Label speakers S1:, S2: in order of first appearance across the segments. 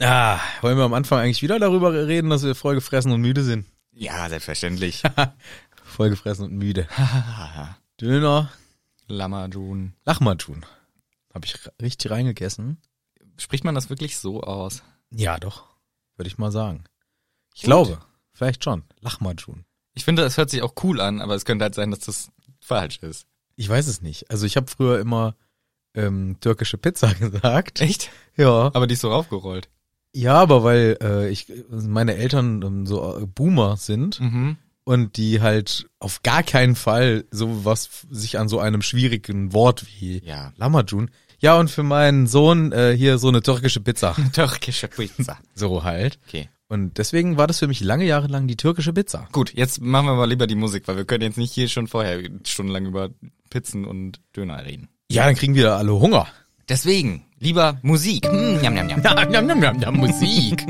S1: Ah, wollen wir am Anfang eigentlich wieder darüber reden, dass wir vollgefressen und müde sind?
S2: Ja, selbstverständlich.
S1: Vollgefressen und müde. Döner,
S2: Lamajun.
S1: lach mal tun. Hab ich r- richtig reingegessen?
S2: Spricht man das wirklich so aus?
S1: Ja, doch. Würde ich mal sagen. Ich
S2: Gut.
S1: glaube, vielleicht schon. Lach mal tun.
S2: Ich finde, es hört sich auch cool an, aber es könnte halt sein, dass das falsch ist.
S1: Ich weiß es nicht. Also ich habe früher immer ähm, türkische Pizza gesagt.
S2: Echt?
S1: Ja.
S2: Aber die ist so aufgerollt.
S1: Ja, aber weil äh, ich meine Eltern ähm, so äh, Boomer sind
S2: Mhm.
S1: und die halt auf gar keinen Fall sowas f- sich an so einem schwierigen Wort wie
S2: Ja.
S1: Lamajun. Ja, und für meinen Sohn äh, hier so eine türkische Pizza.
S2: Türkische Pizza.
S1: so halt.
S2: Okay.
S1: Und deswegen war das für mich lange Jahre lang die türkische Pizza.
S2: Gut, jetzt machen wir mal lieber die Musik, weil wir können jetzt nicht hier schon vorher stundenlang über Pizzen und Döner reden.
S1: Ja, dann kriegen wir da alle Hunger.
S2: Deswegen, lieber Musik. Hm, njam, njam, njam.
S1: Ja, ja, ja, ja, Musik.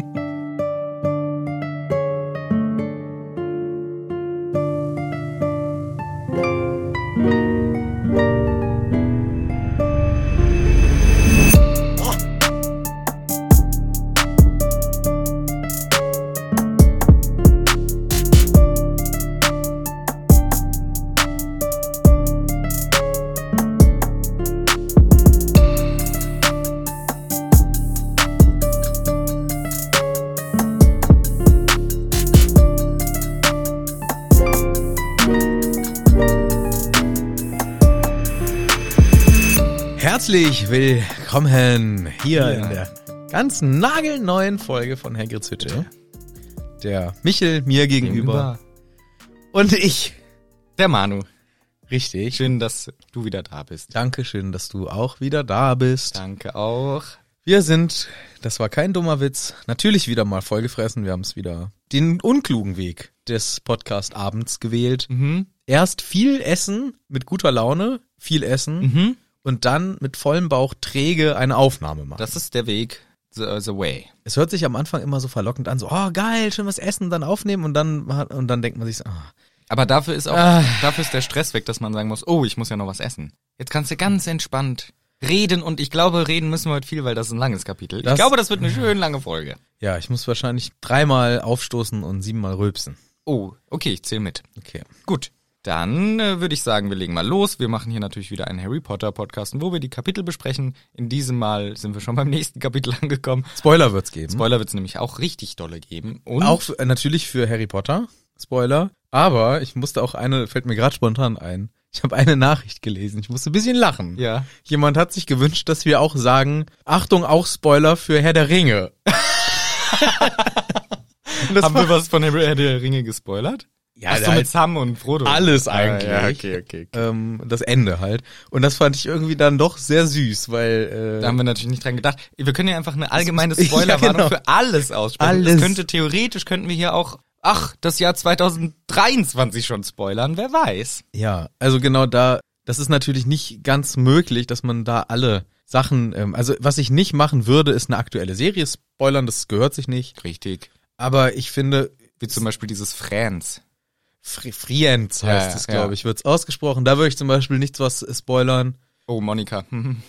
S1: Herzlich willkommen hier
S2: Ja.
S1: in der ganzen nagelneuen Folge von Hagrids Hütte. Der Michel mir gegenüber und ich.
S2: Der Manu.
S1: Richtig.
S2: Schön, dass du wieder da bist.
S1: Dankeschön, dass du auch wieder da bist.
S2: Danke auch.
S1: Wir sind, das war kein dummer Witz, natürlich wieder mal vollgefressen. Wir haben es wieder den unklugen Weg des Podcast-Abends gewählt.
S2: Mhm.
S1: Erst viel essen mit guter Laune, viel essen
S2: Mhm.
S1: und dann mit vollem Bauch träge eine Aufnahme machen.
S2: Das ist der Weg, the, uh, the way.
S1: es hört sich am Anfang immer so verlockend an, so, oh geil, schön was essen, dann aufnehmen und dann, und dann denkt man sich so, ah,
S2: Aber dafür ist auch,
S1: Ah.
S2: dafür ist der Stress weg, dass man sagen muss, oh, ich muss ja noch was essen. Jetzt kannst du ganz entspannt reden und ich glaube, reden müssen wir heute viel, weil das ist ein langes Kapitel.
S1: Das-
S2: ich glaube, das wird eine schön lange Folge.
S1: ja, ich muss wahrscheinlich dreimal aufstoßen und siebenmal rülpsen.
S2: Oh, okay, ich zähle mit.
S1: Okay.
S2: Gut. Dann äh, würde ich sagen, wir legen mal los. Wir machen hier natürlich wieder einen Harry Potter Podcast, wo wir die Kapitel besprechen. In diesem Mal sind wir schon beim nächsten Kapitel angekommen.
S1: Spoiler wird's geben.
S2: Spoiler wird es nämlich auch richtig dolle geben. Und
S1: Auch für, natürlich für Harry Potter, Spoiler. Aber ich musste auch eine, fällt mir gerade spontan ein. Ich habe eine Nachricht gelesen. Ich musste ein bisschen lachen.
S2: ja.
S1: Jemand hat sich gewünscht, dass wir auch sagen, Achtung, auch Spoiler für Herr der Ringe. Und das
S2: Haben
S1: war-
S2: wir was von Harry Herr der Ringe gespoilert?
S1: Ja,
S2: Hast du
S1: da-
S2: mit Sam und Frodo?
S1: Alles
S2: Ah,
S1: eigentlich.
S2: Ja, okay, okay, okay.
S1: ähm, das Ende halt. Und das fand ich irgendwie dann doch sehr süß,
S2: Da haben
S1: weil äh,
S2: wir natürlich nicht dran gedacht. Wir können ja einfach eine allgemeine
S1: Ja,
S2: Spoilerwarnung
S1: genau.
S2: für alles aussprechen.
S1: Alles.
S2: Das könnte theoretisch könnten wir hier auch, ach, das Jahr 2023 schon spoilern. Wer weiß?
S1: ja, also genau da, das ist natürlich nicht ganz möglich, dass man da alle Sachen, ähm, also was ich nicht machen würde, ist eine aktuelle Serie spoilern, das gehört sich nicht.
S2: Richtig.
S1: Aber ich finde,
S2: Wie zum Beispiel dieses Friends.
S1: Fri- Friends heißt
S2: Ja,
S1: es,
S2: ja.
S1: glaube ich, wird's ausgesprochen. Da würde ich zum Beispiel nichts was äh, spoilern.
S2: Oh, Monika. Mhm.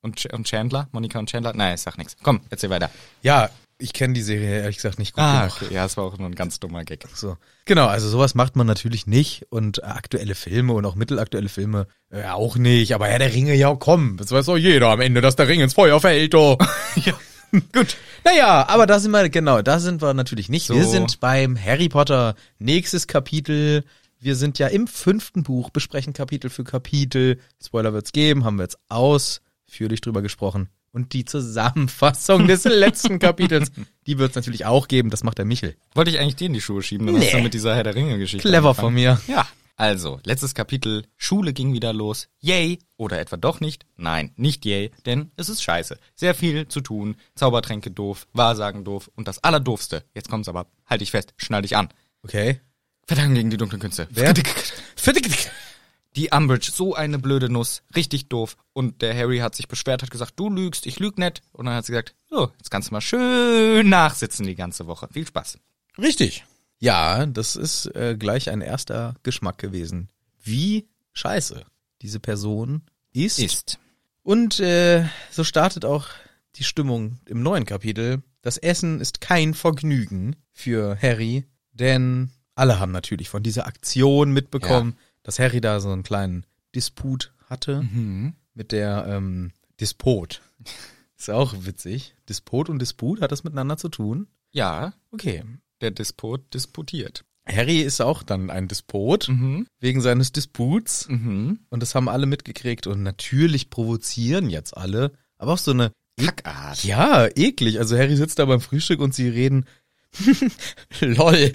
S2: Und, Ch- und Chandler? Monika und Chandler? Nein, ich sag nichts. Komm, erzähl weiter.
S1: Ja, ich kenne die Serie ehrlich gesagt nicht gut genug.
S2: Ah, okay. Ja, es war auch nur ein ganz dummer Gag.
S1: So. Genau, also sowas macht man natürlich nicht und äh, aktuelle Filme und auch mittelaktuelle Filme äh, auch nicht. Aber Herr der Ringe, ja komm, das weiß doch jeder am Ende, dass der Ring ins Feuer fällt. Oh. ja, gut. Naja, aber da sind wir, genau, da sind wir natürlich nicht. Wir
S2: So.
S1: sind beim Harry Potter nächstes Kapitel. Wir sind ja im fünften Buch, besprechen Kapitel für Kapitel. Spoiler wird's geben, haben wir jetzt ausführlich drüber gesprochen. Und die Zusammenfassung des letzten Kapitels, die wird's natürlich auch geben, das macht der Michel.
S2: Wollte ich eigentlich dir in die Schuhe schieben, dann hast du
S1: Nee.
S2: mit dieser Herr der Ringe-Geschichte.
S1: Clever
S2: angefangen.
S1: von mir.
S2: Ja. Also, letztes Kapitel. Schule ging wieder los. Yay! Oder etwa doch nicht? Nein, nicht yay, denn es ist scheiße. Sehr viel zu tun. Zaubertränke doof, Wahrsagen doof und das Allerdoofste. Jetzt kommt's aber. Halt dich fest, schnall dich an.
S1: Okay.
S2: Verdanken gegen die dunklen Künste.
S1: Wer?
S2: Die Umbridge, so eine blöde Nuss. Richtig doof. Und der Harry hat sich beschwert, hat gesagt, du lügst, ich lüg nicht. Und dann hat sie gesagt, so, jetzt kannst du mal schön nachsitzen die ganze Woche. Viel Spaß.
S1: Richtig. Ja, das ist äh, gleich ein erster Geschmack gewesen. Wie scheiße diese Person ist.
S2: Ist.
S1: Und äh, so startet auch die Stimmung im neuen Kapitel. Das Essen ist kein Vergnügen für Harry, denn alle haben natürlich von dieser Aktion mitbekommen, dass Harry da so einen kleinen Disput hatte
S2: Mhm.
S1: mit der ähm, Disput. Ist auch witzig. Disput und Disput hat das miteinander zu tun.
S2: Ja,
S1: Okay.
S2: der Despot disputiert.
S1: Harry ist auch dann ein Despot
S2: Mhm.
S1: wegen seines Disputs.
S2: Mhm.
S1: Und das haben alle mitgekriegt und natürlich provozieren jetzt alle, aber auch so eine
S2: Kackart.
S1: ja, eklig. Also Harry sitzt da beim Frühstück und sie reden lol. er,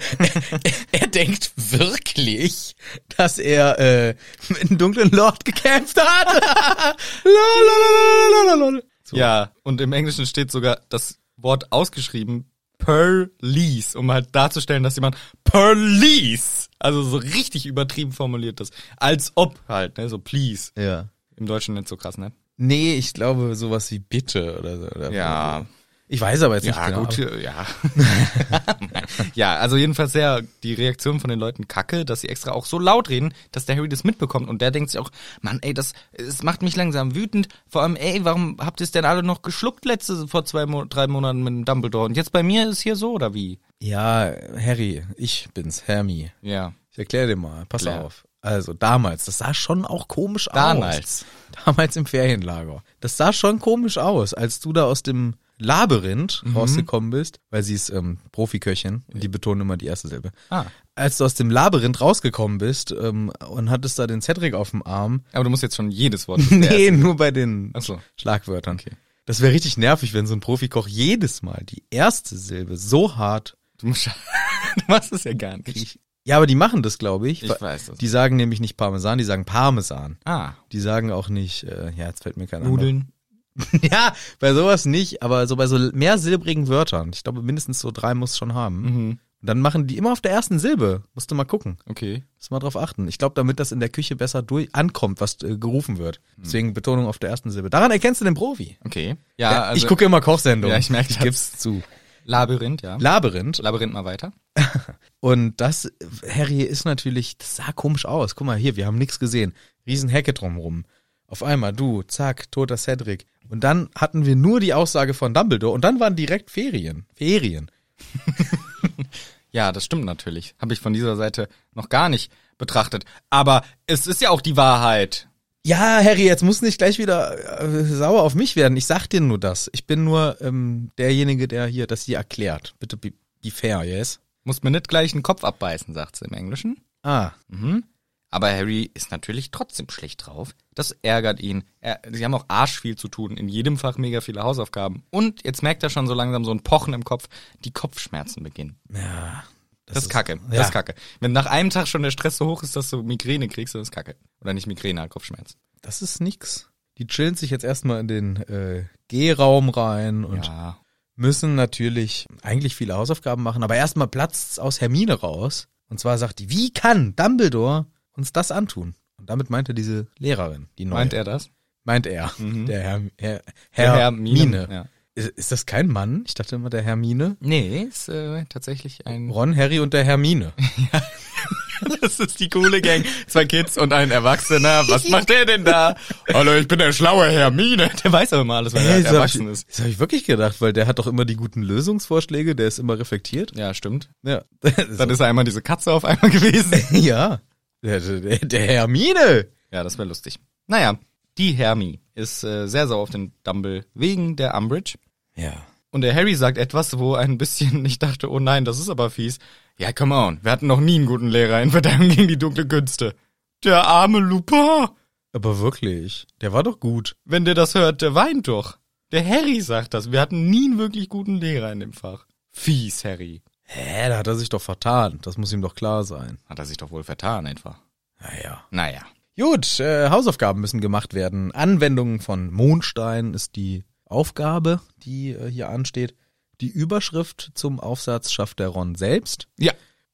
S1: er denkt wirklich, dass er äh, mit einem dunklen Lord gekämpft hat. Lolololololol. so.
S2: Ja, und im Englischen steht sogar das Wort ausgeschrieben Police, um halt darzustellen, dass jemand Police, also so richtig übertrieben formuliert ist. Als ob halt, ne, so please.
S1: Ja.
S2: Im Deutschen nicht so krass, ne?
S1: Nee, ich glaube sowas wie bitte oder so. Oder
S2: Ja.
S1: Ich weiß aber jetzt nicht
S2: Ja,
S1: genau.
S2: gut, äh, ja. ja, also jedenfalls sehr die Reaktion von den Leuten kacke, dass sie extra auch so laut reden, dass der Harry das mitbekommt und der denkt sich auch, Mann, ey, das, es macht mich langsam wütend. Vor allem, ey, warum habt ihr es denn alle noch geschluckt letzte, vor zwei, Mo drei Monaten mit dem Dumbledore und jetzt bei mir ist hier so oder wie?
S1: Ja, Harry, ich bin's, Hermie.
S2: Ja.
S1: Ich erkläre dir mal, pass
S2: Klar.
S1: auf. Also damals, das sah schon auch komisch
S2: Damals.
S1: aus. Damals im Ferienlager. Das sah schon komisch aus, als du da aus dem Labyrinth
S2: Mhm.
S1: rausgekommen bist, weil sie ist ähm, Profiköchin, und die betonen immer die erste Silbe.
S2: Ah.
S1: Als du aus dem Labyrinth rausgekommen bist ähm, und hattest da den Cedric auf dem Arm,
S2: Aber du musst jetzt schon jedes Wort.
S1: nee, nur bei den
S2: Ach so.
S1: Schlagwörtern. Das wäre richtig nervig, wenn so ein Profikoch jedes Mal die erste Silbe so hart
S2: Du, musst, du machst es ja gar nicht.
S1: Ja, aber die machen das, glaube ich.
S2: Ich
S1: Wa-
S2: weiß das.
S1: Die sagen nämlich nicht Parmesan, die sagen Parmesan.
S2: Ah.
S1: Die sagen auch nicht, äh, ja, jetzt fällt mir kein
S2: Nudeln.
S1: anderer- Ja, bei sowas nicht, aber so bei so mehr silbrigen Wörtern. Ich glaube, mindestens so drei muss schon haben.
S2: Mhm.
S1: Und dann machen die immer auf der ersten Silbe. Musst du mal gucken.
S2: Okay.
S1: Musst du mal drauf achten. Ich glaube, damit das in der Küche besser durch ankommt, was äh, gerufen wird.
S2: Hm.
S1: Deswegen Betonung auf der ersten Silbe. Daran erkennst du den Profi.
S2: Okay.
S1: Ja, ich gucke immer Kochsendungen.
S2: also Ja, ich merk
S1: Ich
S2: das.
S1: gib's zu.
S2: Labyrinth, ja.
S1: Labyrinth.
S2: Labyrinth mal weiter.
S1: Und das, Harry ist natürlich, das sah komisch aus. Guck mal hier, wir haben nichts gesehen. Riesen Hecke drumrum. Auf einmal, du, zack, toter Cedric. Und dann hatten wir nur die Aussage von Dumbledore und dann waren direkt Ferien. Ferien.
S2: Ja, das stimmt natürlich. Habe ich von dieser Seite noch gar nicht betrachtet. Aber es ist ja auch die Wahrheit.
S1: Ja, Harry, jetzt muss nicht gleich wieder äh, sauer auf mich werden. Ich sag dir nur das. Ich bin nur ähm, derjenige, der hier das hier erklärt. Bitte be, be fair, yes?
S2: Muss mir nicht gleich den Kopf abbeißen, sagt sie im Englischen.
S1: Ah,
S2: Aber Harry ist natürlich trotzdem schlecht drauf. Das ärgert ihn. Er, sie haben auch arschviel zu tun. In jedem Fach mega viele Hausaufgaben. Und jetzt merkt er schon so langsam so ein Pochen im Kopf. Die Kopfschmerzen beginnen.
S1: ja.
S2: Das, ist kacke.
S1: ja.
S2: Das ist kacke. Wenn nach einem Tag schon der Stress so hoch ist, dass du Migräne kriegst, dann ist kacke. Oder nicht Migräne, halt Kopfschmerzen.
S1: Das ist nix. Die chillen sich jetzt erstmal in den äh, Gehraum rein und
S2: Ja.
S1: müssen natürlich eigentlich viele Hausaufgaben machen, aber erstmal platzt's aus Hermine raus. Und zwar sagt die, wie kann Dumbledore uns das antun? Und damit meinte diese Lehrerin, die neue.
S2: Meint er das?
S1: Meint er, der Herr, Herr,
S2: Der
S1: Herr,
S2: Hermine,
S1: Hermine.
S2: ja.
S1: Ist, ist das kein Mann? Ich dachte immer der Hermine.
S2: Nee, ist äh, tatsächlich ein
S1: Ron, Harry und der Hermine.
S2: Das ist die coole Gang. Zwei Kids und ein Erwachsener. Was macht der denn da? Hallo, ich bin der schlaue Hermine. Der weiß aber immer alles, weil er halt
S1: das hab ich,
S2: erwachsen ist.
S1: das hab ich wirklich gedacht, weil der hat doch immer die guten Lösungsvorschläge, der ist immer reflektiert.
S2: Ja, stimmt.
S1: Ja.
S2: Dann ist er einmal diese Katze auf einmal gewesen.
S1: ja. Der, der, der Hermine.
S2: Ja, das wäre lustig. Naja, die Hermie ist äh, sehr sauer auf den Dumble wegen der Umbridge.
S1: Ja.
S2: Und der Harry sagt etwas, wo ein bisschen ich dachte, oh nein, das ist aber fies. Ja, come on, wir hatten noch nie einen guten Lehrer in Verteidigung gegen die dunkle Künste. Der arme Lupin.
S1: Aber wirklich, der war doch gut.
S2: Wenn der das hört, der weint doch. Der Harry sagt das. Wir hatten nie einen wirklich guten Lehrer in dem Fach. Fies, Harry.
S1: Hä, Äh, da hat er sich doch vertan. Das muss ihm doch klar sein.
S2: Hat er sich doch wohl vertan, etwa.
S1: Naja.
S2: Naja.
S1: Gut, äh, Hausaufgaben müssen gemacht werden. Anwendung von Mondstein ist die Aufgabe, die äh, hier ansteht. Die Überschrift zum Aufsatz schafft der Ron selbst.
S2: Ja.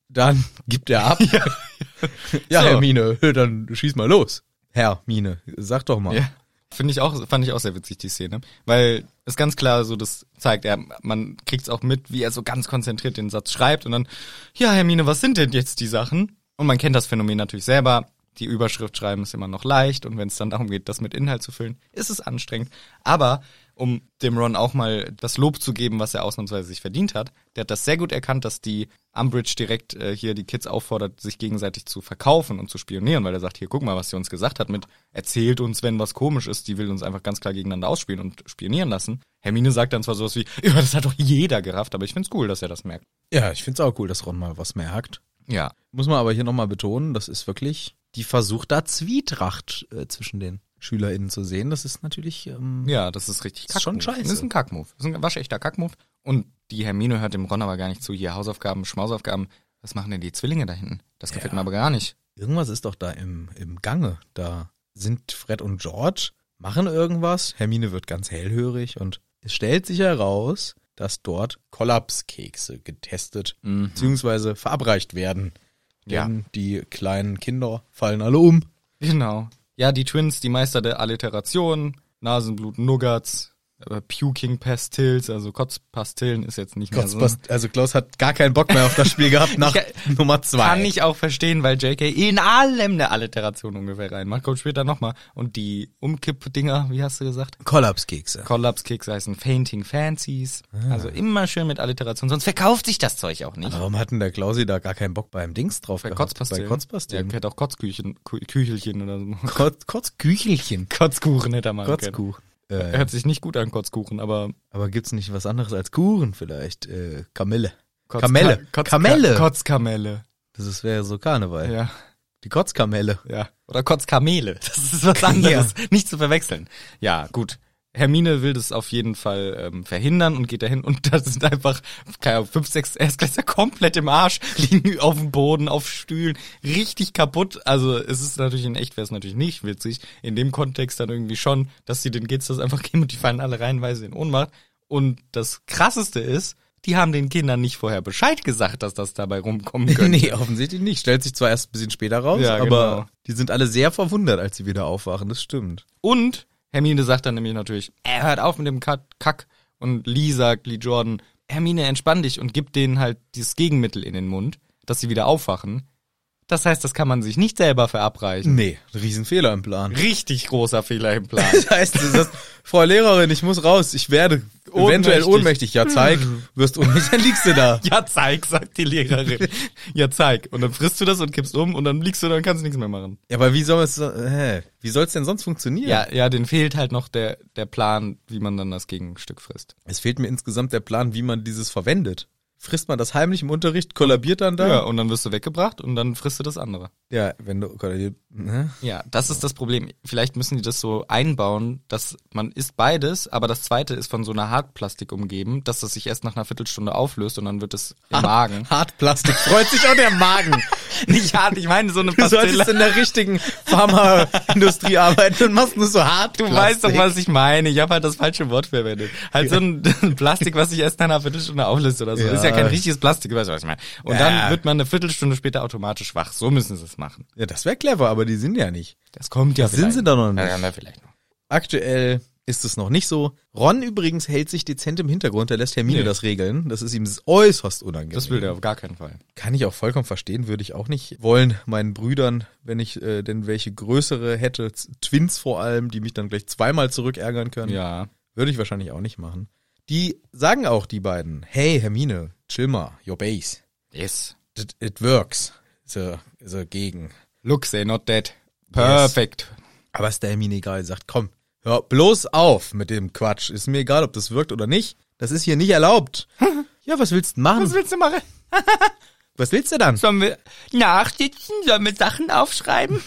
S1: Dann gibt er ab. ja,
S2: So.
S1: Hermine, dann schieß mal los. Hermine, sag doch mal.
S2: ja. Finde ich auch, fand ich auch sehr witzig, die Szene. Weil es ganz klar so, das zeigt, er, man kriegt's auch mit, wie er so ganz konzentriert den Satz schreibt und dann, ja, Hermine, was sind denn jetzt die Sachen? Und man kennt das Phänomen natürlich selber. Die Überschrift schreiben ist immer noch leicht und wenn es dann darum geht, das mit Inhalt zu füllen, ist es anstrengend. Aber um dem Ron auch mal das Lob zu geben, was er ausnahmsweise sich verdient hat. Der hat das sehr gut erkannt, dass die Umbridge direkt äh, hier die Kids auffordert, sich gegenseitig zu verkaufen und zu spionieren, weil er sagt, hier, guck mal, was sie uns gesagt hat mit, erzählt uns, wenn was komisch ist, die will uns einfach ganz klar gegeneinander ausspielen und spionieren lassen. Hermine sagt dann zwar sowas wie, ja, das hat doch jeder gerafft, aber ich find's cool, dass er das merkt.
S1: Ja, ich find's auch cool, dass Ron mal was merkt.
S2: Ja.
S1: Muss man aber hier nochmal betonen, das ist wirklich, die versucht da Zwietracht äh, zwischen den SchülerInnen zu sehen. Das ist natürlich, ähm,
S2: Ja, das ist richtig
S1: Ist schon scheiße.
S2: Das ist ein Kackmove. Das ist ein waschechter Kackmove. Und die Hermine hört dem Ron aber gar nicht zu. Hier Hausaufgaben, Schmausaufgaben. Was machen denn die Zwillinge da hinten? Das gefällt
S1: Ja.
S2: mir aber gar nicht.
S1: irgendwas ist doch da im, im Gange. Da sind Fred und George, machen irgendwas, Hermine wird ganz hellhörig und es stellt sich heraus, dass dort Kollapskekse getestet
S2: Mhm.
S1: beziehungsweise verabreicht werden.
S2: Ja.
S1: Denn die kleinen Kinder fallen alle um.
S2: Genau. Ja, die Twins, die Meister der Alliteration, Nasenblut, Nuggets, äh, Puking Pastils, also Kotzpastillen ist jetzt nicht mehr so.
S1: Kotzpast- Also Klaus hat gar keinen Bock mehr auf das Spiel gehabt nach
S2: Ich-
S1: Nummer zwei.
S2: Kann ich auch verstehen, weil JK in allem eine Alliteration ungefähr reinmacht. Kommt später nochmal. Und die Umkipp-Dinger, wie hast du gesagt?
S1: Kollapskekse.
S2: Collapse-Kicks heißen Fainting Fancies. Also immer schön mit Alliteration, sonst verkauft sich das Zeug auch nicht.
S1: Warum hatten der Klausi da gar keinen Bock beim Dings drauf
S2: Bei
S1: gehabt? Bei
S2: Kotzpastillen.
S1: Kotzpastillen.
S2: Ja, hätte auch Kotzküchen, Kü- Küchelchen oder so.
S1: Kotz, Kotzküchelchen.
S2: Kotzkuchen hätte er mal können.
S1: Kotzkuchen. Äh,
S2: Hört sich nicht gut an, Kotzkuchen, aber...
S1: Aber gibt's nicht was anderes als Kuchen vielleicht? Äh, Kamelle.
S2: Kotz-
S1: Kamelle.
S2: Kotz-
S1: Kamelle.
S2: Kotzkamelle.
S1: Das ist- wäre so Karneval.
S2: Ja,
S1: Die Kotzkamelle.
S2: ja. Oder Kotzkamele. Das ist was anderes. Nicht zu verwechseln. Ja, gut. Hermine will das auf jeden Fall ähm, verhindern und geht dahin und da sind einfach keine Ahnung, fünf, sechs Erstklässler komplett im Arsch, liegen auf dem Boden, auf Stühlen, richtig kaputt. Also es ist natürlich in echt wäre es natürlich nicht witzig. In dem Kontext dann irgendwie schon, dass sie den Kids das einfach geben und die fallen alle reihenweise in Ohnmacht. Und das Krasseste ist, die haben den Kindern nicht vorher Bescheid gesagt, dass das dabei rumkommen könnte.
S1: nee, offensichtlich nicht. Stellt sich zwar erst ein bisschen später raus,
S2: Oh Ja,
S1: aber
S2: genau.
S1: die sind alle sehr verwundert, als sie wieder aufwachen. Das stimmt.
S2: Und Hermine sagt dann nämlich natürlich, er hört auf mit dem Kat- Kack. Und Lee sagt, Lee Jordan, Hermine, entspann dich und gib denen halt dieses Gegenmittel in den Mund, dass sie wieder aufwachen. Das heißt, das kann man sich nicht selber verabreichen.
S1: Nee, ein Riesenfehler im Plan.
S2: Richtig großer Fehler im Plan.
S1: Das heißt, du sagst, Frau Lehrerin, ich muss raus. Ich werde eventuell
S2: Ohnmächtig.
S1: ohnmächtig. Ja, zeig. Wirst ohnmächtig, dann liegst du da.
S2: ja, zeig, sagt die Lehrerin. ja, zeig. Und dann frisst du das und kippst um und dann liegst du da und kannst nichts mehr machen.
S1: Ja, aber wie soll es, hä? Wie soll es denn sonst funktionieren?
S2: Ja, ja, den fehlt halt noch der, der Plan, wie man dann das Gegenstück frisst.
S1: Es fehlt mir insgesamt der Plan, wie man dieses verwendet. Frisst man das heimlich im Unterricht, kollabiert dann da?
S2: Ja, und dann wirst du weggebracht und dann frisst du das andere.
S1: Ja, wenn du kollabiert, ne?
S2: Ja, das ist das Problem. Vielleicht müssen die das so einbauen, dass man isst beides, aber das zweite ist von so einer Hartplastik umgeben, dass das sich erst nach einer Viertelstunde auflöst und dann wird es im Magen.
S1: Hartplastik freut sich auch der Magen.
S2: Nicht hart, ich meine so eine
S1: Du solltest in
S2: Pastille.
S1: der richtigen Pharmaindustrie arbeiten und machst nur so hart.
S2: Du weißt doch, was ich meine. Ich habe halt das falsche Wort verwendet. Halt so ein Plastik, was sich erst nach einer Viertelstunde auflöst oder so.
S1: Ja.
S2: Ist ja kein richtiges Plastik, weißt du, was ich meine. Und
S1: Ja.
S2: dann wird man eine Viertelstunde später automatisch wach. So müssen sie es machen.
S1: Ja, das wäre clever, aber die sind ja nicht.
S2: Das kommt ja
S1: sind sie doch noch nicht.
S2: Ja, ja, vielleicht noch.
S1: Aktuell ist es noch nicht so. Ron übrigens hält sich dezent im Hintergrund, er lässt Hermine
S2: Nee.
S1: das regeln. Das ist ihm äußerst unangenehm.
S2: Das will der auf gar keinen Fall.
S1: Kann ich auch vollkommen verstehen, würde ich auch nicht wollen, meinen Brüdern, wenn ich äh, denn welche größere hätte, Z- Twins vor allem, die mich dann gleich zweimal zurückärgern können,
S2: Ja.
S1: würde ich wahrscheinlich auch nicht machen. Die sagen auch die beiden, hey Hermine, chill mal, your base,
S2: Yes.
S1: it, it works, so, so gegen.
S2: Look, they're not dead. Perfect.
S1: Aber ist der Hermine egal, sie sagt, komm, hör bloß auf mit dem Quatsch, ist mir egal, ob das wirkt oder nicht, das ist hier nicht erlaubt. ja, was willst du denn machen?
S2: Was willst du machen?
S1: Was willst du dann?
S2: Sollen wir nachsitzen? Sollen wir Sachen aufschreiben?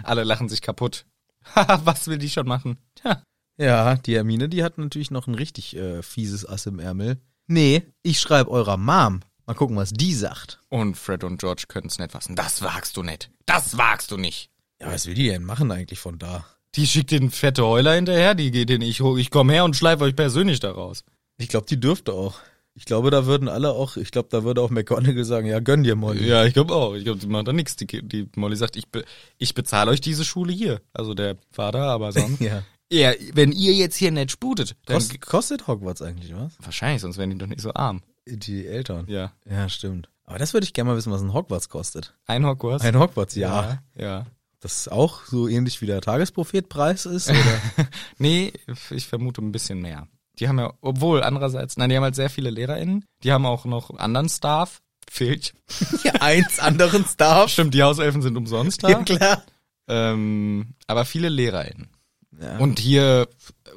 S2: Alle lachen sich kaputt. Haha, was will die schon machen? Tja.
S1: Ja, die Hermine, die hat natürlich noch ein richtig äh, fieses Ass im Ärmel. Nee, ich schreibe eurer Mom. Mal gucken, was die sagt.
S2: Und Fred und George können es nicht fassen. Das wagst du nicht. Das wagst du nicht.
S1: Ja, was will die denn machen eigentlich von da?
S2: Die schickt den fette Heuler hinterher, die geht den ich hoch. Ich komm her und schleife euch persönlich da raus.
S1: Ich glaube, die dürfte auch. Ich glaube, da würden alle auch, ich glaube, da würde auch McGonagall sagen, ja, gönn dir Molly.
S2: Ja, ich glaube auch. Ich glaube, die machen da nichts. Die, Ki- die Molly sagt, ich, be, ich bezahle euch diese Schule hier. Also der Vater, aber sonst.
S1: Ja.
S2: ja, wenn ihr jetzt hier nicht sputet, dann
S1: Kost, kostet Hogwarts eigentlich was?
S2: wahrscheinlich, sonst wären die doch nicht so arm.
S1: Die Eltern. Ja,
S2: Ja.
S1: stimmt. Aber das würde ich gerne mal wissen, was ein Hogwarts kostet.
S2: Ein Hogwarts.
S1: Ein Hogwarts, ja.
S2: Ja.
S1: das auch so ähnlich wie der Tagesprophetpreis ist? Oder?
S2: Nee, ich vermute ein bisschen mehr. Die haben ja, obwohl andererseits, nein, die haben halt sehr viele LehrerInnen. Die haben auch noch anderen Staff. Fehlt.
S1: ja, eins anderen Starf.
S2: Stimmt, die Hauselfen sind umsonst da.
S1: Ja, klar.
S2: Ähm, aber viele LehrerInnen.
S1: Ja.
S2: Und hier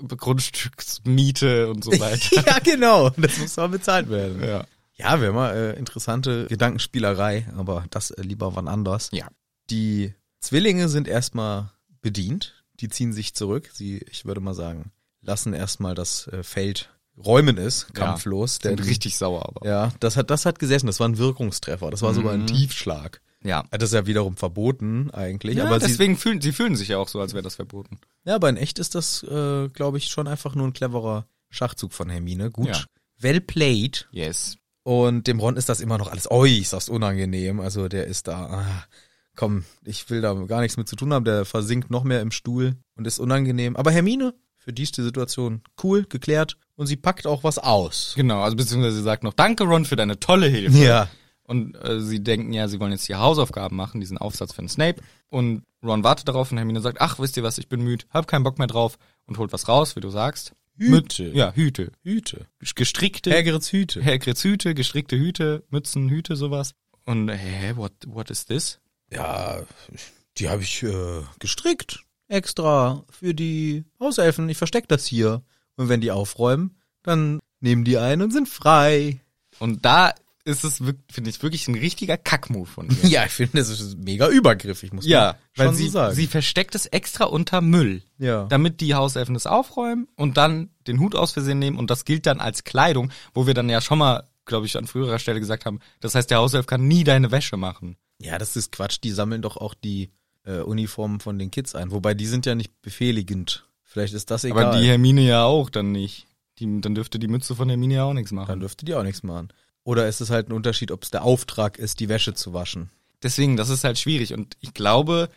S2: äh, Grundstücksmiete und so weiter.
S1: ja, genau. Das muss mal bezahlt werden.
S2: ja.
S1: Ja, wäre mal äh, interessante Gedankenspielerei, aber das äh, lieber wann anders.
S2: Ja.
S1: Die Zwillinge sind erstmal bedient, die ziehen sich zurück. Sie, ich würde mal sagen, lassen erstmal das äh, Feld räumen ist, kampflos.
S2: Sind
S1: denn-
S2: richtig sauer aber.
S1: Ja, das hat, das hat gesessen, das war ein Wirkungstreffer, das war sogar
S2: Mhm.
S1: ein Tiefschlag.
S2: Ja.
S1: Das ist ja wiederum verboten eigentlich,
S2: Ja,
S1: aber sie,
S2: deswegen fühlen sie fühlen sich ja auch so, als wäre das verboten.
S1: ja, aber in echt ist das, äh, glaube ich, schon einfach nur ein cleverer Schachzug von Hermine. Gut,
S2: Ja.
S1: well played.
S2: Yes.
S1: Und dem Ron ist das immer noch alles äußerst unangenehm. Also der ist da, ah, komm, ich will da gar nichts mit zu tun haben. Der versinkt noch mehr im Stuhl und ist unangenehm. Aber Hermine, für die ist die Situation cool, geklärt und sie packt auch was aus.
S2: Genau, also beziehungsweise sie sagt noch, danke Ron für deine tolle Hilfe.
S1: Ja.
S2: Und äh, sie denken ja, sie wollen jetzt hier Hausaufgaben machen, diesen Aufsatz von Snape. Und Ron wartet darauf und Hermine sagt, ach, wisst ihr was, ich bin müde, hab keinen Bock mehr drauf und holt was raus, wie du sagst.
S1: Hüte.
S2: Mit- ja, Hüte.
S1: Hüte.
S2: Gestrickte.
S1: Hergerits Hüte.
S2: Hagrids Hüte, gestrickte Hüte, Mützen, Hüte, sowas. Und hä, what, what is this?
S1: Ja, die habe ich äh, gestrickt. Extra für die Hauselfen. Ich verstecke das hier. Und wenn die aufräumen, dann nehmen die ein und sind frei.
S2: Und da ist es, wirk- finde ich, wirklich ein richtiger Kackmove von ihr.
S1: Ja, ich finde, das ist mega übergriffig, muss
S2: Ja,
S1: man
S2: weil
S1: schon
S2: sie,
S1: so sagen.
S2: sie versteckt es extra unter Müll,
S1: ja.
S2: damit die Hauselfen es aufräumen und dann den Hut aus Versehen nehmen und das gilt dann als Kleidung, wo wir dann ja schon mal, glaube ich, an früherer Stelle gesagt haben, das heißt, der Hauself kann nie deine Wäsche machen.
S1: Ja, das ist Quatsch. Die sammeln doch auch die äh, Uniformen von den Kids ein. Wobei die sind ja nicht befehligend. Vielleicht ist das egal.
S2: Aber die Hermine ja auch dann nicht. Die, dann dürfte die Mütze von Hermine ja auch nichts machen.
S1: Dann dürfte die auch nichts machen. Oder ist es halt ein Unterschied, ob es der Auftrag ist, die Wäsche zu waschen?
S2: Deswegen, das ist halt schwierig. Und ich glaube,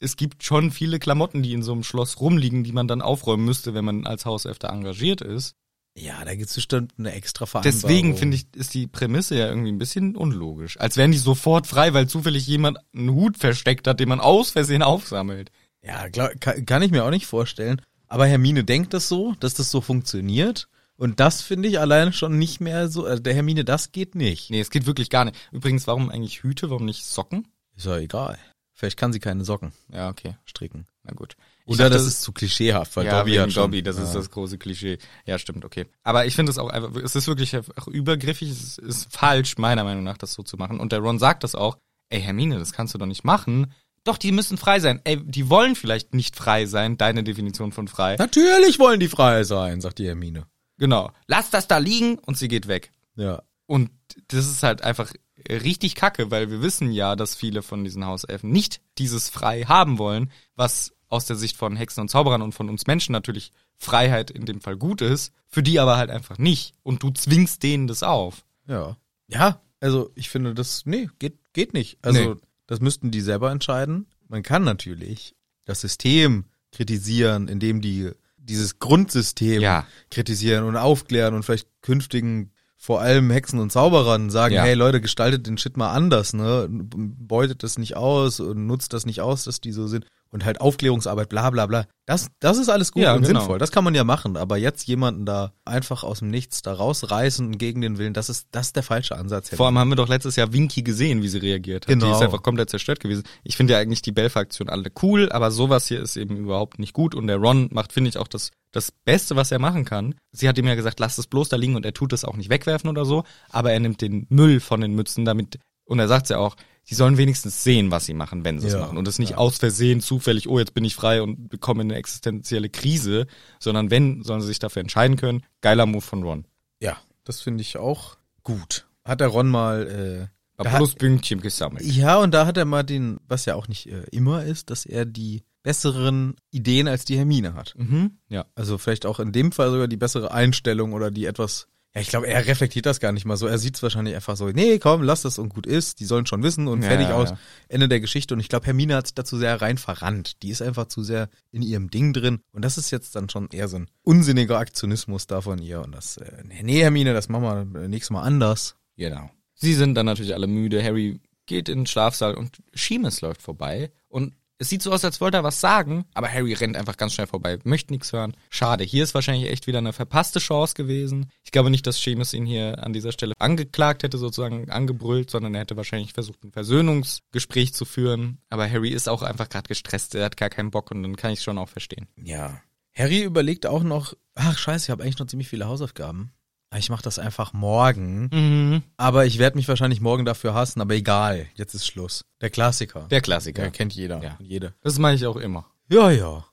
S2: es gibt schon viele Klamotten, die in so einem Schloss rumliegen, die man dann aufräumen müsste, wenn man als Hauself da engagiert ist.
S1: Ja, da gibt's bestimmt eine extra Vereinbarung.
S2: Deswegen finde ich, ist die Prämisse ja irgendwie ein bisschen unlogisch. Als wären die sofort frei, weil zufällig jemand einen Hut versteckt hat, den man aus Versehen aufsammelt.
S1: Ja, glaub, kann, kann ich mir auch nicht vorstellen. Aber Hermine denkt das so, dass das so funktioniert. Und das finde ich alleine schon nicht mehr so. Also der Hermine, das geht nicht.
S2: Nee, es geht wirklich gar nicht. Übrigens, warum eigentlich Hüte, warum nicht Socken?
S1: Ist ja egal. Vielleicht kann sie keine Socken
S2: Ja, okay,
S1: stricken.
S2: na gut. Ich
S1: Oder
S2: dachte,
S1: das ist zu klischeehaft, weil
S2: ja,
S1: Dobby
S2: wegen
S1: hat schon.
S2: Dobby, das
S1: ja.
S2: ist das große Klischee. Ja, stimmt, okay. Aber ich finde es auch einfach, es ist wirklich einfach übergriffig, es ist falsch, meiner Meinung nach, das so zu machen. Und der Ron sagt das auch, ey Hermine, das kannst du doch nicht machen. Doch, die müssen frei sein. Ey, die wollen vielleicht nicht frei sein, deine Definition von frei.
S1: Natürlich wollen die frei sein, sagt die Hermine.
S2: Genau. Lass das da liegen und sie geht weg.
S1: Ja.
S2: Und das ist halt einfach richtig kacke, weil wir wissen ja, dass viele von diesen Hauselfen nicht dieses Frei haben wollen, was aus der Sicht von Hexen und Zauberern und von uns Menschen natürlich Freiheit in dem Fall gut ist, für die aber halt einfach nicht. Und du zwingst denen das auf.
S1: Ja. Ja, also ich finde das, nee, geht, geht nicht. Also
S2: Nee.
S1: das müssten die selber entscheiden. Man kann natürlich das System kritisieren, indem die dieses Grundsystem
S2: Ja.
S1: kritisieren und aufklären und vielleicht künftigen vor allem Hexen und Zauberern sagen,
S2: Ja.
S1: hey Leute, gestaltet den Shit mal anders, ne? Beutet das nicht aus und nutzt das nicht aus, dass die so sind. Und halt Aufklärungsarbeit, bla bla bla. Das, das ist alles gut
S2: Ja,
S1: und
S2: genau.
S1: sinnvoll. Das kann man ja machen, aber jetzt jemanden da einfach aus dem Nichts da rausreißen und gegen den Willen, das ist, das ist der falsche Ansatz.
S2: Vor allem haben wir doch letztes Jahr Winky gesehen, wie sie reagiert hat. Die
S1: Genau.
S2: ist einfach komplett zerstört gewesen. Ich finde ja eigentlich die Belfer-Aktion alle cool, aber sowas hier ist eben überhaupt nicht gut. Und der Ron macht, finde ich, auch das, das Beste, was er machen kann. Sie hat ihm ja gesagt, lass es bloß da liegen und er tut es auch nicht wegwerfen oder so. Aber er nimmt den Müll von den Mützen damit, und er sagt ja auch, die sollen wenigstens sehen, was sie machen, wenn sie es
S1: Ja,
S2: machen. Und es nicht
S1: ja.
S2: aus Versehen zufällig, oh, jetzt bin ich frei und bekomme eine existenzielle Krise, sondern wenn, sollen sie sich dafür entscheiden können. Geiler Move von Ron.
S1: ja, das finde ich auch gut. Hat der Ron mal, äh,
S2: War
S1: da hat,
S2: bloß Pünktchen gesammelt.
S1: ja, und da hat er mal den, was ja auch nicht äh, immer ist, dass er die besseren Ideen als die Hermine hat.
S2: Mhm. Ja.
S1: Also vielleicht auch in dem Fall sogar die bessere Einstellung oder die etwas. Ja, ich glaube, er reflektiert das gar nicht mal so. Er sieht es wahrscheinlich einfach so, nee, komm, lass das und gut ist. Die sollen schon wissen und
S2: Ja,
S1: fertig
S2: ja,
S1: aus.
S2: ja.
S1: Ende der Geschichte. Und ich glaube, Hermine hat sich dazu sehr rein verrannt. Die ist einfach zu sehr in ihrem Ding drin. Und das ist jetzt dann schon eher so ein unsinniger Aktionismus da von ihr. Und das, äh, nee, nee, Hermine, das machen wir äh, nächstes Mal anders.
S2: Genau. Sie sind dann natürlich alle müde. Harry geht in den Schlafsaal und Seamus läuft vorbei und Es sieht so aus, als wollte er was sagen, aber Harry rennt einfach ganz schnell vorbei, möchte nichts hören. Schade, hier ist wahrscheinlich echt wieder eine verpasste Chance gewesen. Ich glaube nicht, dass Seamus ihn hier an dieser Stelle angeklagt hätte, sozusagen angebrüllt, sondern er hätte wahrscheinlich versucht, ein Versöhnungsgespräch zu führen. Aber Harry ist auch einfach gerade gestresst, er hat gar keinen Bock und dann kann ich es schon auch verstehen.
S1: Ja. Harry überlegt auch noch, ach scheiße, ich habe eigentlich noch ziemlich viele Hausaufgaben. Ah, Ich mache das einfach morgen. Aber ich werde mich wahrscheinlich morgen dafür hassen, aber egal, jetzt ist Schluss. Der Klassiker.
S2: Der Klassiker.
S1: Ja, kennt jeder.
S2: Ja.
S1: und Jede.
S2: Das mache ich auch immer.
S1: Ja, ja.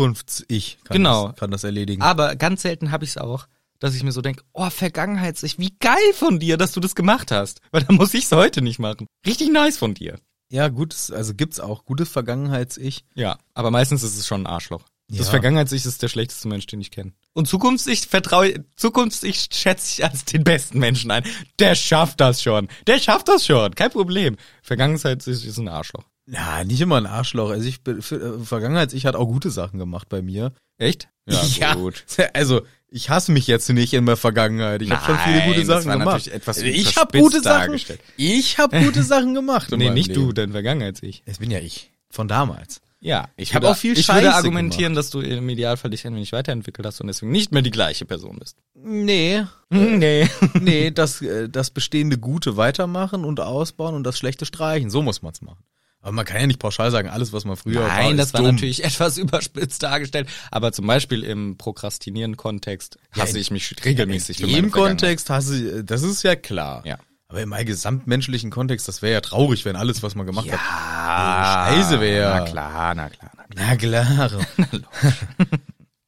S1: Zukunfts-Ich kann,
S2: Genau.
S1: das, kann das erledigen.
S2: Aber ganz selten habe ich es auch, dass ich mir so denke, oh, Vergangenheits-Ich, wie geil von dir, dass du das gemacht hast. Weil dann muss ich es heute nicht machen. Richtig nice von dir.
S1: Ja, gutes, also gibt's auch gutes Vergangenheits-Ich.
S2: Ja, aber meistens ist es schon ein Arschloch. Das
S1: Ja.
S2: Vergangenheits-Ich ist der schlechteste Mensch, den ich kenne. Und Zukunfts-Ich vertraue, Zukunfts-Ich schätze ich als den besten Menschen ein. Der schafft das schon. Der schafft das schon. Kein Problem. Vergangenheits-Ich ist ein Arschloch.
S1: Na, nicht immer ein Arschloch. Also ich bin- für- äh, Vergangenheits-Ich hat auch gute Sachen gemacht bei mir.
S2: Echt?
S1: Also, ich hasse mich jetzt nicht in der Vergangenheit. Ich habe schon viele
S2: Nein,
S1: gute
S2: das
S1: Sachen
S2: war
S1: gemacht. Also
S2: natürlich etwas
S1: ich habe
S2: überspitzt
S1: gute Sachen.
S2: dargestellt.
S1: Ich habe gute Sachen gemacht. in
S2: Nee,
S1: meinem
S2: nicht
S1: Leben.
S2: du, dein Vergangenheits-Ich.
S1: Es bin ja ich. Von damals.
S2: Ja, ich
S1: hab
S2: würde-
S1: auch viel
S2: Ich würde
S1: Scheiße
S2: argumentieren, dass du im Idealfall dich ein wenig weiterentwickelt hast und deswegen nicht mehr die gleiche Person bist. Hm,
S1: Nee.
S2: Äh, Nee.
S1: Nee, das, äh, das bestehende Gute weitermachen und ausbauen und das Schlechte streichen. So muss man's machen. Aber man kann ja nicht pauschal sagen, alles, was man früher war,
S2: Nein,
S1: ist
S2: das war
S1: dumm.
S2: natürlich etwas überspitzt dargestellt. Aber zum Beispiel im Prokrastinieren-Kontext hasse
S1: in-
S2: ich mich regelmäßig. für meine
S1: Im
S2: Vergangenheit.
S1: Kontext hast du, äh, das ist ja klar.
S2: Ja.
S1: Aber im allgesamtmenschlichen Kontext, das wäre ja traurig, wenn alles, was man gemacht hat.
S2: Oh, Ja.
S1: Scheiße wär.
S2: Na klar, na klar, na klar.
S1: Na klar.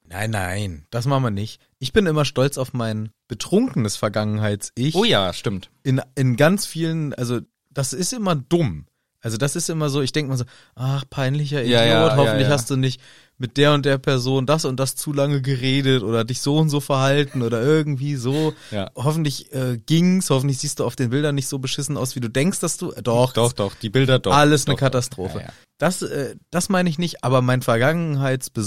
S1: nein, nein, das machen wir nicht. Ich bin immer stolz auf mein betrunkenes Vergangenheits-Ich.
S2: Oh ja, stimmt.
S1: in, in ganz vielen, also das ist immer dumm. Also das ist immer so, ich denke mal so, ach, peinlicher Idiot,
S2: Ja, ja,
S1: hoffentlich
S2: ja, ja.
S1: hast du nicht mit der und der Person das und das zu lange geredet oder dich so und so verhalten oder irgendwie so.
S2: Ja.
S1: Hoffentlich äh, ging's, hoffentlich siehst du auf den Bildern nicht so beschissen aus, wie du denkst, dass du. Äh, doch,
S2: Doch, doch, die Bilder doch.
S1: alles
S2: doch,
S1: eine Katastrophe.
S2: Ja, ja.
S1: Das, äh, das meine ich nicht, aber mein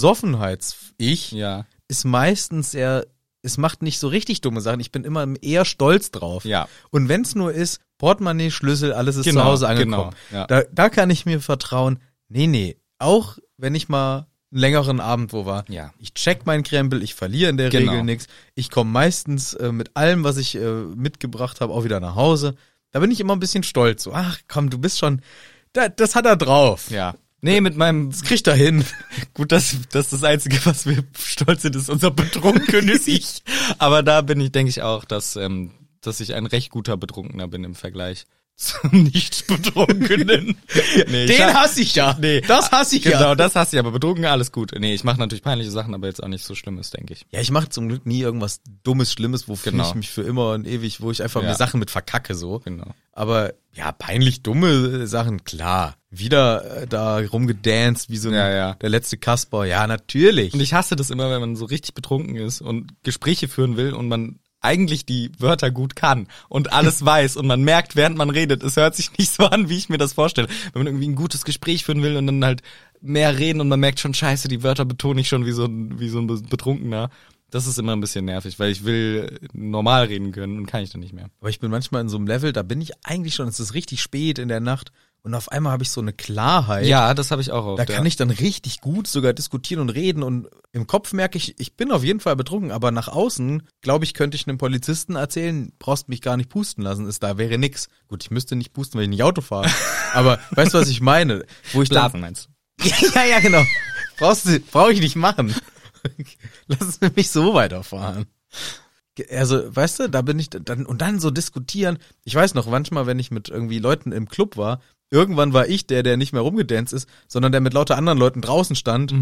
S1: Vergangenheitsbesoffenheits-Ich
S2: Ja,
S1: ist meistens eher, es macht nicht so richtig dumme Sachen. Ich bin immer eher stolz drauf.
S2: Ja.
S1: Und wenn es nur ist, Portemonnaie, Schlüssel, alles ist
S2: Genau,
S1: zu Hause angekommen.
S2: genau, ja.
S1: da, da kann ich mir vertrauen, nee, nee, auch wenn ich mal einen längeren Abend wo war.
S2: Ja.
S1: Ich check meinen Krempel, ich verliere in der
S2: Genau.
S1: Regel nichts. Ich komme meistens äh, mit allem, was ich äh, mitgebracht habe, auch wieder nach Hause. Da bin ich immer ein bisschen stolz. So, ach komm, du bist schon, da, das hat er drauf.
S2: ja. Nee, mit meinem
S1: Das kriegt er hin.
S2: Gut, das, das ist das Einzige, was wir stolz sind, ist unser betrunkenes Ich. Aber da bin ich, denke ich auch, dass, ähm, dass ich ein recht guter Betrunkener bin im Vergleich zum Nicht-Betrunkenen. nee, ich
S1: Den
S2: hab-
S1: hasse ich ja.
S2: Nee.
S1: Das hasse ich ja.
S2: Genau, das hasse ich, aber betrunken, alles gut. Nee, ich mache natürlich peinliche Sachen, aber jetzt auch nicht so Schlimmes, denke ich.
S1: Ja, ich mache zum Glück nie irgendwas Dummes, Schlimmes, wofür
S2: Genau.
S1: ich mich für immer und ewig, wo ich einfach
S2: Ja.
S1: mir Sachen mit verkacke so.
S2: Genau.
S1: Aber ja, peinlich dumme äh, Sachen, klar. Wieder äh, da rumgedanced wie so ein,
S2: Ja, ja.
S1: der letzte Kasper. Ja, natürlich.
S2: Und ich hasse das immer, wenn man so richtig betrunken ist und Gespräche führen will und man eigentlich die Wörter gut kann und alles weiß und man merkt, während man redet, es hört sich nicht so an, wie ich mir das vorstelle. Wenn man irgendwie ein gutes Gespräch führen will und dann halt mehr reden und man merkt schon, scheiße, die Wörter betone ich schon wie so ein, wie so ein Betrunkener. Das ist immer ein bisschen nervig, weil ich will normal reden können und kann ich dann nicht mehr.
S1: Aber ich bin manchmal in so einem Level, da bin ich eigentlich schon, es ist richtig spät in der Nacht und auf einmal habe ich so eine Klarheit.
S2: Ja, das habe ich auch oft.
S1: Da kann ich dann richtig gut sogar diskutieren und reden und im Kopf merke ich, ich bin auf jeden Fall betrunken, aber nach außen, glaube ich, könnte ich einem Polizisten erzählen, brauchst mich gar nicht pusten lassen, ist da wäre nix. Gut, ich müsste nicht pusten, weil ich nicht Auto fahre, aber weißt du, was ich meine? Wo ich dann,
S2: Blasen meinst du?
S1: ja, ja, genau. Brauchst du, brauche ich nicht machen. Lass es mich so weiterfahren. Ge- Also, weißt du, da bin ich dann und dann so diskutieren. Ich weiß noch, manchmal, wenn ich mit irgendwie Leuten im Club war, irgendwann war ich der, der nicht mehr rumgedanced ist, sondern der mit lauter anderen Leuten draußen stand,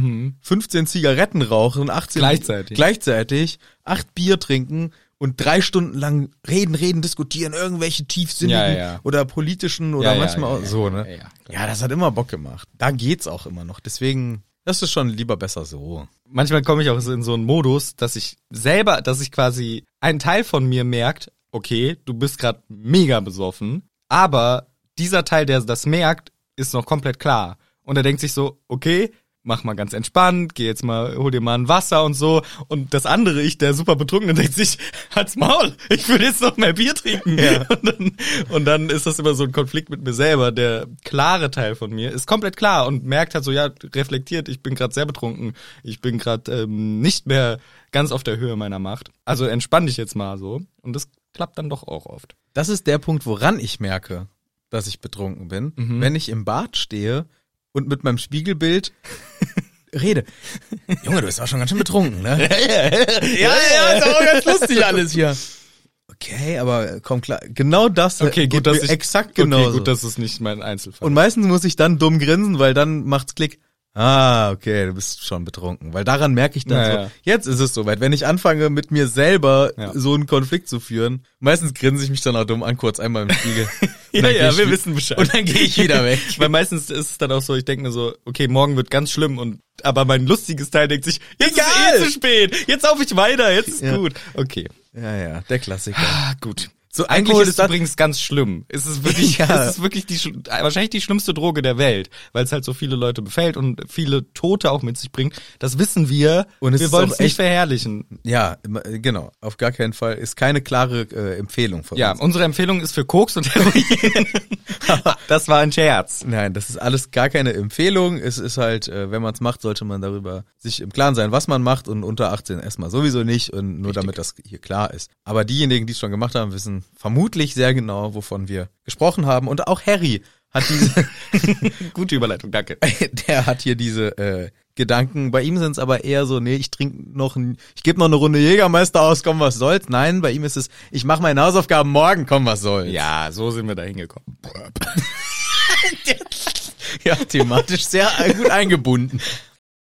S1: 15 Zigaretten rauchen, 18
S2: Mhm. Gleichzeitig.
S1: gleichzeitig, acht Bier trinken und drei Stunden lang reden, reden, diskutieren, irgendwelche tiefsinnigen
S2: Ja, ja.
S1: oder politischen oder
S2: Ja, ja,
S1: manchmal
S2: ja,
S1: auch
S2: ja,
S1: so,
S2: ja,
S1: ne?
S2: ja, ja, klar.
S1: Ja, das hat immer Bock gemacht. Da geht's auch immer noch. Deswegen, das ist schon lieber besser so.
S2: manchmal komme ich auch so in so einen Modus, dass ich selber, dass ich quasi ein Teil von mir merkt, okay, du bist gerade mega besoffen, aber dieser Teil, der das merkt, ist noch komplett klar. Und er denkt sich so, okay, mach mal ganz entspannt, geh jetzt mal, hol dir mal ein Wasser und so. Und das andere Ich, der super betrunkene, denkt sich, halt's Maul, ich will jetzt noch mehr Bier trinken. Und, dann, und dann ist das immer so ein Konflikt mit mir selber. Der klare Teil von mir ist komplett klar und merkt halt so, ja, reflektiert, ich bin gerade sehr betrunken, ich bin gerade ähm, nicht mehr ganz auf der Höhe meiner Macht. Also entspann dich jetzt mal so. Und das klappt dann doch auch oft.
S1: Das ist der Punkt, woran ich merke, dass ich betrunken bin,
S2: Mhm.
S1: wenn ich im Bad stehe und mit meinem Spiegelbild rede. Junge, du bist auch schon ganz schön betrunken, ne?
S2: Ja, ja, ist auch ganz
S1: lustig alles hier. Okay, aber komm klar, genau das
S2: Okay,
S1: geht
S2: gut, dass
S1: mir
S2: ich,
S1: exakt genau
S2: Okay, gut, dass es nicht mein Einzelfall.
S1: Und meistens muss ich dann dumm grinsen, weil dann macht's Klick. Ah, okay, du bist schon betrunken. Weil daran merke ich dann
S2: Ja,
S1: so,
S2: ja.
S1: jetzt ist es soweit. Wenn ich anfange, mit mir selber
S2: Ja.
S1: so einen Konflikt zu führen, meistens grinse ich mich dann auch dumm an, kurz einmal im Spiegel. Und
S2: Ja,
S1: dann geh
S2: ja,
S1: ich
S2: wir
S1: wi-
S2: wissen Bescheid.
S1: Und dann gehe ich wieder weg.
S2: Weil meistens ist es dann auch so, ich denke mir so, okay, morgen wird ganz schlimm und aber mein lustiges Teil denkt sich, jetzt
S1: Egal.
S2: ist eh zu spät, jetzt auf ich weiter, jetzt ist
S1: Ja.
S2: gut. Okay.
S1: ja, ja, der Klassiker.
S2: Ah, gut.
S1: So
S2: Eigentlich
S1: Alkohol
S2: ist
S1: ist
S2: es
S1: das-
S2: übrigens ganz schlimm. Es ist wirklich,
S1: Ja.
S2: es ist wirklich die, schl- wahrscheinlich die schlimmste Droge der Welt, weil es halt so viele Leute befällt und viele Tote auch mit sich bringt. Das wissen wir.
S1: Und es
S2: wir
S1: ist
S2: wollen
S1: auch
S2: es nicht
S1: echt-
S2: verherrlichen.
S1: Ja, immer- äh, genau. Auf gar keinen Fall. Ist keine klare äh, Empfehlung von
S2: Ja,
S1: uns.
S2: unsere Empfehlung ist für Koks und Heroin. das war ein Scherz.
S1: Nein, das ist alles gar keine Empfehlung. Es ist halt, äh, wenn man es macht, sollte man darüber sich im Klaren sein, was man macht und unter 18 erstmal sowieso nicht und nur damit das hier klar ist. Aber diejenigen, die es schon gemacht haben, wissen vermutlich sehr genau, wovon wir gesprochen haben. Und auch Harry hat diese,
S2: Gute Überleitung, danke.
S1: der hat hier diese äh, Gedanken. Bei ihm sind es aber eher so, nee, ich trinke noch, ein, ich gebe noch eine Runde Jägermeister aus, komm, was soll's. Nein, bei ihm ist es, ich mache meine Hausaufgaben morgen, komm, was soll's.
S2: Ja, so sind wir da hingekommen.
S1: ja thematisch sehr gut eingebunden.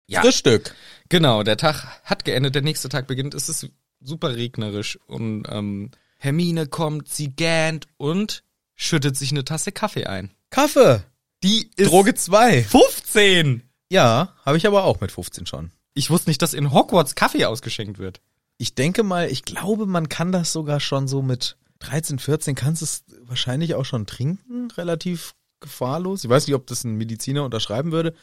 S2: Ja.
S1: Frühstück.
S2: Genau, der Tag hat geendet, der nächste Tag beginnt, es ist super regnerisch und ähm, Hermine kommt, sie gähnt und schüttet sich eine Tasse Kaffee ein.
S1: Kaffee. Die
S2: ist-
S1: Droge 2.
S2: 15!
S1: Ja, habe ich aber auch mit 15 schon.
S2: Ich wusste nicht, dass in Hogwarts Kaffee ausgeschenkt wird.
S1: Ich denke mal, ich glaube, man kann das sogar schon so mit 13, 14 kannst es wahrscheinlich auch schon trinken, relativ gefahrlos. Ich weiß nicht, ob das ein Mediziner unterschreiben würde.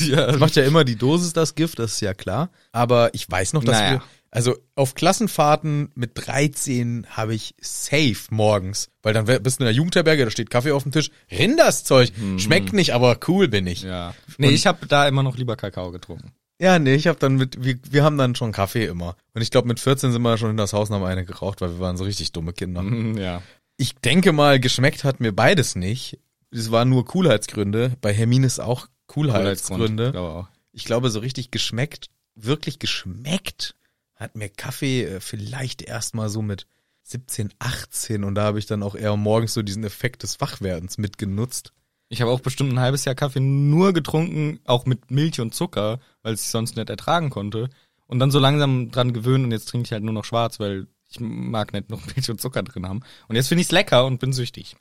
S2: ja.
S1: Das macht ja immer die Dosis das Gift, das ist ja klar. Aber ich weiß noch, dass
S2: Naja.
S1: wir, also auf Klassenfahrten mit 13 habe ich safe morgens, weil dann wär- bist du in der Jugendherberge, da steht Kaffee auf dem Tisch, rinn das Zeug,
S2: Hm.
S1: schmeckt nicht, aber cool bin ich.
S2: ja. Nee, ich habe da immer noch lieber Kakao getrunken.
S1: Ja, nee, ich hab dann mit, wir, wir haben dann schon Kaffee immer. Und ich glaube, mit 14 sind wir schon in das Haus und haben eine geraucht, weil wir waren so richtig dumme Kinder.
S2: Mhm, Ja.
S1: Ich denke mal, geschmeckt hat mir beides nicht. Es waren nur Coolheitsgründe. Bei Hermine ist auch Coolheitsgründe.
S2: Glaube auch.
S1: Ich glaube, so richtig geschmeckt, wirklich geschmeckt hat mir Kaffee äh, vielleicht erst mal so mit 17, 18 und da habe ich dann auch eher morgens so diesen Effekt des Wachwerdens mitgenutzt.
S2: Ich habe auch bestimmt ein halbes Jahr Kaffee nur getrunken, auch mit Milch und Zucker, weil ich es sonst nicht ertragen konnte. Und dann so langsam dran gewöhnen und jetzt trinke ich halt nur noch schwarz, weil ich mag nicht noch Milch und Zucker drin haben. Und jetzt finde ich es lecker und bin süchtig.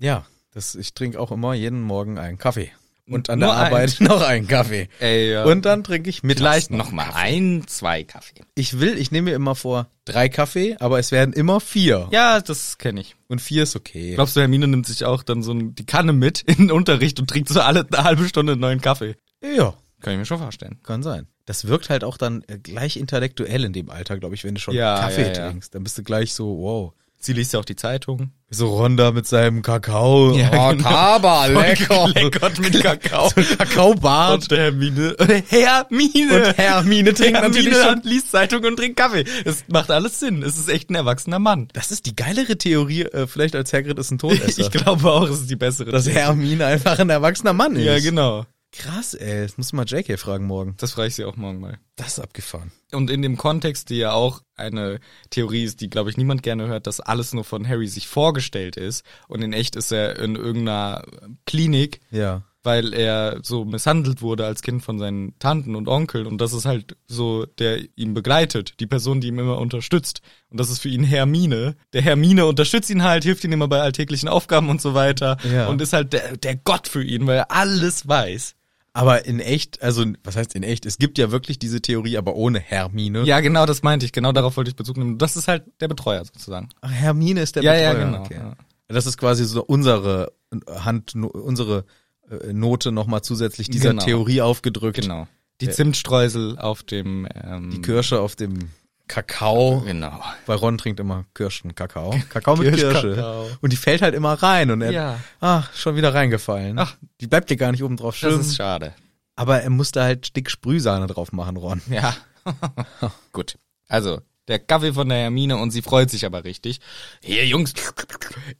S1: Ja, das, ich trinke auch immer jeden Morgen einen Kaffee. Und an
S2: Nur
S1: der Arbeit noch einen Kaffee.
S2: Ey, ja.
S1: Und dann trinke ich mittags
S2: vielleicht
S1: noch.
S2: noch mal ein, zwei Kaffee.
S1: Ich will, ich nehme mir immer vor, drei Kaffee, aber es werden immer vier.
S2: Ja, das kenne ich.
S1: Und vier ist okay.
S2: Glaubst du, Hermine nimmt sich auch dann so ein- die Kanne mit in den Unterricht und trinkt so alle eine halbe Stunde einen neuen Kaffee?
S1: ja,
S2: Kann ich mir schon vorstellen.
S1: kann sein. Das wirkt halt auch dann äh, gleich intellektuell in dem Alter, glaube ich, wenn du schon
S2: Ja,
S1: Kaffee
S2: ja, ja.
S1: trinkst. Dann bist du gleich so, wow.
S2: Sie liest ja auch die Zeitung.
S1: So Ronda mit seinem Kakao.
S2: Ja, genau.
S1: Kaba,
S2: Leckert mit Kakao.
S1: Kakaobart.
S2: Und der Hermine. Oder Hermine.
S1: Und Hermine trinkt natürlich
S2: Hermine
S1: schon-
S2: hat- liest Zeitung und trinkt Kaffee. Es macht alles Sinn. Es ist echt ein erwachsener Mann.
S1: Das ist die geilere Theorie, äh, vielleicht als Hagrid ist ein Todesser.
S2: Ich glaube auch, es ist die bessere.
S1: Oh, dass Hermine einfach ein erwachsener Mann ist.
S2: ja, genau.
S1: Krass, ey. Das muss man JK fragen morgen.
S2: Das frage ich sie auch morgen mal.
S1: Das ist abgefahren.
S2: Und in dem Kontext, die ja auch eine Theorie ist, die, glaube ich, niemand gerne hört, dass alles nur von Harry sich vorgestellt ist. Und in echt ist er in irgendeiner Klinik,
S1: Ja.
S2: weil er so misshandelt wurde als Kind von seinen Tanten und Onkeln. Und das ist halt so, der ihn begleitet, die Person, die ihm immer unterstützt. Und das ist für ihn Hermine. Der Hermine unterstützt ihn halt, hilft ihm immer bei alltäglichen Aufgaben und so weiter.
S1: Ja.
S2: Und ist halt der, der Gott für ihn, weil er alles weiß.
S1: Aber in echt, also was heißt in echt? Es gibt ja wirklich diese Theorie, aber ohne Hermine.
S2: Ja, genau das meinte ich. Genau darauf wollte ich Bezug nehmen. Das ist halt der Betreuer sozusagen.
S1: Ach, Hermine ist der
S2: Ja, ja,
S1: Betreuer.
S2: genau,
S1: okay.
S2: ja.
S1: Das ist quasi so äh, unsere Hand, unsere äh, Note nochmal zusätzlich dieser
S2: Genau.
S1: Theorie aufgedrückt.
S2: Genau. Die Zimtstreusel auf dem ähm,
S1: Die Kirsche auf dem Kakao.
S2: Genau.
S1: Weil Ron trinkt immer Kirschen, Kakao. Kakao mit
S2: Kirsch-
S1: Kirsche.
S2: Kakao.
S1: Und die fällt halt immer rein und er,
S2: Ja.
S1: ach, schon wieder reingefallen.
S2: Ach.
S1: die bleibt dir gar nicht oben drauf
S2: Das
S1: schön.
S2: ist schade.
S1: Aber er musste halt dick Sprühsahne drauf machen, Ron.
S2: Ja. Gut. Also, der Kaffee von der Hermine und sie freut sich aber richtig. Hier, Jungs,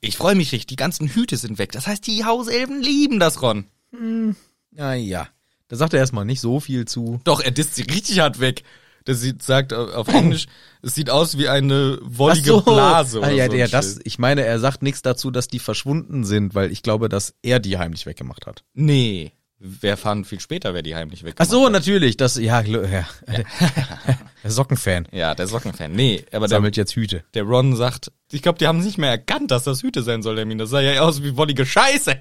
S2: ich freue mich richtig. Die ganzen Hüte sind weg. Das heißt, die Hauselfen lieben das, Ron. Ah,
S1: Naja. Da sagt er erstmal nicht so viel zu.
S2: Doch, er disst sie richtig hart weg. Das sieht, sagt au- auf Englisch, es sieht aus wie eine wollige Blase.
S1: ah,
S2: Oder
S1: ja,
S2: so
S1: ja,
S2: ein
S1: das,
S2: Schild.
S1: ich meine, er sagt nichts dazu, dass die verschwunden sind, weil ich glaube, dass er die heimlich weggemacht hat.
S2: Nee. Wer fand viel später, wer die heimlich weg
S1: Ach so, natürlich, das, ja, gl- ja. der Sockenfan
S2: Ja, der Sockenfan. Nee, aber der
S1: sammelt jetzt Hüte.
S2: Der Ron sagt, ich glaube, die haben nicht mehr erkannt, dass das Hüte sein soll, Hermine. Das sah ja aus wie wollige Scheiße.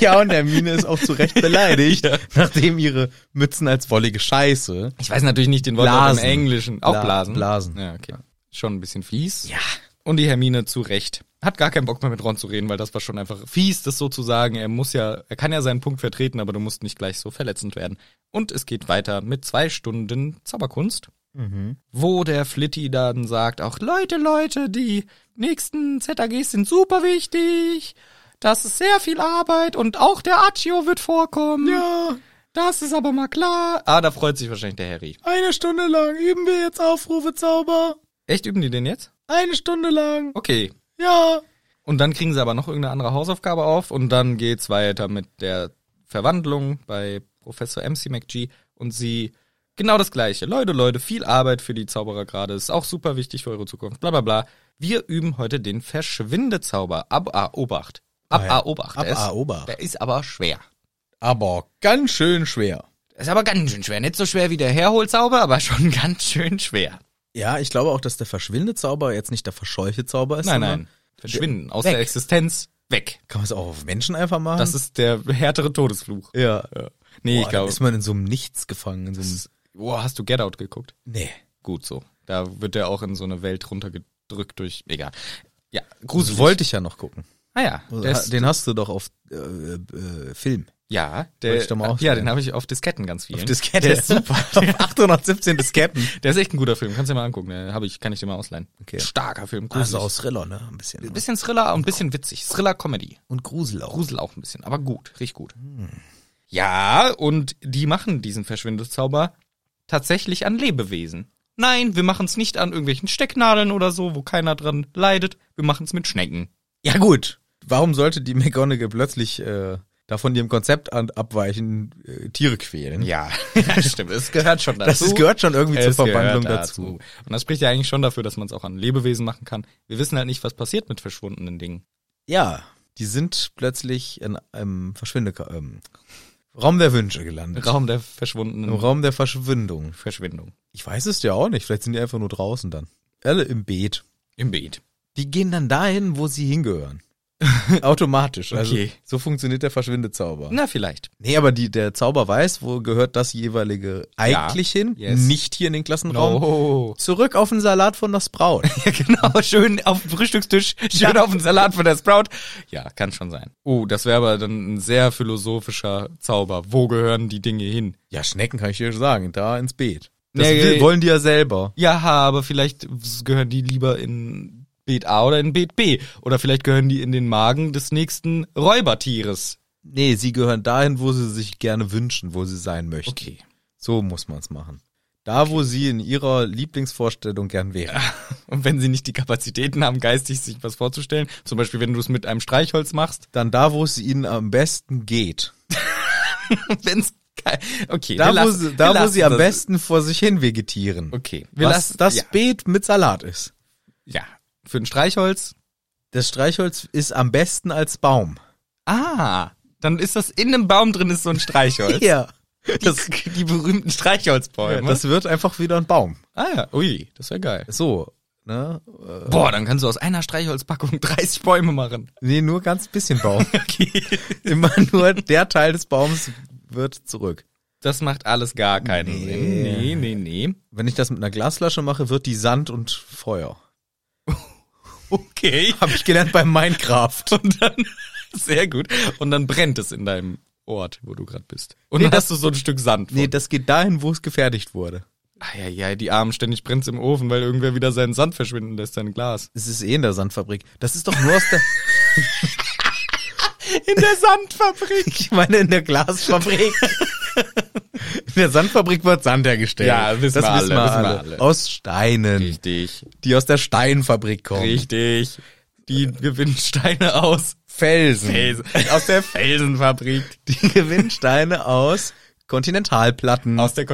S1: Ja, und Hermine ist auch zu Recht beleidigt, nachdem ihre Mützen als wollige Scheiße.
S2: Ich weiß natürlich nicht den Wortlaut im
S1: Blasen.
S2: Englischen. Auch
S1: Bla-
S2: Blasen.
S1: Blasen.
S2: Ja, okay. Schon ein bisschen fies. Ja. Und die Hermine zu Recht. Hat gar keinen Bock mehr mit Ron zu reden, weil das war schon einfach fies, das so zu sagen. Er muss ja, er kann ja seinen Punkt vertreten, aber du musst nicht gleich so verletzend werden. Und es geht weiter mit zwei Stunden Zauberkunst.
S1: Mhm.
S2: Wo der Flitti dann sagt, auch Leute, Leute, die nächsten ZAGs sind super wichtig. Das ist sehr viel Arbeit und auch der Accio wird vorkommen. Ja. Das ist aber mal klar. Ah, da freut sich wahrscheinlich der Harry.
S1: Eine Stunde lang üben wir jetzt Aufrufe Zauber.
S2: Echt üben die den jetzt?
S1: Eine Stunde lang.
S2: Okay.
S1: Ja.
S2: Und dann kriegen sie aber noch irgendeine andere Hausaufgabe auf und dann geht's weiter mit der Verwandlung bei Professor MC McG und sie genau das gleiche. Leute, Leute, viel Arbeit für die Zauberer gerade, ist auch super wichtig für eure Zukunft, bla bla bla. Wir üben heute den Verschwindezauber. Ab A Obacht. Ab
S1: Ah ja.
S2: A Obacht.
S1: Ab
S2: Der ist-
S1: A Obacht.
S2: Der ist aber schwer.
S1: Aber ganz schön schwer.
S2: Der ist aber ganz schön schwer. Nicht so schwer wie der Herholzauber, aber schon ganz schön schwer.
S1: Ja, ich glaube auch, dass der verschwindende Zauber jetzt nicht der verscheuchte Zauber ist.
S2: Nein,
S1: sondern-
S2: nein. Verschwinden. Aus
S1: Weg. Mhm.
S2: der Existenz. Weg.
S1: Kann man es auch auf Menschen einfach machen?
S2: Das ist der härtere Todesfluch.
S1: ja.
S2: Nee,
S1: Boah,
S2: ich
S1: dann
S2: glaube.
S1: ist man in so einem Nichts gefangen. In so einem,
S2: Boah, hast du Get Out geguckt?
S1: nee.
S2: Gut so. Da wird er auch in so eine Welt runtergedrückt durch. Egal. Ja, gruselig.
S1: Das wollte Also ich ja noch gucken.
S2: Ah ja. Der
S1: Ha-
S2: ist,
S1: Den hast du doch auf äh, äh, Film.
S2: ja,
S1: wollte
S2: der. ah,
S1: ich doch mal
S2: ja,
S1: ausprobieren.
S2: den habe ich auf Disketten ganz viel.
S1: Diskette.
S2: Der ist super.
S1: auf 817 Disketten.
S2: der ist echt ein guter Film. Kannst du dir mal angucken. Der Hab ich, kann ich dir mal ausleihen.
S1: Okay.
S2: Starker Film.
S1: Also aus Thriller, ne? Ein bisschen.
S2: Ein bisschen Thriller und ein bisschen witzig. Thriller-Comedy.
S1: Und Grusel auch.
S2: Grusel auch ein bisschen, aber gut, richtig gut.
S1: Hm.
S2: Ja, und die machen diesen Verschwindezauber tatsächlich an Lebewesen. Nein, wir machen es nicht an irgendwelchen Stecknadeln oder so, wo keiner dran leidet. Wir machen es mit Schnecken.
S1: Ja gut. Warum sollte die McGonagall plötzlich äh, da von ihrem Konzept an, abweichen, äh, Tiere quälen?
S2: Ja, stimmt. Es gehört schon
S1: Das
S2: dazu.
S1: ist, gehört schon irgendwie zur
S2: Es gehört
S1: Verwandlung dazu.
S2: Und das spricht ja eigentlich schon dafür, dass man es auch an Lebewesen machen kann. Wir wissen halt nicht, was passiert mit verschwundenen Dingen.
S1: Ja, die sind plötzlich in einem Verschwinde ähm, Raum der Wünsche gelandet.
S2: Raum der
S1: Im
S2: verschwundenen
S1: Raum der Verschwindung.
S2: Verschwindung.
S1: Ich weiß es ja auch nicht. Vielleicht sind die einfach nur draußen dann. Alle im Beet.
S2: Im Beet.
S1: Die gehen dann dahin, wo sie hingehören. Automatisch. Also
S2: Okay.
S1: so funktioniert der Verschwindezauber.
S2: Na, vielleicht.
S1: Nee, aber die, der Zauber weiß, wo gehört das jeweilige eigentlich hin.
S2: Yes.
S1: Nicht hier in den Klassenraum.
S2: No.
S1: Zurück auf den Salat von das Braut.
S2: Ja, genau, schön auf dem Frühstückstisch, schön auf dem Salat von der Sprout. Ja, kann schon sein. Oh, das wäre aber dann ein sehr philosophischer Zauber. Wo gehören die Dinge hin?
S1: ja, Schnecken kann ich dir sagen. Da ins Beet. Das
S2: Nee,
S1: will,
S2: nee.
S1: wollen die ja selber.
S2: Ja, aber vielleicht gehören die lieber in Beet A oder in Beet B. Oder vielleicht gehören die in den Magen des nächsten Räubertieres.
S1: Nee, sie gehören dahin, wo sie sich gerne wünschen, wo sie sein möchten.
S2: Okay.
S1: So muss man es machen. Da, wo sie in ihrer Lieblingsvorstellung gern wäre.
S2: Und wenn sie nicht die Kapazitäten haben, geistig sich was vorzustellen, zum Beispiel wenn du es mit einem Streichholz machst,
S1: Dann da, wo es ihnen am besten geht.
S2: wenn es okay,
S1: Da,
S2: wir
S1: wo
S2: lassen-
S1: sie,
S2: wir
S1: da, wo
S2: lassen
S1: sie am
S2: das.
S1: besten vor sich hin vegetieren.
S2: Okay, wir
S1: Was
S2: lassen
S1: das
S2: ja,
S1: Beet mit Salat ist.
S2: ja für ein Streichholz
S1: Das Streichholz ist am besten als Baum.
S2: Ah, dann ist das in einem Baum drin, ist so ein Streichholz.
S1: Ja.
S2: das, die berühmten Streichholzbäume.
S1: Das wird einfach wieder ein Baum.
S2: ah ja, ui, das wäre geil.
S1: So. Ne?
S2: Boah, dann kannst du aus einer Streichholzpackung 30 Bäume machen.
S1: Nee, nur ganz bisschen Baum.
S2: Okay.
S1: Immer nur der Teil des Baums wird zurück.
S2: Das macht alles gar keinen Sinn. Nee, nee, nee.
S1: Wenn ich das mit einer Glasflasche mache, wird die Sand und Feuer.
S2: Okay.
S1: Habe ich gelernt bei Minecraft.
S2: Und dann Sehr gut. Und dann brennt es in deinem Ort, wo du gerade bist. Und
S1: Nee,
S2: dann
S1: das-
S2: hast du so ein Stück Sand.
S1: Nee, das geht dahin, wo es gefertigt wurde.
S2: ja, ja, die Armen ständig brennt's im Ofen, weil irgendwer wieder seinen Sand verschwinden lässt, sein Glas.
S1: Es ist eh in der Sandfabrik. Das ist doch nur aus der,
S2: In der Sandfabrik.
S1: ich meine in der Glasfabrik. in der Sandfabrik wird Sand hergestellt.
S2: Ja, wissen
S1: das
S2: wir
S1: wissen
S2: alle,
S1: wir
S2: wissen wir
S1: alle.
S2: alle.
S1: Aus Steinen,
S2: Richtig.
S1: die aus der Steinfabrik kommen.
S2: Richtig. Die gewinnen Steine aus
S1: Felsen.
S2: Felsen. Aus der Felsenfabrik.
S1: Die gewinnen Steine aus Kontinentalplatten.
S2: Aus der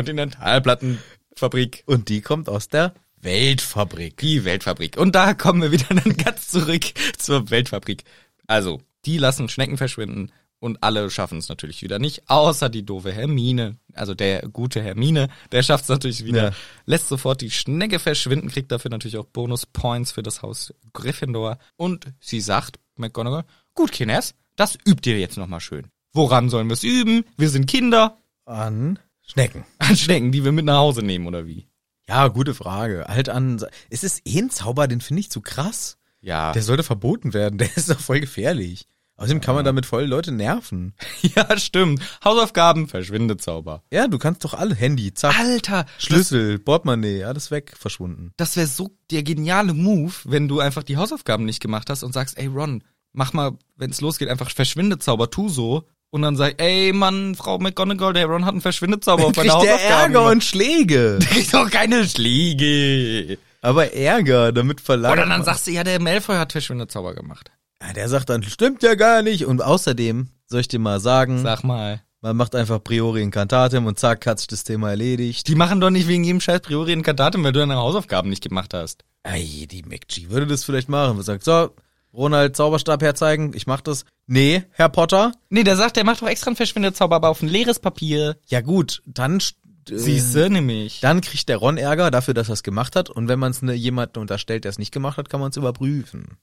S2: Kontinentalplattenfabrik.
S1: und die kommt aus der Weltfabrik.
S2: Die Weltfabrik. Und da kommen wir wieder dann ganz zurück zur Weltfabrik. Also, die lassen Schnecken verschwinden und alle schaffen es natürlich wieder nicht, außer die doofe Hermine. Also der gute Hermine, der schafft es natürlich wieder.
S1: Ja.
S2: Lässt sofort die Schnecke verschwinden, kriegt dafür natürlich auch Bonus-Points für das Haus Gryffindor. Und sie sagt, McGonagall, gut, Kines, das übt ihr jetzt nochmal schön. Woran sollen wir es üben? Wir sind Kinder
S1: An Schnecken.
S2: an Schnecken, die wir mit nach Hause nehmen, oder wie?
S1: Ja, gute Frage. Halt an. Es ist eh ein Zauber, den finde ich zu krass.
S2: Ja.
S1: Der sollte verboten werden. Der ist doch voll gefährlich. Außerdem kann man damit voll Leute nerven.
S2: ja, stimmt. Hausaufgaben, verschwindet Zauber.
S1: Ja, du kannst doch alle Handy, zack,
S2: Alter,
S1: Schlüssel, Portemonnaie, alles weg, verschwunden.
S2: das wäre so der geniale Move, wenn du einfach die Hausaufgaben nicht gemacht hast und sagst, ey Ron, mach mal, wenn's losgeht, einfach Verschwindezauber, tu so. Und dann sag, ey Mann, Frau McGonagall, der Ron hat einen Verschwindezauber auf meine
S1: Kriegt der
S2: Hausaufgaben.
S1: Ärger
S2: gemacht.
S1: und Schläge.
S2: kriegt doch keine Schläge.
S1: Aber Ärger, damit verlangt.
S2: Oder dann
S1: man-
S2: sagst du, ja, der Malfoy hat Verschwindezauber gemacht.
S1: Ja, der sagt dann, stimmt ja gar nicht. Und außerdem, soll ich dir mal sagen,
S2: Sag mal.
S1: man macht einfach Priori Incantatem und zack, hat sich das Thema erledigt.
S2: Die machen doch nicht wegen jedem scheiß Priori ein Kantatem, weil du deine Hausaufgaben nicht gemacht hast.
S1: Ey, die McG würde das vielleicht machen. Und sagt, so, Ronald, Zauberstab herzeigen, ich mach das. Nee, Herr Potter.
S2: Nee, der sagt, der macht doch extra einen Verschwindezauber, aber auf ein leeres Papier.
S1: Ja gut, dann... st- äh,
S2: Siehste nämlich.
S1: Dann kriegt der Ron Ärger dafür, dass er es gemacht hat. Und wenn man es ne, jemandem unterstellt, der es nicht gemacht hat, kann man es überprüfen.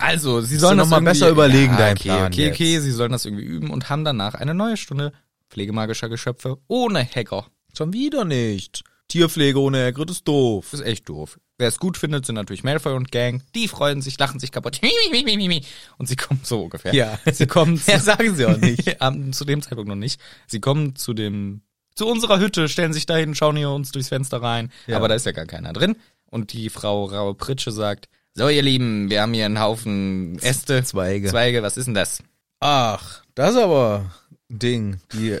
S2: Also, sie sollen
S1: du
S2: das
S1: noch mal
S2: irgendwie-
S1: besser überlegen, deinen
S2: okay,
S1: Plan
S2: Okay,
S1: jetzt.
S2: okay, sie sollen das irgendwie üben und haben danach eine neue Stunde pflegemagischer Geschöpfe ohne Hacker.
S1: Schon wieder nicht. Tierpflege ohne Ärger, das ist doof.
S2: Das ist echt doof. Wer es gut findet, sind natürlich Malfoy und Gang. Die freuen sich, lachen sich kaputt. Und sie kommen so ungefähr.
S1: Ja.
S2: Sie kommen zu,
S1: Ja, sagen sie auch nicht.
S2: Ähm, zu dem Zeitpunkt noch nicht. Sie kommen zu dem zu unserer Hütte, stellen sich dahin, schauen hier uns durchs Fenster rein,
S1: Ja.
S2: aber da ist ja gar keiner drin. Und die Frau Raue Pritsche sagt: So, ihr Lieben, wir haben hier einen Haufen Äste,
S1: Zweige.
S2: Zweige. Was ist denn das?
S1: Ach, das ist aber ein Ding. Die,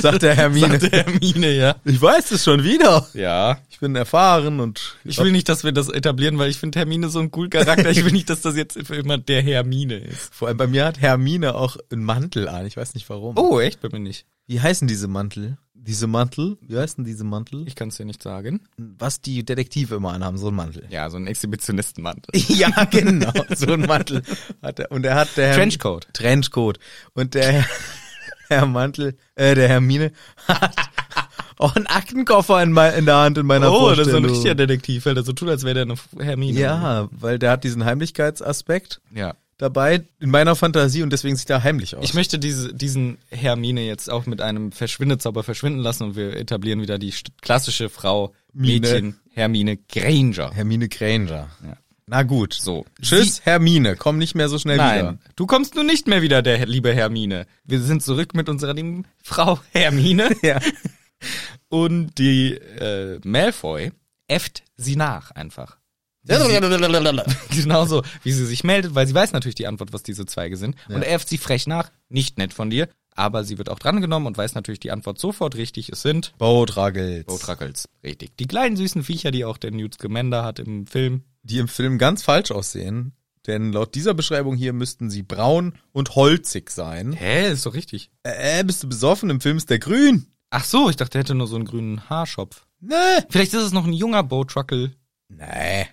S1: sagt der Hermine.
S2: Sagt der Hermine, ja.
S1: ich weiß es schon wieder.
S2: Ja.
S1: Ich bin erfahren und
S2: Ich will nicht, dass wir das etablieren, weil ich finde Hermine so ein cool Charakter. Ich will nicht, dass das jetzt für immer der Hermine ist.
S1: vor allem bei mir hat Hermine auch einen Mantel an. Ich weiß nicht warum.
S2: Oh, echt? Bin mir nicht.
S1: Wie heißen diese Mantel? Diese Mantel? Wie heißen diese Mantel?
S2: Ich kann es dir nicht sagen.
S1: Was die Detektive immer anhaben, so ein Mantel.
S2: Ja, so ein Exhibitionistenmantel.
S1: Ja, genau, so ein Mantel hat er. Und er hat der Herr-
S2: Trenchcoat.
S1: Trenchcoat. Und der Herr, Herr Mantel, äh, der Hermine hat auch einen Aktenkoffer in, mein, in der Hand in meiner
S2: Oh, das ist so
S1: Vorstellung.
S2: ein richtiger Detektiv, weil der so tut, als wäre der eine Hermine.
S1: Ja, weil der hat diesen Heimlichkeitsaspekt
S2: Ja.
S1: dabei in meiner Fantasie und deswegen sieht er heimlich aus.
S2: Ich möchte diese, diesen Hermine jetzt auch mit einem Verschwindezauber verschwinden lassen und wir etablieren wieder die st- klassische Frau,
S1: Mine.
S2: Mädchen, Hermine Granger.
S1: Hermine Granger.
S2: Ja.
S1: Na gut.
S2: So.
S1: Tschüss, Hermine. Komm nicht mehr so schnell wieder.
S2: Nein, du kommst nun nicht mehr wieder, der liebe Hermine. Wir sind zurück mit unserer lieben Frau Hermine
S1: Ja.
S2: und die äh, Malfoy äfft sie nach einfach. Genauso, wie sie sich meldet, weil sie weiß natürlich die Antwort, was diese Zweige sind. Und äfft sie frech nach. Nicht nett von dir, aber sie wird auch drangenommen und weiß natürlich die Antwort sofort richtig. Es sind
S1: Bautraggels.
S2: Bowtruckles. Richtig. Die kleinen süßen Viecher, die auch der Newt Scamander hat im Film.
S1: die im Film ganz falsch aussehen. Denn laut dieser Beschreibung hier müssten sie braun und holzig sein.
S2: Hä, ist doch richtig.
S1: Äh, äh, bist du besoffen? Im Film ist der grün.
S2: Ach so, ich dachte, der hätte nur so einen grünen Haarschopf.
S1: Nee.
S2: Vielleicht ist es noch ein junger Bowtruckle.
S1: Nee.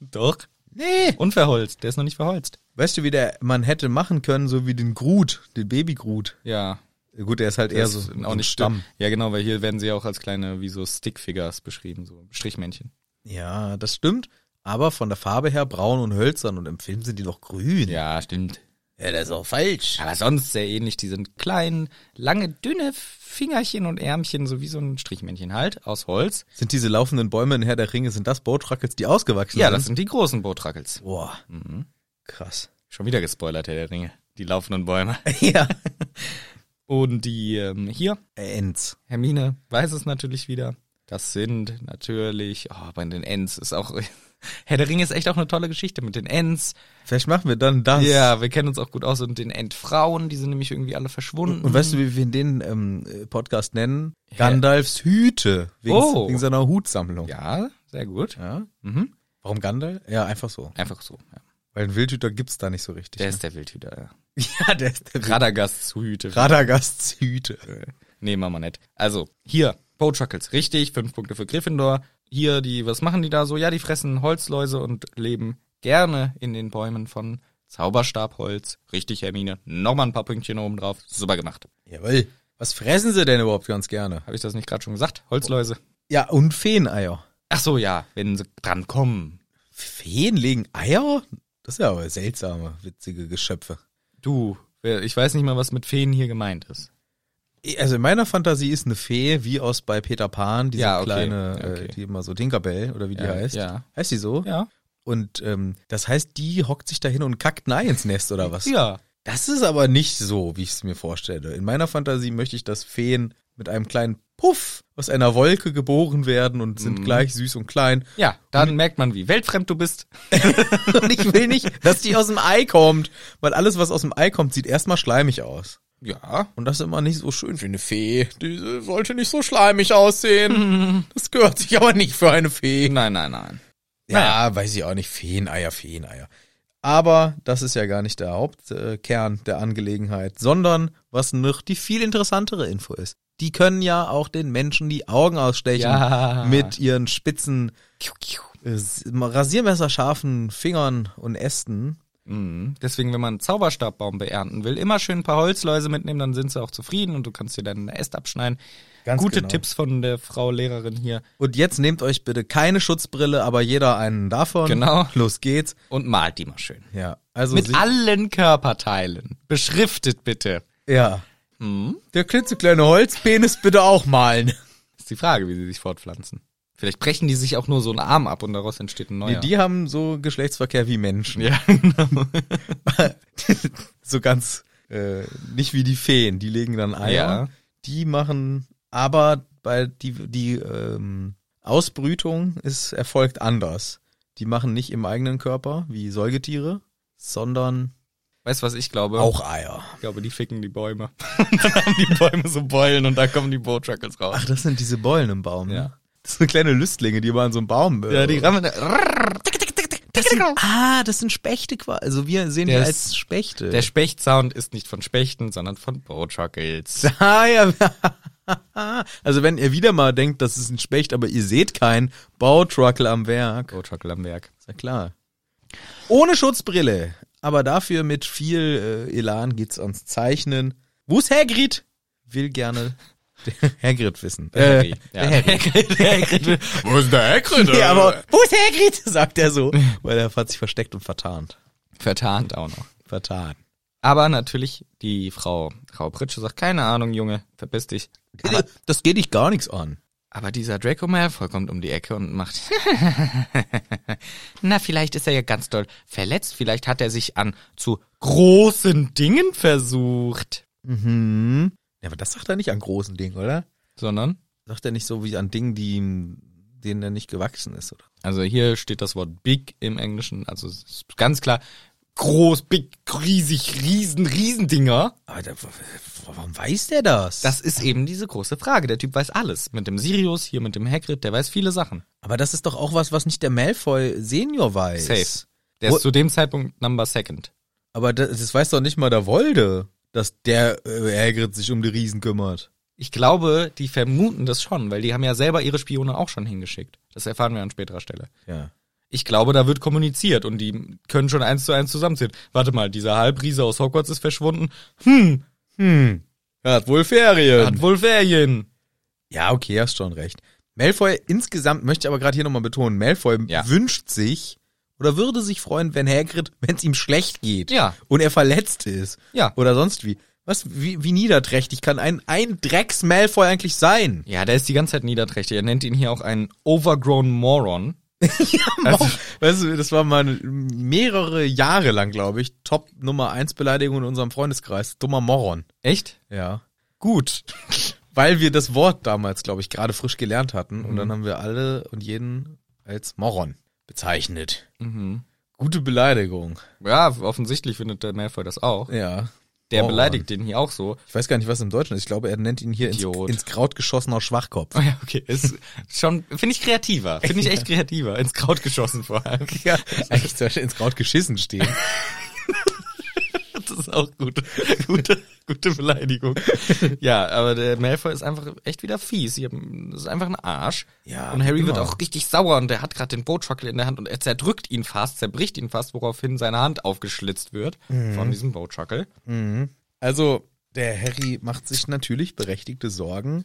S2: Doch.
S1: Nee.
S2: Unverholzt, der ist noch nicht verholzt.
S1: Weißt du, wie der man hätte machen können, so wie den Groot, den Baby Groot.
S2: Ja.
S1: Gut, der ist halt eher
S2: Das
S1: so
S2: ist
S1: ein
S2: auch nicht
S1: Stamm.
S2: Stamm. Ja, genau, weil hier werden sie ja auch als kleine, wie so Stickfigures beschrieben, so Strichmännchen.
S1: Ja, das stimmt. Aber von der Farbe her braun und hölzern und im Film sind die doch grün.
S2: Ja, stimmt.
S1: ja das ist auch falsch.
S2: Aber sonst sehr ähnlich. Die sind klein, lange, dünne Fingerchen und Ärmchen, so wie so ein Strichmännchen halt, aus Holz.
S1: Sind diese
S2: Mhm.
S1: laufenden Bäume in Herr der Ringe, sind das Bowtruckles, die ausgewachsen
S2: Ja, Mhm.
S1: sind?
S2: das sind die großen Bowtruckles.
S1: Boah. Krass.
S2: Schon wieder gespoilert, Herr der Ringe. Die laufenden Bäume.
S1: ja.
S2: Und die ähm, hier,
S1: Ends.
S2: Hermine weiß es natürlich wieder. Das sind natürlich, oh, bei den Ents ist auch, Herr der Ringe ist echt auch eine tolle Geschichte mit den Ents.
S1: Vielleicht machen wir dann das.
S2: Ja, wir kennen uns auch gut aus und den Entfrauen, die sind nämlich irgendwie alle verschwunden.
S1: Und weißt du, wie wir den ähm, äh, Podcast nennen? Gandalfs Hüte. Wegen,
S2: Oh.
S1: wegen seiner Hutsammlung.
S2: Ja, sehr gut.
S1: Ja?
S2: Mhm.
S1: Warum Gandalf? Ja, einfach so.
S2: Einfach so. Ja.
S1: Weil einen Wildhüter gibt's da nicht so richtig.
S2: Der ist der Wildhüter. Ja.
S1: ne? ja, der ist der
S2: Radagasts Hüte.
S1: Radagasts Hüte.
S2: nee, machen wir nicht. Also, hier, Bowchuckles, richtig, fünf Punkte für Gryffindor. Hier, die, was machen die da so? Ja, die fressen Holzläuse und leben gerne in den Bäumen von Zauberstabholz. Richtig, Hermine. Nochmal ein paar Pünktchen oben drauf. Super gemacht.
S1: Jawohl. Was fressen sie denn überhaupt ganz gerne?
S2: Habe ich das nicht gerade schon gesagt? Holzläuse.
S1: Ja, und Feeneier.
S2: Ach so, ja, wenn sie dran kommen.
S1: Feen legen Eier? Das ist ja aber seltsame, witzige Geschöpfe.
S2: Du, wer- ich weiß nicht mal, was mit Feen hier gemeint ist.
S1: Also in meiner Fantasie ist eine Fee, wie aus bei Peter Pan, diese
S2: Ja, okay,
S1: kleine,
S2: okay.
S1: Äh, die immer so Tinkerbell oder wie die
S2: Ja,
S1: heißt.
S2: ja.
S1: Heißt die so?
S2: Ja.
S1: Und ähm, das heißt, die hockt sich dahin und kackt ein Ei ins Nest oder was?
S2: Ja.
S1: Das ist aber nicht so, wie ich es mir vorstelle. In meiner Fantasie möchte ich, dass Feen mit einem kleinen Puff aus einer Wolke geboren werden und sind gleich süß und klein.
S2: Ja, dann merkt man, wie weltfremd du bist.
S1: Und ich will nicht, dass die aus dem Ei kommt, weil alles, was aus dem Ei kommt, sieht erstmal schleimig aus.
S2: Ja,
S1: Und das ist immer nicht so schön für eine Fee. Diese sollte nicht so schleimig aussehen. Das gehört sich aber nicht für eine Fee.
S2: Nein, nein, nein.
S1: Ja, weiß ich auch nicht. Feeneier, Feeneier. Aber das ist ja gar nicht der Hauptkern der Angelegenheit, sondern was noch die viel interessantere Info ist. Die können ja auch den Menschen die Augen ausstechen
S2: Ja.
S1: mit ihren spitzen, äh, s- rasiermesserscharfen Fingern und Ästen.
S2: Mhm. Deswegen, wenn man einen Zauberstabbaum beernten will, immer schön ein paar Holzläuse mitnehmen, dann sind sie auch zufrieden und du kannst dir deinen Äst abschneiden.
S1: Ganz
S2: Gute
S1: genau.
S2: Tipps von der Frau Lehrerin hier.
S1: Und jetzt nehmt euch bitte keine Schutzbrille, aber jeder einen davon.
S2: Genau.
S1: Los geht's.
S2: Und malt die mal schön.
S1: Ja, also
S2: Mit
S1: sie-
S2: allen Körperteilen. Beschriftet bitte.
S1: Ja.
S2: Mhm.
S1: Der klitzekleine Holzpenis bitte auch malen.
S2: Ist die Frage, wie sie sich fortpflanzen. Vielleicht brechen die sich auch nur so einen Arm ab und daraus entsteht ein
S1: Nee,
S2: neuer.
S1: die haben so Geschlechtsverkehr wie Menschen.
S2: ja.
S1: genau. So ganz äh, nicht wie die Feen, die legen dann Eier.
S2: Ja.
S1: Die machen aber bei die die ähm, Ausbrütung ist erfolgt anders. Die machen nicht im eigenen Körper wie Säugetiere, sondern
S2: weißt du, was ich glaube?
S1: Eier.
S2: Ich glaube, die ficken die Bäume. und dann haben die Bäume so Beulen und da kommen die Boatruckles raus.
S1: Ach, das sind diese Beulen im Baum. ne?
S2: Ja.
S1: Das sind kleine Lüstlinge, die immer an so einem Baum. äh,
S2: Ja, die rammen.
S1: Das sind, ah, das sind Spechte quasi. Also wir sehen
S2: Der
S1: die
S2: ist-
S1: als Spechte.
S2: Der Spechtsound ist nicht von Spechten, sondern von Boatruckles.
S1: Ah, ja. Also wenn ihr wieder mal denkt, das ist ein Specht, aber ihr seht keinen Bautruckel am Werk.
S2: Boatruckle am Werk.
S1: Ist ja klar. Ohne Schutzbrille, aber dafür mit viel äh, Elan geht's ans Zeichnen. Wo ist Hagrid? Will gerne Hagrid wissen.
S2: Der
S1: Äh,
S2: Harry. Ja.
S1: der Äh. Harry.
S2: Der Hagrid. Wo ist der Hagrid?
S1: Nee, aber wo ist Hagrid? sagt er so, weil er hat sich versteckt und vertarnt.
S2: Vertarnt auch noch.
S1: Vertan.
S2: Aber natürlich, die Frau Raubritsch sagt, keine Ahnung, Junge, verpiss dich. Aber,
S1: das geht dich gar nichts an.
S2: aber dieser Draco Malfoy kommt um die Ecke und macht Na, vielleicht ist er ja ganz doll verletzt. Vielleicht hat er sich an zu großen Dingen versucht.
S1: Mhm. Ja, aber das sagt er nicht an großen Dingen, oder?
S2: Sondern?
S1: Sagt er nicht so wie an Dingen, die ihm, denen er nicht gewachsen ist, oder?
S2: Also hier steht das Wort big im Englischen, also es ist ganz klar groß, big, riesig, riesen, riesendinger.
S1: Aber da, w- w- warum weiß der das?
S2: Das ist eben diese große Frage. Der Typ weiß alles. Mit dem Sirius, hier mit dem Hagrid, der weiß viele Sachen.
S1: Aber das ist doch auch was, was nicht der Malfoy Senior weiß.
S2: Safe. Der
S1: Wo-
S2: ist zu dem Zeitpunkt number second.
S1: Aber das, das weiß doch nicht mal der Wolde, dass der äh, Hagrid sich um die Riesen kümmert.
S2: Ich glaube, die vermuten das schon, weil die haben ja selber ihre Spione auch schon hingeschickt. Das erfahren wir an späterer Stelle.
S1: Ja.
S2: Ich glaube, da wird kommuniziert und die können schon eins zu eins zusammenziehen. Warte mal, dieser Halbriese aus Hogwarts ist verschwunden. Hm,
S1: Hm. Er hat wohl
S2: er
S1: Ferien.
S2: hat wohl Ferien.
S1: ja, okay, hast schon recht. Malfoy insgesamt, möchte ich aber gerade hier nochmal betonen, Malfoy
S2: Ja.
S1: wünscht sich oder würde sich freuen, wenn Hagrid, wenn es ihm schlecht geht
S2: Ja.
S1: und er verletzt ist.
S2: Ja.
S1: Oder sonst wie. Was, wie, wie niederträchtig kann ein, ein Drecks-Malfoy eigentlich sein?
S2: Ja, der ist die ganze Zeit niederträchtig. Er nennt ihn hier auch einen overgrown Moron. Also-
S1: Weißt du, das war mal mehrere Jahre lang, glaube ich, Top Nummer 1 Beleidigung in unserem Freundeskreis. Dummer Moron.
S2: Echt?
S1: Ja. Gut. Weil wir das Wort damals, glaube ich, gerade frisch gelernt hatten. Und dann haben wir alle und jeden als Moron bezeichnet.
S2: Mhm.
S1: Gute Beleidigung.
S2: Ja, offensichtlich findet der Malfoy das auch.
S1: Ja.
S2: Der
S1: Moron.
S2: beleidigt den hier auch so.
S1: Ich weiß gar nicht, was im Deutschen ist. Ich glaube, er nennt ihn hier ins,
S2: Idiot.
S1: ins Kraut geschossener Schwachkopf.
S2: Oh ja, okay. Ist schon, finde ich kreativer. Finde ich echt kreativer. Ins Kraut geschossen vor allem.
S1: Ja, eigentlich sollte ins Kraut geschissen stehen.
S2: Das ist auch gut. Gute, gute Beleidigung. Ja, aber der Malfoy ist einfach echt wieder fies. Ihr- Das ist einfach ein Arsch.
S1: Ja,
S2: und Harry wird
S1: immer.
S2: auch richtig sauer und der hat gerade den Boatschockel in der Hand und er zerdrückt ihn fast, zerbricht ihn fast, woraufhin seine Hand aufgeschlitzt wird von diesem Boatschockel.
S1: Also, der Harry macht sich natürlich berechtigte Sorgen.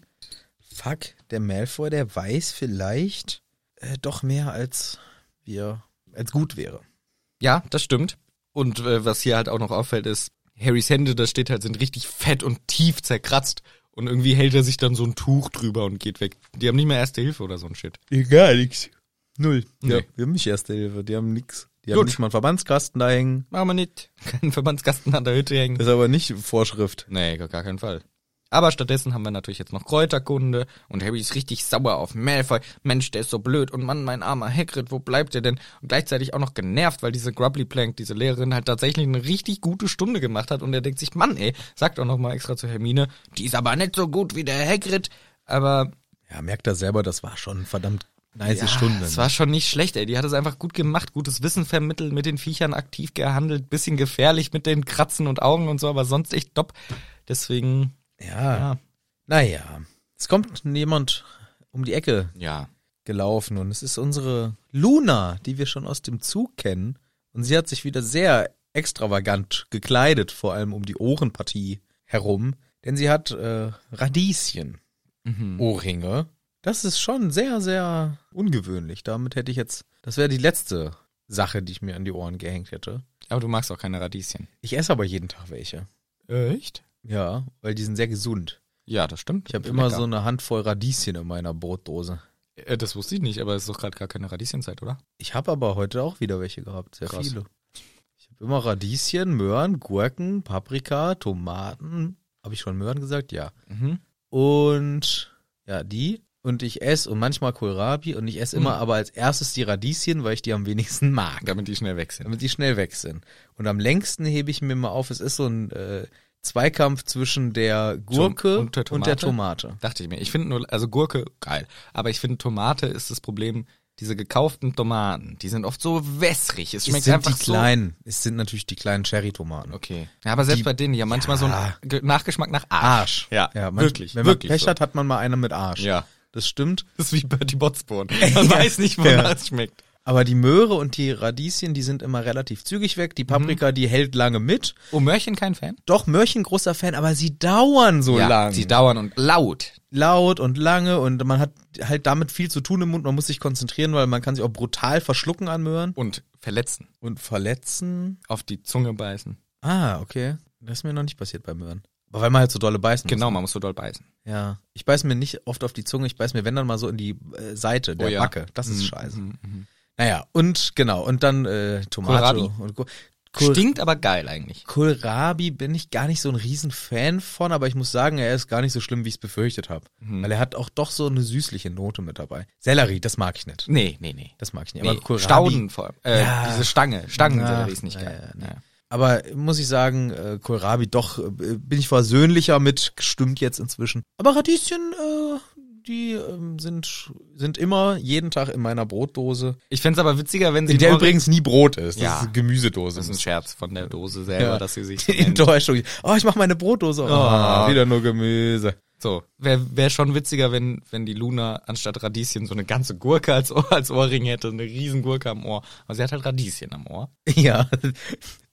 S1: Fuck, der Malfoy, der weiß vielleicht äh, doch mehr, als wir, als gut wäre.
S2: Ja, das stimmt. Und äh, was hier halt auch noch auffällt, ist, Harrys Hände, da steht halt, sind richtig fett und tief zerkratzt. Und irgendwie hält er sich dann so ein Tuch drüber und geht weg. Die haben nicht mehr Erste Hilfe oder so ein Shit.
S1: Egal, nix. Null. Ja,
S2: Nee.
S1: wir haben nicht erste Hilfe, die haben nix. Die haben
S2: Gut.
S1: nicht mal einen Verbandskasten da hängen.
S2: Machen wir nicht. Keinen Verbandskasten an der Hütte hängen.
S1: Das ist aber nicht Vorschrift.
S2: Nee, gar gar keinen Fall. Aber stattdessen haben wir natürlich jetzt noch Kräuterkunde und Harry ist richtig sauer auf Malfoy. Mensch, der ist so blöd und Mann, mein armer Hagrid, wo bleibt der denn? Und gleichzeitig auch noch genervt, weil diese Grubbly Plank, diese Lehrerin, halt tatsächlich eine richtig gute Stunde gemacht hat und er denkt sich, Mann, ey, sagt auch noch mal extra zu Hermine, die ist aber nicht so gut wie der Hagrid. Aber
S1: Ja, merkt er selber, das war schon verdammt nice
S2: ja,
S1: Stunde. ne?
S2: es war schon nicht schlecht, ey. Die hat es einfach gut gemacht, gutes Wissen vermittelt, mit den Viechern aktiv gehandelt, bisschen gefährlich mit den Kratzen und Augen und so, aber sonst echt top. Deswegen,
S1: ja.
S2: ja.
S1: Naja. Es kommt jemand um die Ecke
S2: Ja,
S1: gelaufen und es ist unsere Luna, die wir schon aus dem Zug kennen. Und sie hat sich wieder sehr extravagant gekleidet, vor allem um die Ohrenpartie herum, denn sie hat äh, Radieschen, Mhm. Ohrringe. Das ist schon sehr, sehr ungewöhnlich. Damit hätte ich jetzt, das wäre die letzte Sache, die ich mir an die Ohren gehängt hätte.
S2: Aber du magst auch keine Radieschen.
S1: Ich esse aber jeden Tag welche.
S2: Echt?
S1: Ja, weil die sind sehr gesund.
S2: Ja, das stimmt.
S1: Ich habe immer so eine Handvoll Radieschen in meiner Brotdose.
S2: Äh, das wusste ich nicht, aber es ist doch gerade gar keine Radieschenzeit, oder?
S1: Ich habe aber heute auch wieder welche gehabt, sehr
S2: Krass.
S1: viele. Ich habe immer Radieschen, Möhren, Gurken, Paprika, Tomaten. Habe ich schon Möhren gesagt? Ja.
S2: Mhm.
S1: Und ja, die. Und ich esse und manchmal Kohlrabi und ich
S2: Mhm.
S1: esse immer aber als erstes die Radieschen, weil ich die am wenigsten mag,
S2: Damit die schnell weg sind.
S1: damit die schnell weg sind. Und am längsten hebe ich mir mal auf, es ist so ein äh, Zweikampf zwischen der Gurke
S2: und der
S1: und der
S2: Tomate?
S1: Tomate.
S2: Dachte ich mir. Ich finde nur, also Gurke, geil. Aber ich finde, Tomate ist das Problem. Diese gekauften Tomaten, die sind oft so wässrig. Es
S1: Es
S2: schmeckt
S1: sind die
S2: einfach so.
S1: kleinen, es sind natürlich die kleinen Cherry-Tomaten.
S2: Okay. Ja, aber selbst
S1: Die-
S2: bei denen, die haben manchmal so
S1: Ja.
S2: einen Ge- Nachgeschmack nach Arsch.
S1: Arsch.
S2: Ja,
S1: man,
S2: wirklich,
S1: Wenn
S2: wirklich
S1: man Pech
S2: so.
S1: hat, hat man mal eine mit Arsch.
S2: Ja.
S1: Das stimmt.
S2: Das ist wie Bertie Botsborn. Man
S1: Ja.
S2: weiß nicht, wonach
S1: Ja.
S2: es schmeckt.
S1: Aber die Möhre und die Radieschen, die sind immer relativ zügig weg. Die
S2: Mhm.
S1: Paprika, die hält lange mit.
S2: Oh, Möhrchen kein Fan?
S1: Doch, Möhrchen großer Fan, aber sie dauern so lang.
S2: Sie dauern und laut.
S1: Laut und lange und man hat halt damit viel zu tun im Mund. Man muss sich konzentrieren, weil man kann sich auch brutal verschlucken an Möhren
S2: Und verletzen.
S1: und verletzen.
S2: Auf die Zunge beißen.
S1: Ah, okay. Das ist mir noch nicht passiert bei Möhren. Aber weil man halt so dolle beißen
S2: Genau, man muss so doll beißen.
S1: muss. Ja. Ich beiß mir nicht oft auf die Zunge, ich beiß mir, wenn dann mal so in die äh, Seite der
S2: Oh ja. mhm,
S1: Backe. Das ist scheiße. Naja, und genau, und dann äh, Tomate
S2: Kohlrabi.
S1: und Gu- Kohl
S2: Stinkt aber geil eigentlich.
S1: Kohlrabi bin ich gar nicht so ein Riesenfan von, aber ich muss sagen, er ist gar nicht so schlimm, wie ich es befürchtet habe.
S2: Mhm.
S1: Weil er hat auch doch so eine süßliche Note mit dabei. Sellerie, das mag ich nicht.
S2: Nee, nee, nee.
S1: Das mag ich nicht.
S2: nee.
S1: Aber Kohlrabi.
S2: Stauden vor allem. Äh,
S1: Ja.
S2: Diese Stange. Stangen
S1: Ja.
S2: ja. ist nicht geil.
S1: Ja, ja, Aber muss ich sagen, äh, Kohlrabi doch, äh, bin ich versöhnlicher mit, stimmt jetzt inzwischen. Aber Radieschen, äh, die ähm, sind, sind immer jeden Tag in meiner Brotdose.
S2: Ich fänd's aber witziger, wenn sie
S1: In der
S2: nur-
S1: übrigens nie Brot ist. Das
S2: Ja.
S1: ist eine Gemüsedose.
S2: Das ist ein Scherz von der Dose selber, dass sie sich so
S1: Die
S2: nennt.
S1: Enttäuschung. Oh, ich mache meine Brotdose. auf. Ah,
S2: Oh.
S1: wieder nur Gemüse.
S2: So, wäre wär schon witziger, wenn wenn die Luna anstatt Radieschen so eine ganze Gurke als Ohr, als Ohrring hätte, eine riesen Gurke am Ohr. Aber sie hat halt Radieschen am Ohr.
S1: Ja.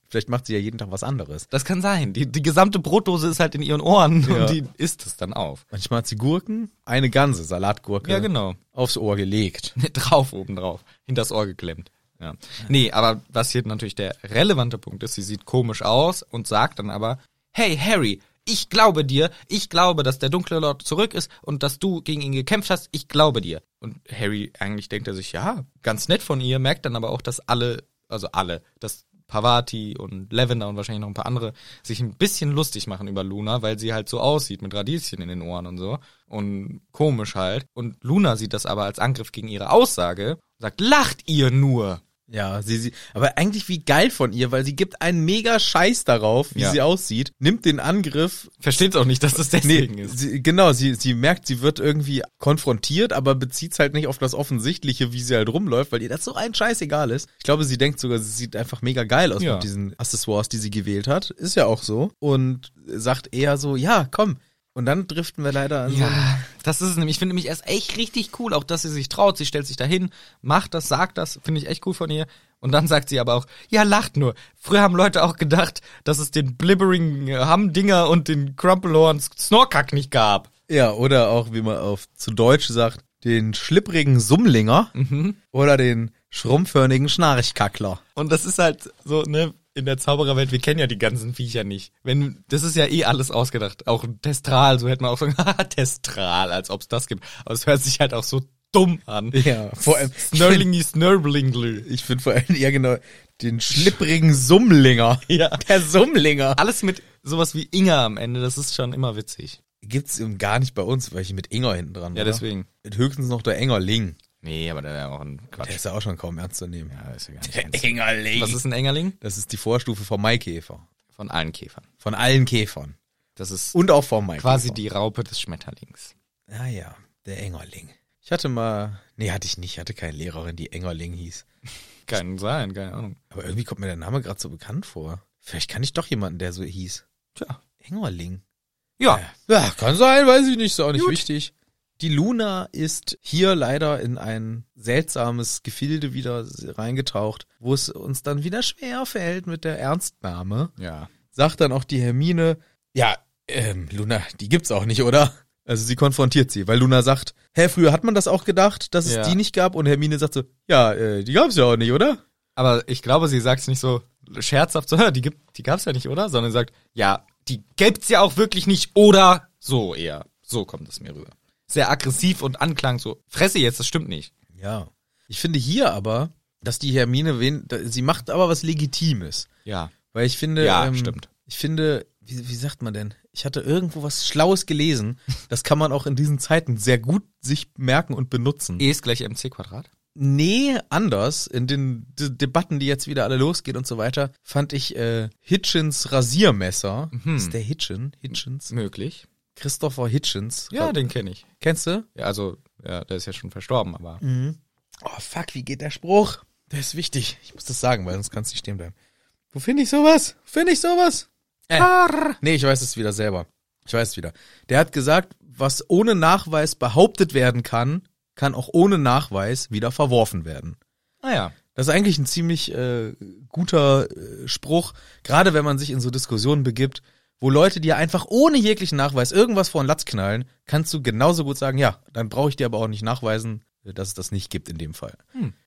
S1: Vielleicht macht sie ja jeden Tag was anderes.
S2: Das kann sein. Die, die gesamte Brotdose ist halt in ihren Ohren
S1: Ja.
S2: und die isst es dann auf.
S1: Manchmal hat sie Gurken, eine ganze Salatgurke
S2: Ja, genau.
S1: aufs Ohr gelegt.
S2: drauf oben drauf, hinters Ohr geklemmt. Ja. Nee, aber was hier natürlich der relevante Punkt ist, sie sieht komisch aus und sagt dann aber, hey Harry, Ich glaube dir, ich glaube, dass der dunkle Lord zurück ist und dass du gegen ihn gekämpft hast, ich glaube dir. Und Harry eigentlich denkt er sich, ja, ganz nett von ihr, merkt dann aber auch, dass alle, also alle, dass Pavati und Lavender und wahrscheinlich noch ein paar andere sich ein bisschen lustig machen über Luna, weil sie halt so aussieht mit Radieschen in den Ohren und so und komisch halt. Und Luna sieht das aber als Angriff gegen ihre Aussage und sagt, lacht ihr nur.
S1: Ja, sie, sie, aber eigentlich wie geil von ihr, weil sie gibt einen mega Scheiß darauf, wie
S2: Ja.
S1: sie aussieht, nimmt den Angriff.
S2: Versteht auch nicht, dass das
S1: Nee,
S2: deswegen ist.
S1: sie, genau, sie, sie merkt, sie wird irgendwie konfrontiert, aber bezieht's halt nicht auf das Offensichtliche, wie sie halt rumläuft, weil ihr das so ein Scheiß egal ist. Ich glaube, sie denkt sogar, sie sieht einfach mega geil aus
S2: Ja.
S1: mit diesen Accessoires, die sie gewählt hat. Ist ja auch so. Und sagt eher so, ja, komm. Und dann driften wir leider an so einen
S2: Ja, das ist es nämlich. Ich finde nämlich erst echt richtig cool, auch dass sie sich traut. Sie stellt sich dahin, macht das, sagt das, finde ich echt cool von ihr. Und dann sagt sie aber auch, ja, lacht nur. Früher haben Leute auch gedacht, dass es den blibbering äh, Hamdinger und den Crumplehorn Snorkack nicht gab.
S1: Ja, oder auch, wie man auf zu Deutsch sagt, den schlipprigen Summlinger
S2: Mhm.
S1: oder den schrumpfhörnigen Schnarchkackler.
S2: Und das ist halt so, ne, in der Zaubererwelt, wir kennen ja die ganzen Viecher nicht. Wenn, das ist ja eh alles ausgedacht. Auch Testral, so hätte man auch sagen, haha, Testral, als ob's das gibt. Aber es hört sich halt auch so dumm an.
S1: Ja, vor allem-
S2: Snörlingy, Snörblingly.
S1: Ich finde vor allem eher genau den schlipprigen Summlinger.
S2: Ja.
S1: Der Summlinger.
S2: Alles mit sowas wie Inga am Ende, das ist schon immer witzig.
S1: Gibt's eben gar nicht bei uns, weil ich mit Enger hinten dran
S2: Ja,
S1: oder?
S2: deswegen.
S1: Höchstens noch der Engerling.
S2: Nee, aber der wäre auch ein
S1: Der
S2: Quatsch.
S1: ist ja auch schon kaum ernst zu nehmen.
S2: Ja, ist ja gar
S1: Der
S2: nicht
S1: Engerling.
S2: Was ist ein Engerling?
S1: das ist die Vorstufe vom Maikäfer.
S2: Von allen Käfern.
S1: Von allen Käfern.
S2: Das ist
S1: Und auch vom Maikäfer.
S2: quasi die Raupe des Schmetterlings.
S1: Ah ja, der Engerling. Ich hatte mal, nee, hatte ich nicht, Ich hatte keine Lehrerin, die Engerling hieß.
S2: Kann sein, keine Ahnung.
S1: Aber irgendwie kommt mir der Name gerade so bekannt vor. Vielleicht kann ich doch jemanden, der so hieß.
S2: Tja.
S1: Engerling.
S2: Ja,
S1: Ja, kann sein, weiß ich nicht, ist auch nicht
S2: Ah. Gut.
S1: wichtig. Die Luna ist hier leider in ein seltsames Gefilde wieder reingetaucht, wo es uns dann wieder schwer fällt mit der Ernstnahme.
S2: ja.
S1: Sagt dann auch die Hermine, ja, ähm, Luna, die gibt's auch nicht, oder? Also sie konfrontiert sie, weil Luna sagt, hä, früher hat man das auch gedacht, dass
S2: Ja.
S1: es die nicht gab und Hermine sagt so, ja, äh, die gab's ja auch nicht, oder?
S2: Aber ich glaube, sie sagt es nicht so scherzhaft, so, "Hä, die, gibt, die gab's ja nicht, oder? Sondern sagt, ja, die gibt's ja auch wirklich nicht, oder? So eher. So kommt es mir rüber. Sehr aggressiv und Anklang, so, fresse jetzt, das stimmt nicht.
S1: Ja. Ich finde hier aber, dass die Hermine, wen, da- sie macht aber was Legitimes.
S2: Ja.
S1: Weil ich finde, ähm,
S2: Ja, stimmt.
S1: ich finde, wie, wie sagt man denn? Ich hatte irgendwo was Schlaues gelesen. Das kann man auch in diesen Zeiten sehr gut sich merken und benutzen.
S2: E ist gleich mc Quadrat.
S1: Nee, anders, in den D Debatten, die jetzt wieder alle losgehen und so weiter, fand ich äh, Hitchens Rasiermesser.
S2: Mhm.
S1: Ist der Hitchen? Hitchens?
S2: Möglich.
S1: Christopher Hitchens.
S2: Ja, den kenne ich.
S1: Kennst du?
S2: Ja, also, ja, der ist ja schon verstorben, aber.
S1: Oh fuck, wie geht der Spruch? Der ist wichtig. Ich muss das sagen, weil sonst kannst du nicht stehen bleiben. Wo finde ich sowas? Finde ich sowas? Äh. Nee, ich weiß es wieder selber. Ich weiß es wieder. Der hat gesagt, was ohne Nachweis behauptet werden kann, kann auch ohne Nachweis wieder verworfen werden.
S2: Ah ja.
S1: Das ist eigentlich ein ziemlich äh, guter äh, Spruch, gerade wenn man sich in so Diskussionen begibt, wo Leute dir einfach ohne jeglichen Nachweis irgendwas vor den Latz knallen, kannst du genauso gut sagen, ja, dann brauche ich dir aber auch nicht nachweisen, äh, dass es das nicht gibt in dem Fall.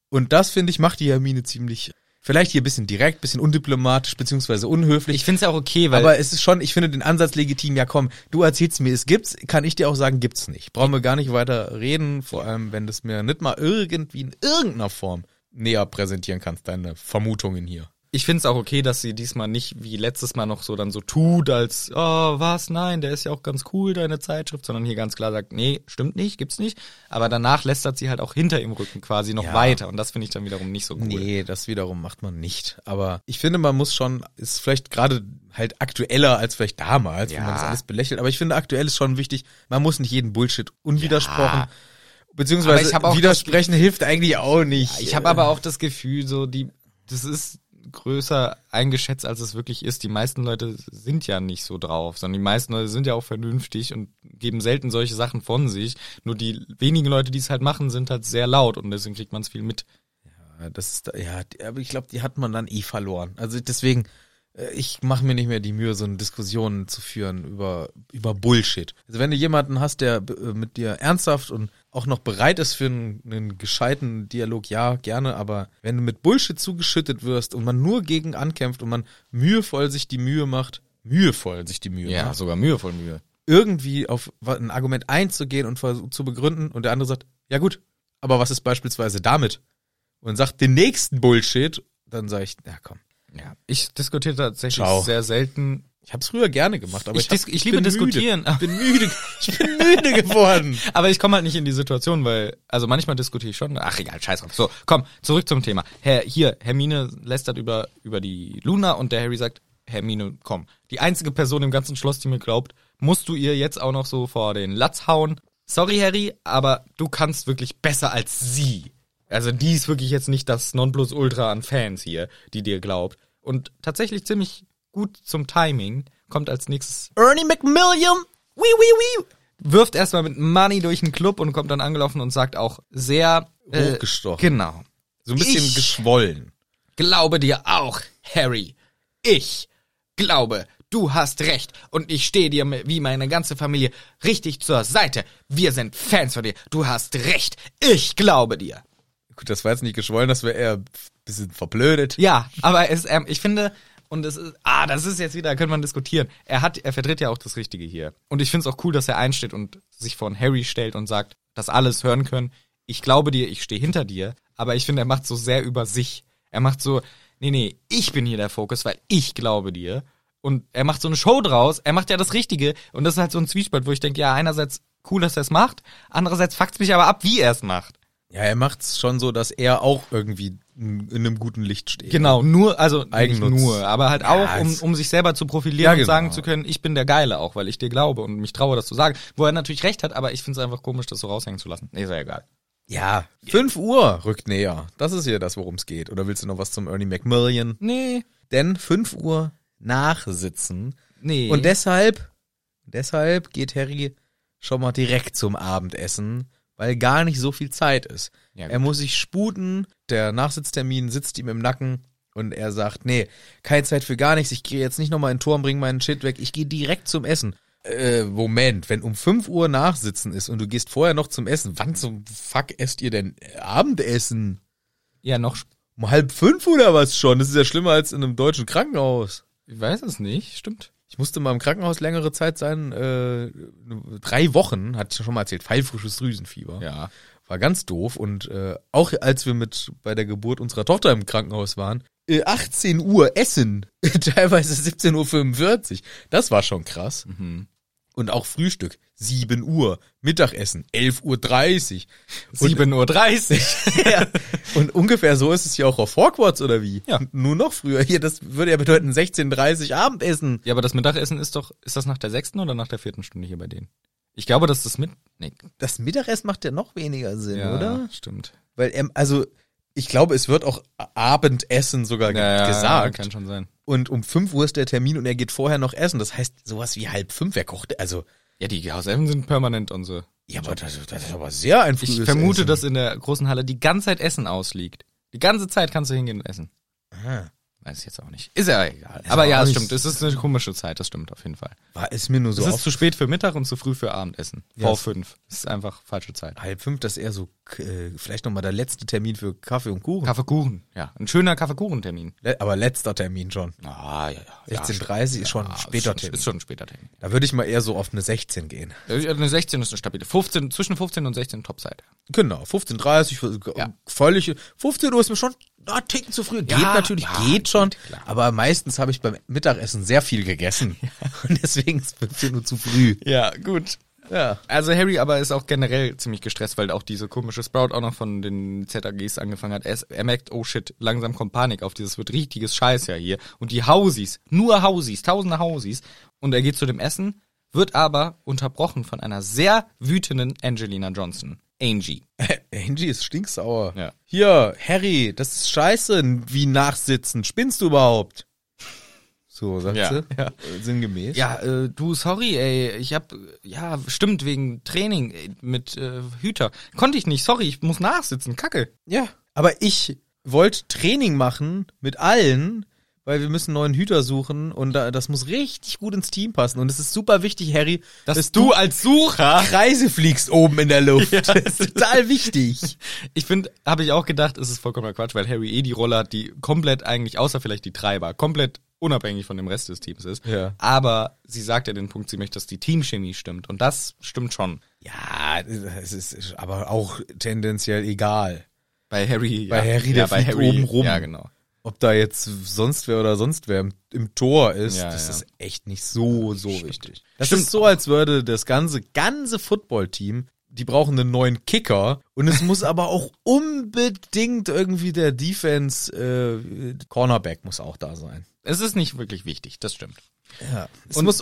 S1: Und das, finde ich, macht die Hermine ziemlich, vielleicht hier ein bisschen direkt, bisschen undiplomatisch, beziehungsweise unhöflich.
S2: Ich finde es ja auch okay, weil.
S1: aber es ist schon, ich finde den Ansatz legitim, ja komm, du erzählst mir, es gibt's, kann ich dir auch sagen, gibt's nicht. Brauchen wir gar nicht weiter reden, vor allem, wenn du es mir nicht mal irgendwie in irgendeiner Form näher präsentieren kannst, deine Vermutungen hier.
S2: ich finde es auch okay, dass sie diesmal nicht wie letztes Mal noch so dann so tut, als, oh, was, nein, der ist ja auch ganz cool, deine Zeitschrift, sondern hier ganz klar sagt, nee, stimmt nicht, gibt's nicht. Aber danach lästert sie halt auch hinter ihrem Rücken quasi noch
S1: Ja.
S2: weiter und das finde ich dann wiederum nicht so cool.
S1: Nee, das wiederum macht man nicht. Aber ich finde, man muss schon, ist vielleicht gerade halt aktueller als vielleicht damals, wo
S2: Ja.
S1: man das alles belächelt. Aber ich finde, aktuell ist schon wichtig, man muss nicht jeden Bullshit unwidersprochen.
S2: Ja. Aber
S1: Beziehungsweise
S2: ich hab auch das
S1: widersprechen hilft eigentlich auch nicht.
S2: Ich habe aber auch das Gefühl, so die, das ist größer eingeschätzt, als es wirklich ist. Die meisten Leute sind ja nicht so drauf, sondern die meisten Leute sind ja auch vernünftig und geben selten solche Sachen von sich. Nur die wenigen Leute, die es halt machen, sind halt sehr laut und deswegen kriegt man es viel mit.
S1: Ja, Das ist, ja, die- aber ich glaube, die hat man dann eh verloren. Also deswegen, äh, ich mache mir nicht mehr die Mühe, so eine Diskussion zu führen über, über Bullshit. Also wenn du jemanden hast, der äh, mit dir ernsthaft und auch noch bereit ist für einen, einen gescheiten Dialog, ja, gerne, aber wenn du mit Bullshit zugeschüttet wirst und man nur gegen ankämpft und man mühevoll sich die Mühe macht, mühevoll sich die Mühe
S2: Ja,
S1: macht,
S2: sogar mühevoll Mühe.
S1: irgendwie auf wa- ein Argument einzugehen und versucht zu begründen und der andere sagt, ja gut, aber was ist beispielsweise damit? Und sagt den nächsten Bullshit, dann sage ich, na komm.
S2: Ja, ich diskutiere tatsächlich
S1: Ciao.
S2: sehr selten.
S1: Ich habe es früher gerne gemacht, aber
S2: Ich
S1: ich,
S2: dis-
S1: hab,
S2: ich liebe
S1: bin
S2: diskutieren.
S1: Müde. Ich bin müde, ich bin müde geworden.
S2: Aber ich komme halt nicht in die Situation, weil, also manchmal diskutiere ich schon. Ach egal, scheiß drauf. So, komm, zurück zum Thema. Herr, hier, Hermine lästert über, über die Luna und der Harry sagt, Hermine, komm. Die einzige Person im ganzen Schloss, die mir glaubt, musst du ihr jetzt auch noch so vor den Latz hauen. Sorry, Harry, aber du kannst wirklich besser als sie. Also die ist wirklich jetzt nicht das Nonplusultra an Fans hier, die dir glaubt. Und tatsächlich ziemlich gut zum Timing kommt als nächstes
S1: Ernie McMilliam, wii wii wii.
S2: wirft erstmal mit Money durch den Club und kommt dann angelaufen und sagt auch sehr äh,
S1: Hochgestochen.
S2: Genau.
S1: So ein bisschen
S2: Ich-
S1: geschwollen.
S2: Glaube dir auch, Harry. Ich glaube, du hast recht und ich stehe dir mi- wie meine ganze Familie richtig zur Seite. Wir sind Fans von dir. Du hast recht. Ich glaube dir.
S1: Gut, das war jetzt nicht geschwollen, das wäre eher ein bisschen verblödet.
S2: Ja, aber es, ähm, ich finde, und es ist, ah, das ist jetzt wieder, könnte man diskutieren. Er hat, er vertritt ja auch das Richtige hier. Und ich finde es auch cool, dass er einsteht und sich vor einen Harry stellt und sagt, dass alles hören können. Ich glaube dir, ich stehe hinter dir. Aber ich finde, er macht so sehr über sich. Er macht so, nee, nee, ich bin hier der Fokus, weil ich glaube dir. Und er macht so eine Show draus. Er macht ja das Richtige. Und das ist halt so ein Zwiespalt, wo ich denke, ja, einerseits cool, dass er es macht. Andererseits fuckt's mich aber ab, wie er es macht.
S1: Ja, er macht's schon so, dass er auch irgendwie in, in einem guten Licht steht.
S2: Genau, nur, also
S1: Eigennutz.
S2: nicht nur, aber halt auch, um,
S1: es-
S2: um sich selber zu profilieren
S1: Ja,
S2: und
S1: genau.
S2: sagen zu können, ich bin der Geile auch, weil ich dir glaube und mich traue, das zu sagen. Wo er natürlich recht hat, aber ich finde es einfach komisch, das so raushängen zu lassen. Nee, ist ja egal.
S1: Ja. 5 Uhr rückt näher. Das ist hier das, worum es geht. Oder willst du noch was zum Ernie McMillian?
S2: Nee,
S1: Denn 5 Uhr nachsitzen.
S2: nee.
S1: Und deshalb, deshalb geht Harry schon mal direkt zum Abendessen, weil gar nicht so viel Zeit ist.
S2: Ja, gut.
S1: er muss sich sputen, der Nachsitztermin sitzt ihm im Nacken und er sagt, nee, keine Zeit für gar nichts, ich gehe jetzt nicht nochmal in den Turm, bring meinen Shit weg, ich gehe direkt zum Essen. Äh, Moment, wenn um 5 Uhr Nachsitzen ist und du gehst vorher noch zum Essen, wann zum Fuck esst ihr denn äh, Abendessen?
S2: ja, noch, sp-
S1: Um halb fünf oder was schon? Das ist ja schlimmer als in einem deutschen Krankenhaus.
S2: ich weiß es nicht, stimmt.
S1: Ich musste mal im Krankenhaus längere Zeit sein, äh, drei Wochen, hatte ich schon mal erzählt, pfeilfrisches Drüsenfieber.
S2: Ja.
S1: War ganz doof und äh, auch als wir mit bei der Geburt unserer Tochter im Krankenhaus waren, äh, 18 Uhr Essen, teilweise 17.45 Uhr, das war schon krass. Und auch Frühstück, 7 Uhr, Mittagessen, 11.30 Uhr.
S2: 7.30 Uhr.
S1: Ja. Und ungefähr so ist es ja auch auf Hogwarts oder wie?
S2: Ja.
S1: Nur noch früher. Hier, das würde ja bedeuten 16.30 Uhr Abendessen.
S2: ja, aber das Mittagessen ist doch, ist das nach der sechsten oder nach der vierten Stunde hier bei denen? Ich glaube, dass das mit, nee,
S1: Das Mittagessen macht ja noch weniger Sinn,
S2: ja,
S1: oder?
S2: stimmt.
S1: Weil, ähm, also, ich glaube, es wird auch A- Abendessen sogar ge- gesagt.
S2: Kann schon sein.
S1: und um 5 Uhr ist der Termin und er geht vorher noch essen. Das heißt, sowas wie halb fünf, wer kocht? Also,
S2: Ja, die Hauselfen sind permanent und so.
S1: ja, aber das, das ist aber sehr ein
S2: Ich
S1: frühes
S2: vermute,
S1: Essen.
S2: dass in der großen Halle die ganze Zeit Essen ausliegt. Die ganze Zeit kannst du hingehen und essen.
S1: Ah,
S2: Weiß ich jetzt auch nicht. Ist ja egal.
S1: Ist
S2: Aber
S1: auch
S2: ja, es
S1: nicht-
S2: stimmt. Es ist eine komische Zeit, das stimmt auf jeden Fall.
S1: war es mir nur so
S2: es ist
S1: oft-
S2: zu spät für Mittag und zu früh für Abendessen.
S1: Ja,
S2: Vor
S1: es-
S2: fünf. Es ist einfach falsche Zeit.
S1: halb fünf, dass er so, k- äh, vielleicht nochmal der letzte Termin für Kaffee und Kuchen.
S2: Kaffeekuchen. Ja, ein schöner Kaffeekuchentermin.
S1: Le aber letzter Termin schon.
S2: Ah, ja, ja.
S1: 16.30 ist schon
S2: ja,
S1: ein
S2: ist
S1: später
S2: schon-
S1: Termin.
S2: Ist schon ein später Termin.
S1: Da würde ich mal eher so auf eine 16 gehen.
S2: Äh, Eine 16 ist eine stabile. 15, zwischen 15 und 16 Topseite.
S1: Genau, 15.30
S2: Ja.
S1: völlig, 15 Uhr ist mir schon na, einen Ticken zu früh. Geht
S2: Ja,
S1: natürlich,
S2: ja,
S1: geht schon,
S2: geht, klar.
S1: aber meistens habe ich beim Mittagessen sehr viel gegessen. Und deswegen ist 15 Uhr zu früh.
S2: Ja, gut.
S1: Ja.
S2: Also Harry aber ist auch generell ziemlich gestresst, weil auch diese komische Sprout auch noch von den ZAGs angefangen hat. Er, ist, er merkt, oh shit, langsam kommt Panik auf, dieses wird richtiges Scheiß ja hier. Und die Hausies, nur Hausies, tausende Hausies. Und er geht zu dem Essen, wird aber unterbrochen von einer sehr wütenden Angelina Johnson. Angie.
S1: Äh, Angie ist stinksauer.
S2: Ja.
S1: Hier, Harry, das ist scheiße, wie nachsitzen. Spinnst du überhaupt? So, sagt
S2: Ja,
S1: sie.
S2: ja.
S1: äh, Sinngemäß.
S2: Ja, äh, du, sorry, ey, ich hab, ja, stimmt, wegen Training äh, mit äh, Hüter. Konnte ich nicht, sorry, ich muss nachsitzen, kacke.
S1: Ja. Aber ich wollte Training machen mit allen, weil wir müssen neuen Hüter suchen und da, das muss richtig gut ins Team passen. Und es ist super wichtig, Harry, dass du
S2: als Sucher
S1: Kreise fliegst oben in der Luft. Das ist total wichtig.
S2: Ich finde, habe ich auch gedacht, es ist vollkommener Quatsch, weil Harry eh die Rolle hat, die komplett eigentlich, außer vielleicht die Treiber, komplett unabhängig von dem Rest des Teams ist.
S1: Ja.
S2: Aber sie sagt ja den Punkt, sie möchte, dass die Teamchemie stimmt. Und das stimmt schon.
S1: Ja, es ist aber auch tendenziell egal,
S2: Bei Harry.
S1: Bei
S2: ja.
S1: Harry, der
S2: ja, bei
S1: fliegt
S2: Harry
S1: oben rum.
S2: Ja, genau.
S1: ob da jetzt sonst wer oder sonst wer im, im Tor ist.
S2: Ja,
S1: das
S2: ja.
S1: ist echt nicht so, so
S2: Stimmt.
S1: wichtig. Das
S2: Stimmt
S1: ist so, als würde das ganze, ganze Footballteam, die brauchen einen neuen Kicker und es muss aber auch unbedingt irgendwie der Defense, äh, Cornerback muss auch da sein.
S2: Es ist nicht wirklich wichtig, das stimmt.
S1: Ja. Es muss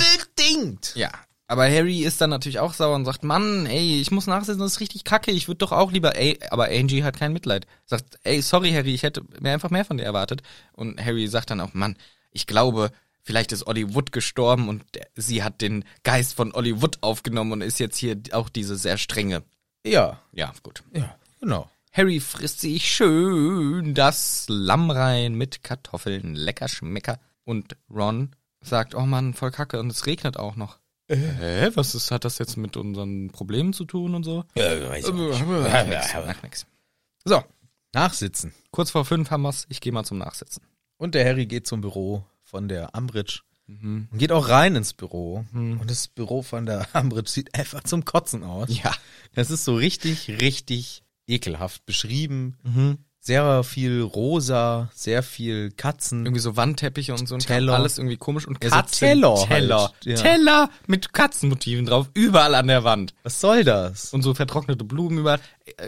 S1: unbedingt.
S2: Ja. Aber Harry ist dann natürlich auch sauer und sagt, Mann, ey, ich muss nachsitzen, das ist richtig kacke, ich würde doch auch lieber, ey, aber Angie hat kein Mitleid. Sagt, ey, sorry Harry, ich hätte mir einfach mehr von dir erwartet. Und Harry sagt dann auch, Mann, ich glaube, vielleicht ist Ollie Wood gestorben und der- sie hat den Geist von Ollie Wood aufgenommen und ist jetzt hier auch diese sehr strenge.
S1: Ja.
S2: Ja, gut.
S1: Ja, genau.
S2: Harry frisst sich schön das Lamm rein mit Kartoffeln, lecker schmecker. Und Ron sagt, oh Mann, voll kacke und es regnet auch noch. Hä, Äh, was ist, hat das jetzt mit unseren Problemen zu tun und so? Äh,
S1: Äh,
S2: Macht nix, äh, macht nix.
S1: So, nachsitzen.
S2: Kurz vor fünf haben wir's, ich gehe mal zum Nachsitzen.
S1: Und der Harry geht zum Büro von der Ambridge
S2: Mhm.
S1: und geht auch rein ins Büro. Und das Büro von der Ambridge sieht einfach zum Kotzen aus.
S2: Ja.
S1: Das ist so richtig, richtig ekelhaft beschrieben.
S2: Mhm.
S1: Sehr viel rosa, sehr viel Katzen.
S2: Irgendwie so Wandteppiche und so ein
S1: Teller.
S2: alles irgendwie komisch und
S1: Ja, so
S2: Katzen.
S1: Teller halt,
S2: Teller.
S1: ja.
S2: Teller mit Katzenmotiven drauf, überall an der Wand.
S1: Was soll das?
S2: Und so vertrocknete Blumen überall.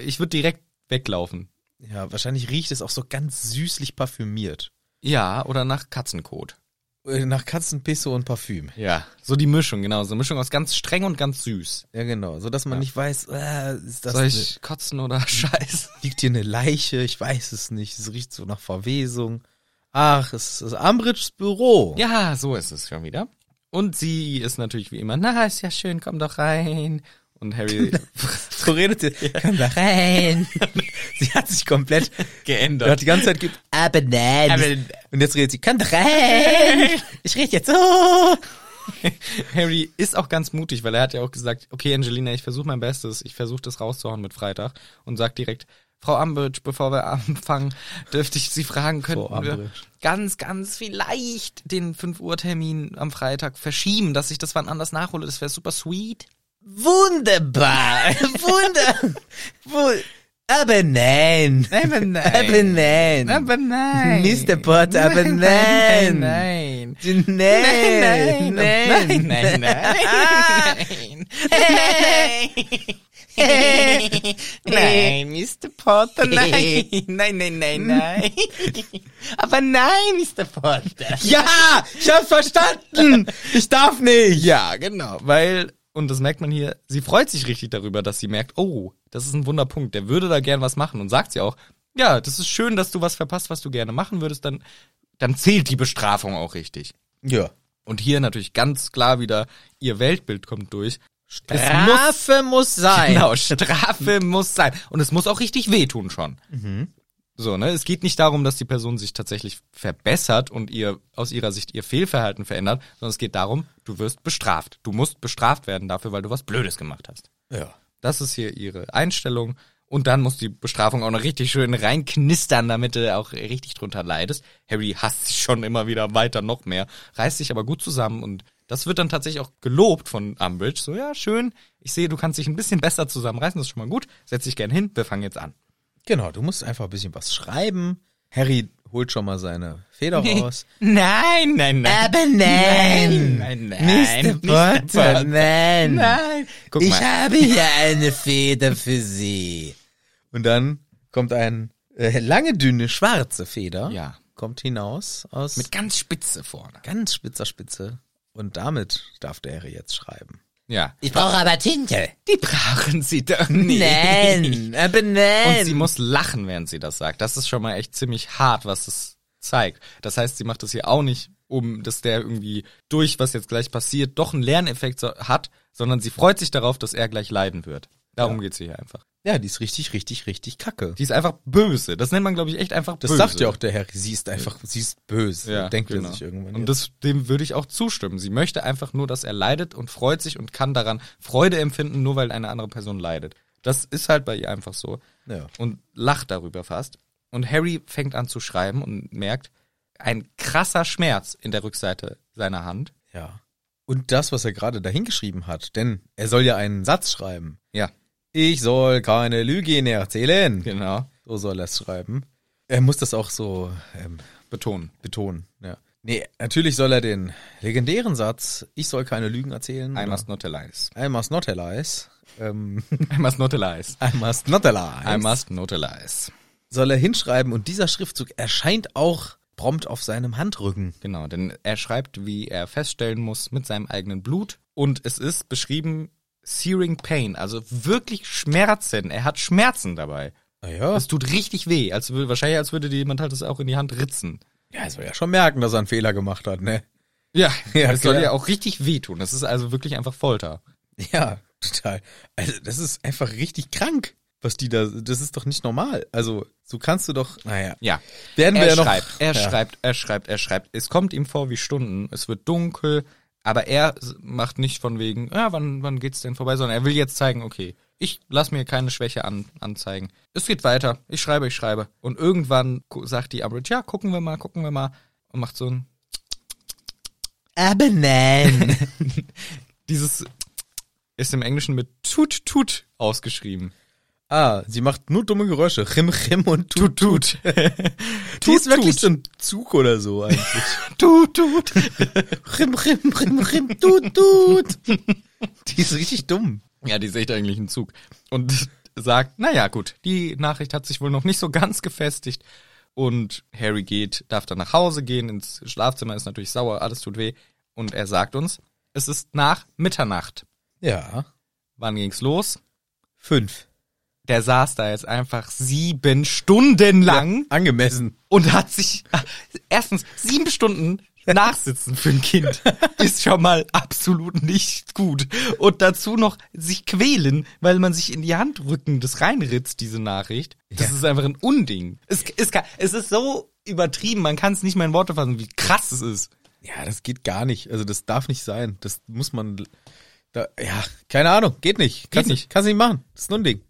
S2: Ich würde direkt weglaufen.
S1: Ja, wahrscheinlich riecht es auch so ganz süßlich parfümiert.
S2: Ja, oder nach Katzenkot.
S1: Äh, Nach Katzenpisse und Parfüm.
S2: Ja, so die Mischung, genau. So eine Mischung aus ganz streng und ganz süß.
S1: Ja, genau. So dass man nicht weiß, äh, ist das
S2: Soll ich kotzen oder scheiß?
S1: liegt hier eine Leiche, ich weiß es nicht, es riecht so nach Verwesung. Ach, es ist Ambridges Büro.
S2: Ja, so ist es schon wieder. Und sie ist natürlich wie immer, na, ist ja schön, komm doch rein. Und Harry
S1: So redet sie. Komm da rein. sie hat sich komplett, sie hat
S2: geändert.
S1: die ganze Zeit gibt, aber nein.
S2: Aber-
S1: Und jetzt redet sie, komm da rein. Ich rede jetzt so.
S2: Harry ist auch ganz mutig, weil er hat ja auch gesagt, okay, Angelina, ich versuche mein Bestes, ich versuche das rauszuhauen mit Freitag und sagt direkt, Frau Ambridge, bevor wir anfangen, dürfte ich Sie fragen, könnten wir
S1: Ambridge.
S2: ganz, ganz vielleicht den 5-Uhr-Termin am Freitag verschieben, dass ich das wann anders nachhole, das wäre super sweet.
S1: Wunderbar. Wunder. Wohl. Aber nein.
S2: Aber nein.
S1: Aber nein.
S2: Aber nein.
S1: Mr. Potter, aber nein.
S2: Nein.
S1: Nein.
S2: Nein, nein, nein, nein, nein, nein, nein, Mr. Potter, nein, nein, nein, nein, nein, aber nein, Mr. Potter.
S1: Ja, ich hab's verstanden. Ich darf nicht.
S2: Ja, genau, weil, und das merkt man hier, sie freut sich richtig darüber, dass sie merkt, oh, das ist ein Wunderpunkt, der würde da gern was machen und sagt sie auch, ja, das ist schön, dass du was verpasst, was du gerne machen würdest, dann, dann zählt die Bestrafung auch richtig.
S1: Ja.
S2: Und hier natürlich ganz klar wieder, ihr Weltbild kommt durch.
S1: Strafe muss, sein.
S2: Genau, Strafe muss sein. Und es muss auch richtig wehtun schon. So, ne? Es geht nicht darum, dass die Person sich tatsächlich verbessert und ihr aus ihrer Sicht ihr Fehlverhalten verändert, sondern es geht darum, du wirst bestraft. Du musst bestraft werden dafür, weil du was Blödes gemacht hast.
S1: Ja.
S2: Das ist hier ihre Einstellung. Und dann muss die Bestrafung auch noch richtig schön reinknistern, damit du auch richtig drunter leidest. Harry hasst sich schon immer wieder weiter noch mehr, reißt sich aber gut zusammen und das wird dann tatsächlich auch gelobt von Umbridge. So, ja, schön. Ich sehe, du kannst dich ein bisschen besser zusammenreißen, das ist schon mal gut. Setz dich gern hin, wir fangen jetzt an.
S1: Genau, du musst einfach ein bisschen was schreiben. Harry holt schon mal seine Feder raus.
S2: Nein, nein, nein.
S1: Aber
S2: Nein, nein,
S1: Mr.
S2: nein.
S1: Potter, nein.
S2: Nein. Guck
S1: ich
S2: mal.
S1: habe hier eine Feder für Sie. Und dann kommt ein äh, lange, dünne, schwarze Feder.
S2: Ja.
S1: Kommt hinaus aus
S2: Mit ganz spitze vorne.
S1: ganz spitzer Spitze. Und damit darf der Harry jetzt schreiben.
S2: Ja.
S1: Ich brauche aber Tinte. Äh,
S2: Die brauchen sie doch nicht.
S1: Nein, aber nein.
S2: Und sie muss lachen, während sie das sagt. Das ist schon mal echt ziemlich hart, was es zeigt. Das heißt, sie macht das hier auch nicht, um, dass der irgendwie durch, was jetzt gleich passiert, doch einen Lerneffekt so, hat, sondern sie freut sich darauf, dass er gleich leiden wird. Darum geht's hier einfach.
S1: ja, die ist richtig, richtig, richtig kacke.
S2: Die ist einfach böse. Das nennt man, glaube ich, echt einfach
S1: Das
S2: böse.
S1: sagt ja auch der Harry, sie ist einfach, sie ist böse,
S2: Ja,
S1: denkt
S2: genau.
S1: er sich irgendwann. jetzt.
S2: Und das, dem würde ich auch zustimmen. Sie möchte einfach nur, dass er leidet und freut sich und kann daran Freude empfinden, nur weil eine andere Person leidet. Das ist halt bei ihr einfach so.
S1: Ja.
S2: Und lacht darüber fast. Und Harry fängt an zu schreiben und merkt, ein krasser Schmerz in der Rückseite seiner Hand.
S1: Ja. Und das, was er gerade dahingeschrieben hat, denn er soll ja einen Satz schreiben.
S2: Ja,
S1: Ich soll keine Lügen erzählen.
S2: genau.
S1: So soll er es schreiben. Er muss das auch so ähm,
S2: Betonen.
S1: betonen. Ja. Nee, natürlich soll er den legendären Satz, ich soll keine Lügen erzählen.
S2: I
S1: oder
S2: must not lies.
S1: I must not tell lies. Ähm,
S2: I must not lies.
S1: I must not tell lies.
S2: I must not lies.
S1: soll er hinschreiben und dieser Schriftzug erscheint auch prompt auf seinem Handrücken.
S2: Genau, denn er schreibt, wie er feststellen muss, mit seinem eigenen Blut. Und es ist beschrieben searing pain, also wirklich Schmerzen. Er hat Schmerzen dabei.
S1: Naja,
S2: Es tut richtig weh, als würde, wahrscheinlich als würde dir jemand halt das auch in die Hand ritzen.
S1: ja, er soll ja schon merken, dass er einen Fehler gemacht hat, ne?
S2: Ja,
S1: ja,
S2: es soll
S1: klar.
S2: ja auch richtig wehtun. Das ist also wirklich einfach Folter.
S1: Ja, total. Also, das ist einfach richtig krank, was die da, das ist doch nicht normal. Also, so kannst du doch, naja.
S2: Ja.
S1: Werden wir
S2: er
S1: ja noch-
S2: schreibt, er
S1: ja.
S2: schreibt, er schreibt, er schreibt. Es kommt ihm vor wie Stunden. Es wird dunkel, aber er s- macht nicht von wegen, ja, wann, wann geht's denn vorbei, sondern er will jetzt zeigen, okay, ich lass mir keine Schwäche an, anzeigen. Es geht weiter. Ich schreibe, ich schreibe. Und irgendwann gu- sagt die Umbridge, ja, gucken wir mal, gucken wir mal. Und macht so ein,
S1: Aber nein.
S2: dieses ist im Englischen mit tut, tut ausgeschrieben.
S1: ah, sie macht nur dumme Geräusche. Chim, chim und tut.
S2: Tut, tut.
S1: Die ist
S2: tut,
S1: wirklich
S2: tut.
S1: so ein Zug oder so eigentlich.
S2: tut, tut.
S1: chim, chim, chim, chim, tut, tut. Die ist richtig dumm.
S2: Ja, die ist echt eigentlich ein Zug. Und sagt, naja, gut, die Nachricht hat sich wohl noch nicht so ganz gefestigt. Und Harry geht, darf dann nach Hause gehen, ins Schlafzimmer ist natürlich sauer, alles tut weh. Und er sagt uns, es ist nach Mitternacht.
S1: Ja.
S2: Wann ging's los?
S1: Fünf.
S2: Der saß da jetzt einfach sieben Stunden lang
S1: Angemessen.
S2: und hat sich, erstens, sieben Stunden nachsitzen für ein Kind ist schon mal absolut nicht gut. Und dazu noch sich quälen, weil man sich in die Hand rücken, das reinritzt, diese Nachricht. Das ist einfach ein Unding. Es, es, kann, es ist so übertrieben, man kann es nicht mal in Worte fassen, wie krass es ist.
S1: Ja, das geht gar nicht. Also das darf nicht sein. Das muss man. Da, ja, keine Ahnung. Geht nicht. kannst
S2: nicht.
S1: Kannst nicht machen. Das ist nur ein Ding.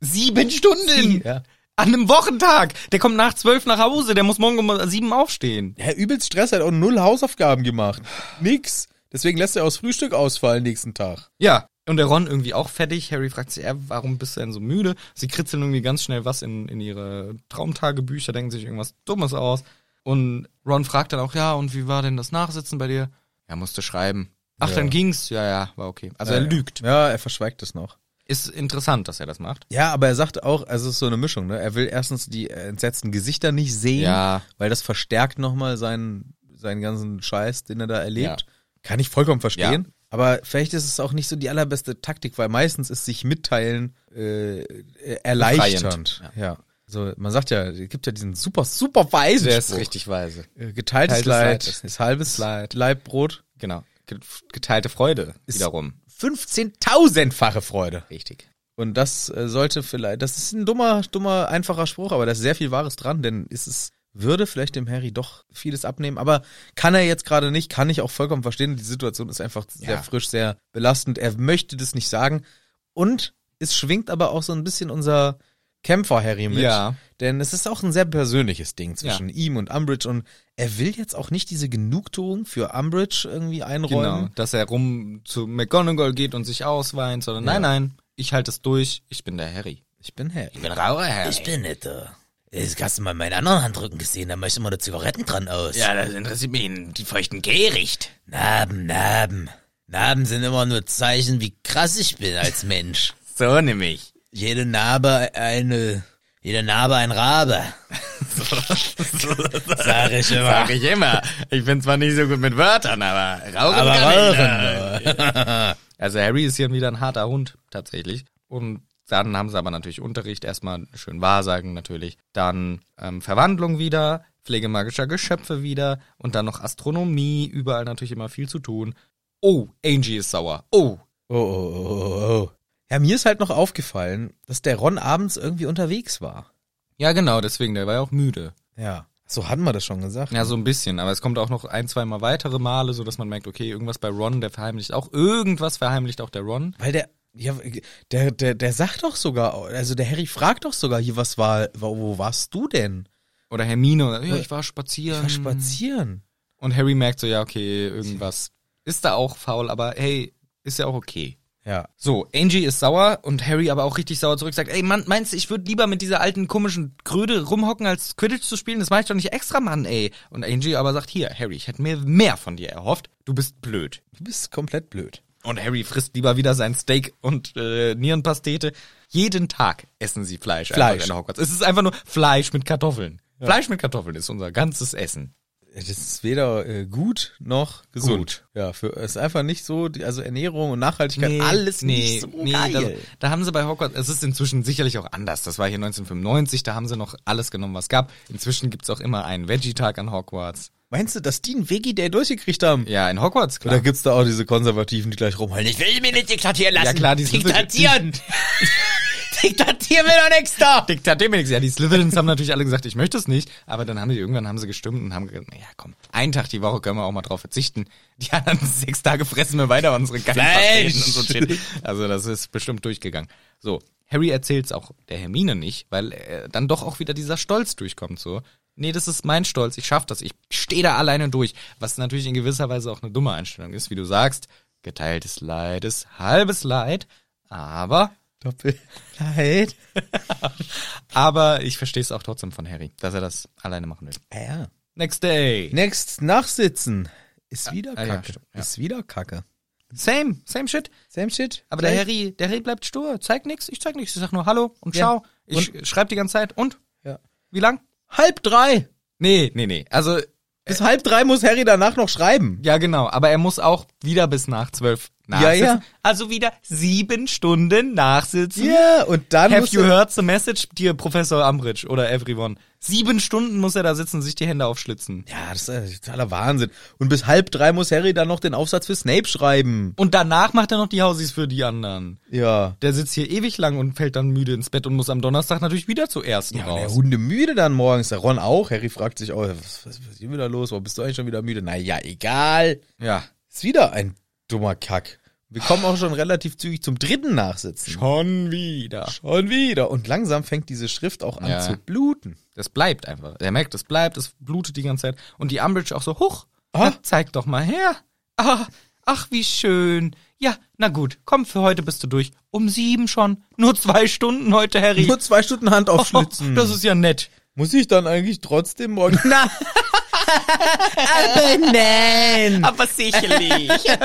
S2: Sieben Stunden!
S1: Sie- ja.
S2: An einem Wochentag! Der kommt nach zwölf nach Hause, der muss morgen um sieben aufstehen.
S1: Ja, übelst Stress hat auch null Hausaufgaben gemacht. Nix. Deswegen lässt er aus Frühstück ausfallen nächsten Tag.
S2: Ja. Und der Ron irgendwie auch fertig. Harry fragt sich, ja, warum bist du denn so müde? Sie kritzeln irgendwie ganz schnell was in, in ihre Traumtagebücher, denken sich irgendwas Dummes aus. Und Ron fragt dann auch, ja, und wie war denn das Nachsitzen bei dir? Er musste schreiben. Ach,
S1: Ja.
S2: dann ging's. Ja, ja, war okay. Also
S1: Ja,
S2: er
S1: ja.
S2: lügt.
S1: Ja, er verschweigt es noch.
S2: Ist interessant, dass er das macht.
S1: Ja, aber er sagt auch, also es ist so eine Mischung, ne? Er will erstens die äh, entsetzten Gesichter nicht sehen,
S2: Ja.
S1: weil das verstärkt nochmal seinen, seinen ganzen Scheiß, den er da erlebt. Kann ich vollkommen verstehen.
S2: Ja.
S1: Aber vielleicht ist es auch nicht so die allerbeste Taktik, weil meistens ist sich mitteilen äh, äh, erleichternd.
S2: Befreiend,
S1: Ja. Also man sagt ja, es gibt ja diesen super, super weisen Spruch.
S2: weise.
S1: Äh, Geteiltes
S2: Geteiltes
S1: Leid
S2: Leid
S1: ist halbes
S2: Leid.
S1: Leibbrot.
S2: Genau. Ge- Geteilte Freude wiederum.
S1: 15.000-fache Freude.
S2: Richtig.
S1: Und das äh, sollte vielleicht, das ist ein dummer, dummer, einfacher Spruch, aber da ist sehr viel Wahres dran, denn ist es würde vielleicht dem Harry doch vieles abnehmen, aber kann er jetzt gerade nicht, kann ich auch vollkommen verstehen. Die Situation ist einfach sehr
S2: Ja.
S1: frisch, sehr belastend. Er möchte das nicht sagen. Und es schwingt aber auch so ein bisschen unser Kämpfer-Harry mit.
S2: Ja.
S1: Denn es ist auch ein sehr persönliches Ding zwischen ihm und Umbridge und er will jetzt auch nicht diese Genugtuung für Umbridge irgendwie einräumen.
S2: Genau, dass er rum zu McGonagall geht und sich ausweint, sondern
S1: Ja.
S2: nein, nein, ich halte es durch, ich bin der Harry.
S1: Ich bin Harry.
S2: Ich bin rauer Harry.
S3: bin nicht da. Das hast du mal meinen anderen Handrücken gesehen, da möchte man da Zigaretten dran aus.
S2: das interessiert mich. Die feuchten Kehricht.
S3: Narben, Narben. Narben sind immer nur Zeichen, wie krass ich bin als Mensch.
S2: So nämlich.
S3: Jede Narbe eine, jede Narbe ein Rabe. Sag ich immer.
S2: Sag ich immer. Ich bin zwar nicht so gut mit Wörtern, aber rauchen
S3: Aber
S2: kann ich. Also Harry ist hier wieder ein harter Hund, tatsächlich. Und dann haben sie aber natürlich Unterricht, erstmal schön Wahrsagen natürlich. Dann ähm, Verwandlung wieder, Pflege magischer Geschöpfe wieder und dann noch Astronomie, überall natürlich immer viel zu tun. Oh, Angie ist sauer. Oh,
S1: Oh, oh, oh, oh, oh. Ja, mir ist halt noch aufgefallen, dass der Ron abends irgendwie unterwegs war.
S2: ja genau, deswegen, der war ja auch müde.
S1: Ja. So hatten wir das schon gesagt.
S2: Ja, so ein bisschen, aber es kommt auch noch ein, zweimal weitere Male, so dass man merkt, okay, irgendwas bei Ron, der verheimlicht auch, irgendwas verheimlicht auch der Ron.
S1: Weil der, ja, der, der, der sagt doch sogar, also der Harry fragt doch sogar, hier, was war, wo, wo warst du denn?
S2: Oder Hermine oder ja, ich war spazieren.
S1: War spazieren.
S2: Und Harry merkt so, ja, okay, irgendwas ist da auch faul, aber hey, ist ja auch okay.
S1: Ja.
S2: So, Angie ist sauer und Harry aber auch richtig sauer zurück, sagt, ey, Mann, meinst du, ich würde lieber mit dieser alten komischen Kröte rumhocken, als Quidditch zu spielen? Das mach ich doch nicht extra, Mann, ey. Und Angie aber sagt, hier, Harry, ich hätte mir mehr von dir erhofft. Du bist blöd.
S1: Du bist komplett blöd.
S2: Und Harry frisst lieber wieder sein Steak und äh, Nierenpastete. Jeden Tag essen sie Fleisch.
S1: Fleisch.
S2: Einfach in Hogwarts. Es ist einfach nur Fleisch mit Kartoffeln. Fleisch mit Kartoffeln ist unser ganzes Essen.
S1: Das ist weder äh, gut noch gesund.
S2: Gut.
S1: Ja, für, ist einfach nicht so, die- also Ernährung und Nachhaltigkeit,
S2: Nee,
S1: alles
S2: nee,
S1: nicht so
S2: nee,
S1: geil.
S2: Da, da haben sie bei Hogwarts, es ist inzwischen sicherlich auch anders. Das war hier 1995, da haben sie noch alles genommen, was gab. Inzwischen gibt's auch immer einen Veggie-Tag an Hogwarts.
S1: Meinst du, dass die einen Veggie-Day durchgekriegt haben?
S2: Ja, in Hogwarts,
S1: Oder
S2: klar.
S1: gibt's da auch diese Konservativen, die gleich rumheulen? Ich will mir nicht diktatieren lassen.
S2: Ja, klar, die sind-
S1: Diktatieren. Diktatieren will doch nichts da.
S2: Diktat dem nichts. Ja, die Slytherins haben natürlich alle gesagt, ich möchte es nicht. Aber dann haben die irgendwann haben sie gestimmt und haben gesagt, naja, komm, einen Tag die Woche können wir auch mal drauf verzichten. Die anderen sechs Tage fressen wir weiter unsere geilen
S1: Fleisch!
S2: Pasteten und so Shit. Also das ist bestimmt durchgegangen. So, Harry erzählt's auch der Hermine nicht, weil äh, dann doch auch wieder dieser Stolz durchkommt so. Nee, das ist mein Stolz, ich schaff das, ich stehe da alleine durch. Was natürlich in gewisser Weise auch eine dumme Einstellung ist, wie du sagst. Geteiltes Leid ist halbes Leid, aber
S1: Doppelheit.
S2: aber ich verstehe es auch trotzdem von Harry, dass er das alleine machen will.
S1: Ja.
S2: Next day.
S1: Next, nachsitzen. Ist wieder
S2: ah,
S1: Kacke.
S2: ja, stimmt, ja.
S1: Ist wieder Kacke.
S2: Same, same shit.
S1: Same shit.
S2: Aber der
S1: Gleich.
S2: Harry, der Harry bleibt stur, zeigt nichts, ich zeig nichts, ich sag nur Hallo und
S1: Ja.
S2: ciao. Ich schreib die ganze Zeit und
S1: Ja.
S2: wie lang?
S1: Halb drei.
S2: Nee, nee, nee. Also
S1: Bis halb drei muss Harry danach noch schreiben.
S2: ja genau, aber er muss auch wieder bis nach zwölf nachsitzen.
S1: ja.
S2: Also wieder sieben Stunden nachsitzen.
S1: Ja, und dann
S2: Have
S1: muss
S2: you
S1: er-
S2: heard the message, dear Professor Ambridge oder everyone? Sieben Stunden muss er da sitzen, sich die Hände aufschlitzen.
S1: Ja, das ist totaler Wahnsinn. Und bis halb drei muss Harry dann noch den Aufsatz für Snape schreiben.
S2: Und danach macht er noch die Hausies für die anderen.
S1: Ja.
S2: Der sitzt hier ewig lang und fällt dann müde ins Bett und muss am Donnerstag natürlich wieder zur ersten
S1: Und Der
S2: raus.
S1: Hunde müde dann morgens. Der Ron auch. Harry fragt sich, oh, was, was ist hier wieder los? Warum bist du eigentlich schon wieder müde? Naja, egal.
S2: Ja.
S1: Ist wieder ein dummer Kack. Wir kommen auch schon relativ zügig zum dritten Nachsitzen.
S2: Schon wieder.
S1: Schon wieder. Und langsam fängt diese Schrift auch an
S2: Ja.
S1: zu bluten.
S2: Das bleibt einfach. Er merkt, es bleibt, es blutet die ganze Zeit. Und die Umbridge auch so, huch,
S1: Ah.
S2: na, zeig doch mal her. Ah, ach, wie schön. Ja, na gut, komm, für heute bist du durch. Um sieben schon. Nur zwei Stunden heute, Harry.
S1: Nur zwei Stunden Hand
S2: oh,
S1: aufschlitzen.
S2: das ist ja nett.
S1: Muss ich dann eigentlich trotzdem morgen... Na,
S2: Aber sicherlich.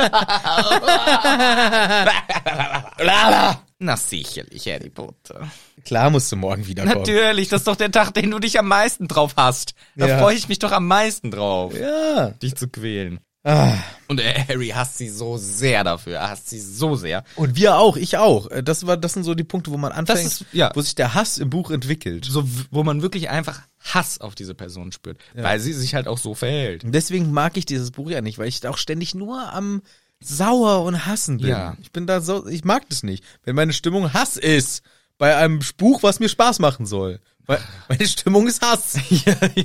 S2: na sicherlich, Harry Potter.
S1: klar musst du morgen wiederkommen.
S2: Natürlich, das ist doch der Tag, den du dich am meisten drauf hast. Da
S1: Ja.
S2: freue ich mich doch am meisten drauf,
S1: Ja.
S2: dich zu quälen.
S1: Ah.
S2: Und äh, Harry hasst sie so sehr dafür, er hasst sie so sehr.
S1: Und wir auch, ich auch. Äh, Das, war, das sind so die Punkte, wo man anfängt,
S2: ist- ja.
S1: wo sich der Hass im Buch entwickelt.
S2: So, w- wo man wirklich einfach Hass auf diese Person spürt, weil sie sich halt auch so verhält.
S1: Und deswegen mag ich dieses Buch ja nicht, weil ich da auch ständig nur am sauer und hassen bin.
S2: Ja.
S1: Ich bin da so, ich mag das nicht, wenn meine Stimmung Hass ist bei einem Buch, was mir Spaß machen soll. Weil meine Stimmung ist Hass.
S2: ja, ja.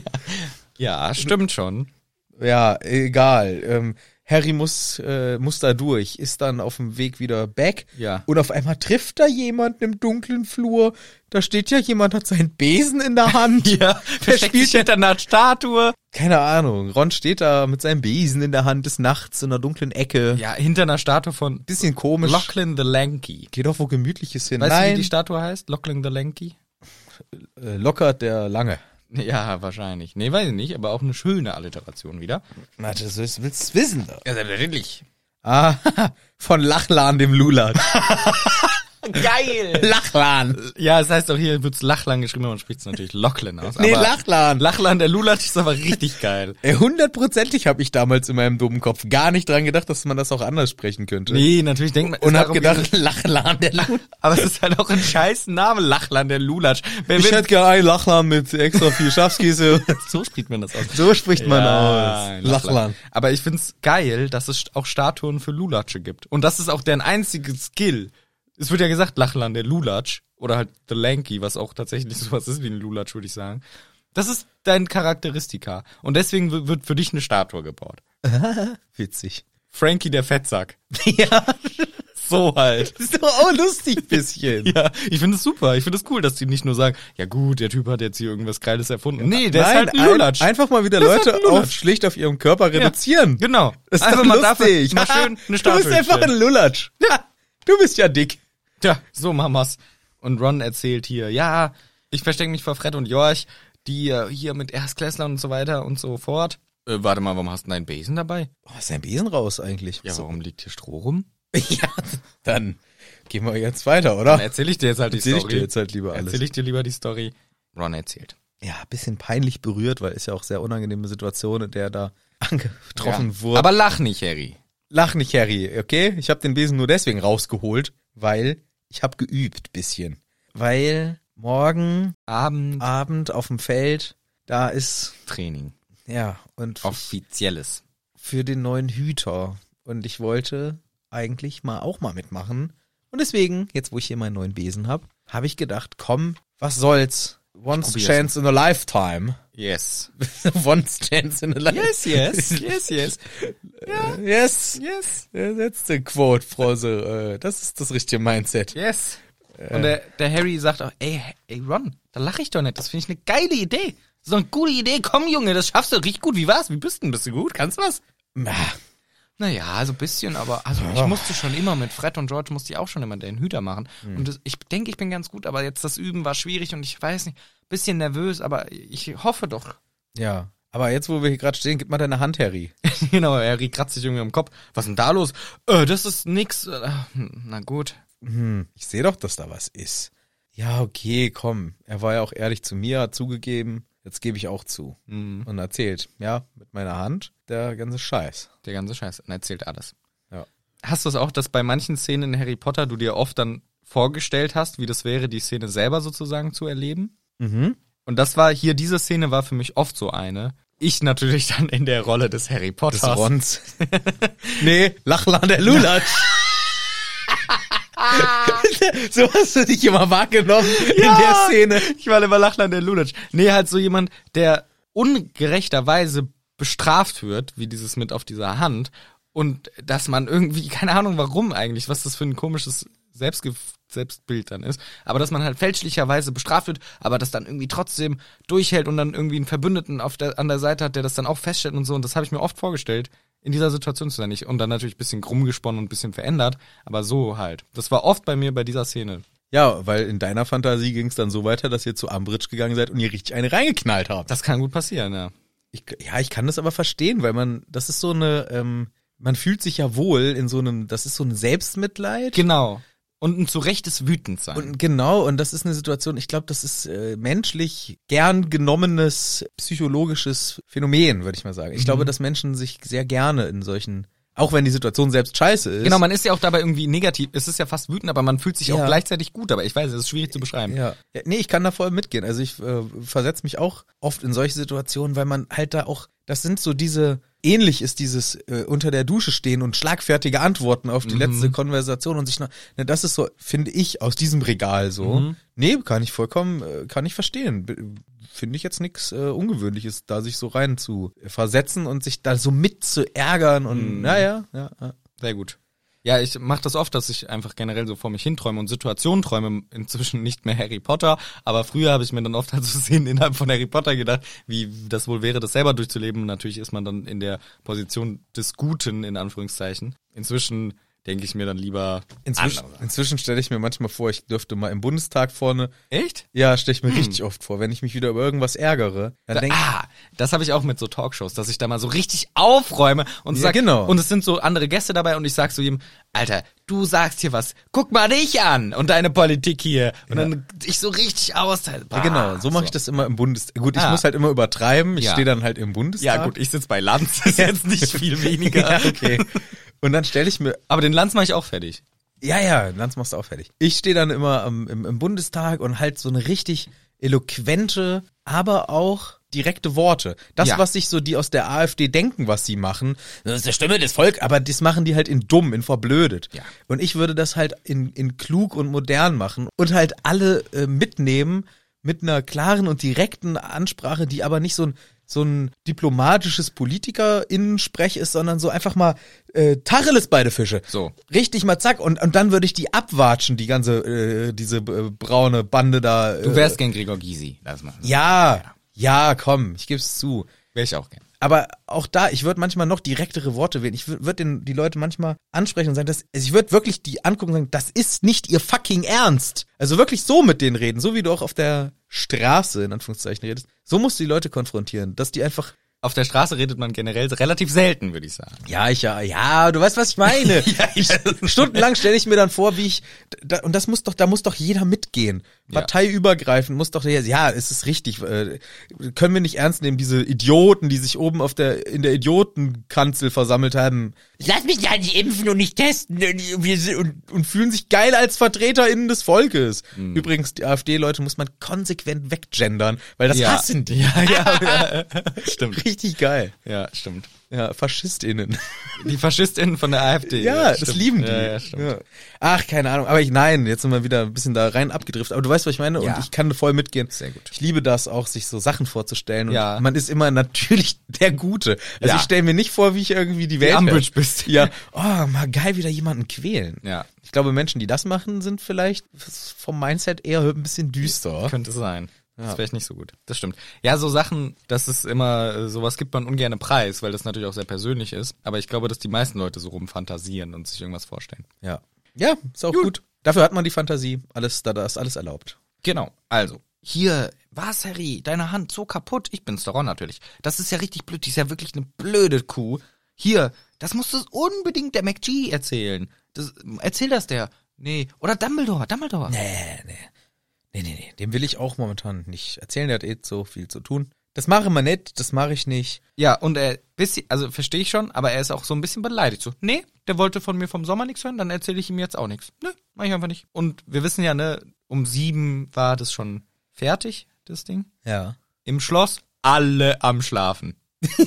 S2: ja, stimmt schon.
S1: ja, egal. Ähm, Harry muss äh, muss da durch, ist dann auf dem Weg wieder back.
S2: Ja.
S1: Und auf einmal trifft da jemanden im dunklen Flur. Da steht ja jemand, hat seinen Besen in der Hand.
S2: Ja,
S1: Wer
S2: versteckt
S1: spielt
S2: sich
S1: denn?
S2: hinter einer Statue.
S1: Keine Ahnung. Ron steht da mit seinem Besen in der Hand des Nachts in einer dunklen Ecke.
S2: Ja, hinter einer Statue von
S1: Bisschen komisch.
S2: Lachlan the Lanky.
S1: Geht doch wo gemütliches hin.
S2: Weißt du,
S1: Nein,
S2: wie die Statue heißt? Lachlan the Lanky?
S1: äh, lockert der lange.
S2: Ja, wahrscheinlich. Nee, weiß ich nicht, aber auch eine schöne Alliteration wieder.
S1: Na, das willst du wissen. Da.
S2: Ja, selbstverständlich.
S1: Ah, von Lachlan dem Lulat.
S2: Geil!
S1: Lachlan.
S2: Ja, es heißt auch hier wird's Lachlan geschrieben, aber man spricht es natürlich Lachlan aus.
S1: Nee,
S2: aber
S1: Lachlan.
S2: Lachlan, der Lulatsch ist aber richtig geil.
S1: Äh, Hundertprozentig habe ich damals in meinem dummen Kopf gar nicht dran gedacht, dass man das auch anders sprechen könnte.
S2: Nee, natürlich denkt man.
S1: Und
S2: es
S1: habe
S2: darum-
S1: gedacht, Lachlan der Lulat.
S2: Aber es ist halt auch ein scheiß Name, Lachlan, der Lulatsch. Wer
S1: Ich
S2: will,
S1: hätte gerne einen Lachlan mit extra viel Schafskäse.
S2: so spricht man das aus.
S1: so spricht man
S2: Ja,
S1: aus. Lachlan.
S2: Aber ich find's geil, dass es auch Statuen für Lulatsche gibt. Und das ist auch deren einziges Skill. Es wird ja gesagt, Lachlan, der Lulatsch. Oder halt The Lanky, was auch tatsächlich sowas ist wie ein Lulatsch, würde ich sagen. Das ist dein Charakteristika. Und deswegen w- wird für dich eine Statue gebaut.
S1: Witzig.
S2: Frankie, der Fettsack.
S1: Ja.
S2: So halt.
S1: Das ist doch auch lustig bisschen.
S2: Ja, ich finde es super. Ich finde es cool, dass die nicht nur sagen, ja gut, der Typ hat jetzt hier irgendwas Geiles erfunden. Nee, der
S1: Nein,
S2: ist halt ein Lulatsch.
S1: Ein, einfach mal wieder
S2: Das ist
S1: Leute
S2: halt ein Lulatsch.
S1: auf, schlicht auf ihrem Körper
S2: Ja,
S1: reduzieren.
S2: Genau.
S1: Das ist
S2: einfach
S1: doch
S2: mal
S1: lustig.
S2: dafür mal schön eine
S1: du
S2: Statue
S1: bist einfach ein
S2: hinstellen.
S1: Lulatsch.
S2: Ja.
S1: Du bist ja dick.
S2: Tja, so Mamas. Und Ron erzählt hier, ja, ich verstecke mich vor Fred und Jorch, die äh, hier mit Erstklässlern und so weiter und so fort. Äh, warte mal, warum hast du denn einen Besen dabei?
S1: Oh, ist ein Besen raus eigentlich.
S2: Ja, warum liegt hier Stroh rum?
S1: ja dann gehen wir jetzt weiter, oder?
S2: Dann erzähl ich dir jetzt halt die
S1: Erzähl ich
S2: Story.
S1: dir jetzt halt lieber alles.
S2: Erzähl ich dir lieber die Story. Ron erzählt.
S1: ja, ein bisschen peinlich berührt, weil ist ja auch sehr unangenehme Situation, in der da angetroffen
S2: Ja.
S1: wurde.
S2: Aber lach nicht, Harry.
S1: lach nicht, Harry, okay? Ich habe den Besen nur deswegen rausgeholt, weil ich habe geübt bisschen. Weil morgen
S2: Abend
S1: Abend auf dem Feld, da ist
S2: Training.
S1: ja und
S2: Offizielles.
S1: für den neuen Hüter und ich wollte eigentlich mal auch mal mitmachen und deswegen, jetzt wo ich hier meinen neuen Besen habe, habe ich gedacht, komm, was soll's? Once
S2: probier's.
S1: chance in a lifetime.
S2: Yes.
S1: Once chance in a lifetime.
S2: Yes, yes. Yes, yes.
S1: Yes.
S2: Yes.
S1: That's the quote, Frau Se- äh, Das ist das richtige Mindset.
S2: Yes. Und der, der Harry sagt auch, ey, ey Ron, da lache ich doch nicht. Das finde ich eine geile Idee. So eine gute Idee. Komm, Junge, das schaffst du richtig gut. Wie war's? Wie bist du denn? Bist du gut? Kannst du was?
S1: Ah,
S2: Naja, so ein bisschen, aber also ich musste schon immer mit Fred und George musste ich auch schon immer den Hüter machen. Und das, ich denke, ich bin ganz gut, aber jetzt das Üben war schwierig und ich weiß nicht, bisschen nervös, aber ich hoffe doch.
S1: Ja. Aber jetzt, wo wir hier gerade stehen, gib mal deine Hand, Harry.
S2: genau, Harry kratzt sich irgendwie am Kopf. Was ist denn da los? Äh, das ist nix. Äh, na gut.
S1: Hm, ich sehe doch, dass da was ist. Ja, okay, komm. Er war ja auch ehrlich zu mir, hat zugegeben. Jetzt gebe ich auch zu.
S2: Mhm.
S1: Und erzählt, ja, mit meiner Hand, der ganze Scheiß.
S2: Der ganze Scheiß. Und erzählt alles.
S1: Ja.
S2: Hast du es auch, dass bei manchen Szenen in Harry Potter du dir oft dann vorgestellt hast, wie das wäre, die Szene selber sozusagen zu erleben?
S1: Mhm.
S2: Und das war hier, diese Szene war für mich oft so eine. Ich natürlich dann in der Rolle des Harry Potters.
S1: Des Rons. nee, Lachlan der Lulatsch. so hast du dich immer wahrgenommen
S2: Ja.
S1: in der Szene.
S2: Ich war immer Lachlan der Lulatsch. Nee, halt so jemand, der ungerechterweise bestraft wird, wie dieses mit auf dieser Hand. Und dass man irgendwie, keine Ahnung warum eigentlich, was das für ein komisches Selbstge Selbstbild dann ist. Aber dass man halt fälschlicherweise bestraft wird, aber das dann irgendwie trotzdem durchhält und dann irgendwie einen Verbündeten auf der, an der Seite hat, der das dann auch feststellt und so. Und das habe ich mir oft vorgestellt, in dieser Situation zu sein. Ich, und dann natürlich ein bisschen rumgesponnen und ein bisschen verändert, aber so halt. Das war oft bei mir bei dieser Szene.
S1: Ja, weil in deiner Fantasie ging es dann so weiter, dass ihr zu Ambridge gegangen seid und ihr richtig eine reingeknallt habt.
S2: Das kann gut passieren, ja.
S1: Ich, ja, ich kann das aber verstehen, weil man, das ist so eine, ähm, man fühlt sich ja wohl in so einem, das ist so ein Selbstmitleid.
S2: Genau. Und ein zu rechtes wütend sein.
S1: Und genau, und das ist eine Situation, ich glaube, das ist äh, menschlich gern genommenes psychologisches Phänomen, würde ich mal sagen. Ich glaube, dass Menschen sich sehr gerne in solchen, auch wenn die Situation selbst scheiße ist.
S2: genau, man ist ja auch dabei irgendwie negativ. Es ist ja fast wütend, aber man fühlt sich auch
S1: Ja.
S2: gleichzeitig gut. Aber ich weiß, es ist schwierig zu beschreiben.
S1: ja. ja. Nee, ich kann da voll mitgehen. Also ich äh, versetze mich auch oft in solche Situationen, weil man halt da auch, das sind so diese, ähnlich ist dieses äh, unter der Dusche stehen und schlagfertige Antworten auf die letzte Konversation und sich noch, ne, das ist so, finde ich, aus diesem Regal so. Nee, kann ich vollkommen, äh, kann ich verstehen. B- Finde ich jetzt nichts äh, Ungewöhnliches, da sich so rein zu versetzen und sich da so mit zu ärgern und naja, ja, ja.
S2: Sehr gut. Ja, ich mache das oft, dass ich einfach generell so vor mich hinträume und Situationen träume. Inzwischen nicht mehr Harry Potter, aber früher habe ich mir dann oft halt so Szenen innerhalb von Harry Potter gedacht, wie das wohl wäre, das selber durchzuleben. Und Natürlich ist man dann in der Position des Guten, in Anführungszeichen. Inzwischen denke ich mir dann lieber
S1: Inzwischen,
S2: andere.
S1: inzwischen stelle ich mir manchmal vor, ich dürfte mal im Bundestag vorne
S2: Echt?
S1: Ja, stelle
S2: Hm.
S1: ich mir richtig oft vor. Wenn ich mich wieder über irgendwas ärgere, dann denke
S2: ah, das habe ich auch mit so Talkshows, dass ich da mal so richtig aufräume und
S1: Ja,
S2: sag,
S1: genau.
S2: und es sind so andere Gäste dabei und ich sag zu ihm, Alter, du sagst hier was, guck mal dich an und deine Politik hier und dann ich so richtig aus.
S1: ich, genau, so mache ich das immer im Bundestag. Gut, ich
S2: Ah.
S1: muss halt immer übertreiben. Ich
S2: Ja.
S1: stehe dann halt im Bundestag.
S2: Ja gut, ich sitz bei Lanz, ist jetzt nicht viel weniger.
S1: ja, okay. Und dann stelle ich mir,
S2: Aber den Lanz mache ich auch fertig.
S1: ja, ja, Lanz machst du auch fertig. Ich stehe dann immer am- im, im Bundestag und halt so eine richtig eloquente, aber auch direkte Worte. Das,
S2: Ja.
S1: was sich so die aus der AfD denken, was sie machen,
S3: Das ist der Stimme des Volkes.
S1: aber das machen die halt in dumm, in verblödet.
S2: Ja.
S1: Und ich würde das halt in, in klug und modern machen und halt alle äh, mitnehmen mit einer klaren und direkten Ansprache, die aber nicht so ein so ein diplomatisches Politiker-Innensprech ist, sondern so einfach mal äh, Tacheles beide Fische.
S2: So.
S1: Richtig mal zack. Und, und dann würde ich die abwatschen, die ganze, äh, diese äh, braune Bande da. Äh,
S2: Du wärst gern Gregor Gysi, lass mal.
S1: Ja, ja, komm, ich geb's zu.
S2: Wär ich auch gern.
S1: Aber auch da, ich würde manchmal noch direktere Worte wählen. Ich würde die Leute manchmal ansprechen und sagen, das, also ich würde wirklich die angucken und sagen, das ist nicht ihr fucking Ernst. Also wirklich so mit denen reden, so wie du auch auf der Straße in Anführungszeichen redest. So musst du die Leute konfrontieren, dass die einfach,
S2: Auf der Straße redet man generell relativ selten, würde ich sagen.
S1: ja, ich ja, ja, du weißt, was ich meine. ich, stundenlang stelle ich mir dann vor, wie ich, da, und das muss doch, da muss doch jeder mitgehen.
S2: Ja.
S1: Parteiübergreifend muss doch, der- ja, es ist richtig, äh, können wir nicht ernst nehmen, diese Idioten, die sich oben auf der, in der Idiotenkanzel versammelt haben.
S3: Lass mich da nicht impfen und nicht testen. Wir sind und
S1: und fühlen sich geil als VertreterInnen des Volkes.
S3: Mhm.
S1: Übrigens, die AfD-Leute muss man konsequent weggendern, weil das hassen die.
S2: Ja, ja, ja. stimmt.
S1: Richtig geil.
S2: Ja, stimmt.
S1: Ja, FaschistInnen.
S2: Die FaschistInnen von der AfD.
S1: Ja, das
S2: stimmt.
S1: lieben die.
S2: Ja, ja, stimmt.
S1: Ja. Ach, keine Ahnung. Aber ich, nein, jetzt sind wir wieder ein bisschen da rein abgedriftet. Aber du weißt, was ich meine?
S2: Ja.
S1: Und ich kann voll mitgehen.
S2: Sehr gut.
S1: Ich liebe das auch, sich so Sachen vorzustellen. Und
S2: Ja.
S1: man ist immer natürlich der Gute. Also
S2: Ja.
S1: ich stelle mir nicht vor, wie ich irgendwie die Welt...
S2: Umbridge bist.
S1: Ja. Oh, mal geil, wieder jemanden quälen.
S2: Ja.
S1: Ich glaube, Menschen, die das machen, sind vielleicht vom Mindset eher ein bisschen düster.
S2: Könnte sein. Das wäre nicht so gut. Das stimmt. Ja, so Sachen, dass es immer, äh, sowas gibt man ungern preis, weil das natürlich auch sehr persönlich ist. Aber ich glaube, dass die meisten Leute so rumfantasieren und sich irgendwas vorstellen.
S1: Ja. Ja, ist auch gut. Dafür hat man die Fantasie. Alles, da, da ist alles erlaubt.
S2: Genau, also. Hier, was, Harry? Deine Hand so kaputt. Ich bin's, der Ron natürlich. Das ist ja richtig blöd. Die ist ja wirklich eine blöde Kuh. Hier, das musst du unbedingt der MacG erzählen. Das, erzähl das der. Nee, oder Dumbledore, Dumbledore.
S1: Nee, nee. Nee, nee, nee. Dem will ich auch momentan nicht erzählen. Der hat eh so viel zu tun. Das mache man nicht, das mache ich nicht.
S2: Ja, und er, bisschen, also verstehe ich schon, aber er ist auch so ein bisschen beleidigt. So, nee, der wollte von mir vom Sommer nichts hören, dann erzähle ich ihm jetzt auch nichts. Nö, mach ich einfach nicht. Und wir wissen ja, ne, um sieben war das schon fertig, das Ding.
S1: Ja.
S2: Im Schloss, alle am Schlafen.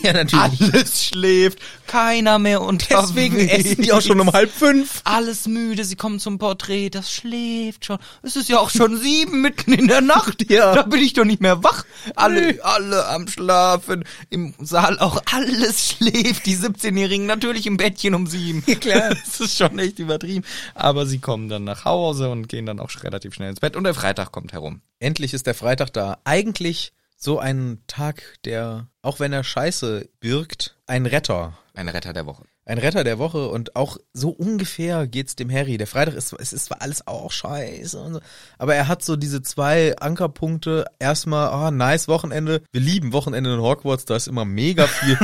S1: ja, natürlich.
S2: Alles schläft, keiner mehr und
S1: Deswegen essen die auch schon um halb fünf.
S2: alles müde, sie kommen zum Porträt, das schläft schon. Es ist ja auch schon sieben mitten in der Nacht.
S1: Ja.
S2: Da bin ich doch nicht mehr wach. Alle, alle am Schlafen, im Saal auch alles schläft. Die 17-Jährigen natürlich im Bettchen um sieben.
S1: klar.
S2: Das ist schon echt übertrieben. Aber sie kommen dann nach Hause und gehen dann auch relativ schnell ins Bett. Und der Freitag kommt herum.
S1: Endlich ist der Freitag da. Eigentlich so ein Tag, der, auch wenn er Scheiße birgt, ein Retter
S2: Ein Retter der Woche.
S1: Ein Retter der Woche und auch so ungefähr geht's dem Harry. Der Freitag ist, es ist zwar alles auch scheiße und so, aber er hat so diese zwei Ankerpunkte. Erstmal, ah, nice Wochenende. Wir lieben Wochenende in Hogwarts, da ist immer mega viel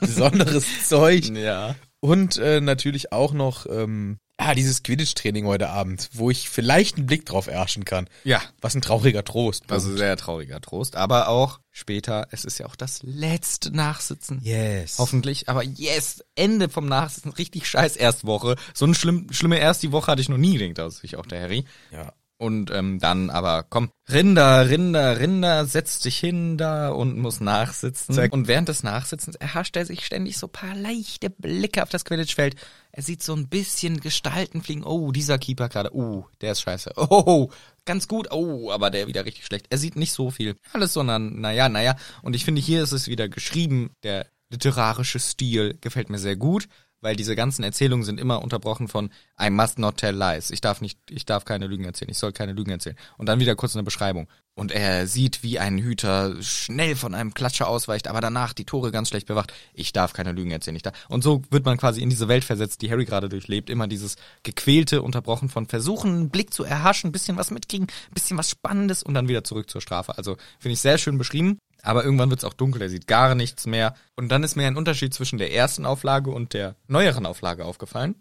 S1: besonderes Zeug.
S2: Ja.
S1: Und äh, natürlich auch noch, ähm, ja, dieses Quidditch-Training heute Abend, wo ich vielleicht einen Blick drauf erhaschen kann.
S2: Ja.
S1: Was ein trauriger Trost.
S2: Also sehr trauriger Trost. Aber auch später, es ist ja auch das letzte Nachsitzen.
S1: yes.
S2: Hoffentlich, aber yes, Ende vom Nachsitzen, richtig scheiß Erstwoche. So eine schlimm, schlimme Erstwoche hatte ich noch nie, denkt aus sich auch der Harry.
S1: Ja.
S2: Und ähm, dann aber, komm, Rinder, Rinder, Rinder, setz dich hin da und muss nachsitzen.
S1: Zack.
S2: Und während des Nachsitzens erhascht er sich ständig so paar leichte Blicke auf das Quidditch-Feld. Er sieht so ein bisschen Gestalten fliegen. Oh, dieser Keeper gerade. Oh, der ist scheiße. Oh, ganz gut. Oh, aber der wieder richtig schlecht. Er sieht nicht so viel. Alles so, na, naja, naja. Und ich finde, hier ist es wieder geschrieben. Der literarische Stil gefällt mir sehr gut weil diese ganzen Erzählungen sind immer unterbrochen von I must not tell lies. Ich darf nicht, ich darf keine Lügen erzählen. Ich soll keine Lügen erzählen. Und dann wieder kurz eine Beschreibung. Und er sieht, wie ein Hüter schnell von einem Klatscher ausweicht, aber danach die Tore ganz schlecht bewacht. Ich darf keine Lügen erzählen. Ich darf. Und so wird man quasi in diese Welt versetzt, die Harry gerade durchlebt. Immer dieses gequälte, unterbrochen von Versuchen, einen Blick zu erhaschen, ein bisschen was mitkriegen, ein bisschen was Spannendes und dann wieder zurück zur Strafe. Also finde ich sehr schön beschrieben. Aber irgendwann wird's auch dunkel, er sieht gar nichts mehr. Und dann ist mir ein Unterschied zwischen der ersten Auflage und der neueren Auflage aufgefallen.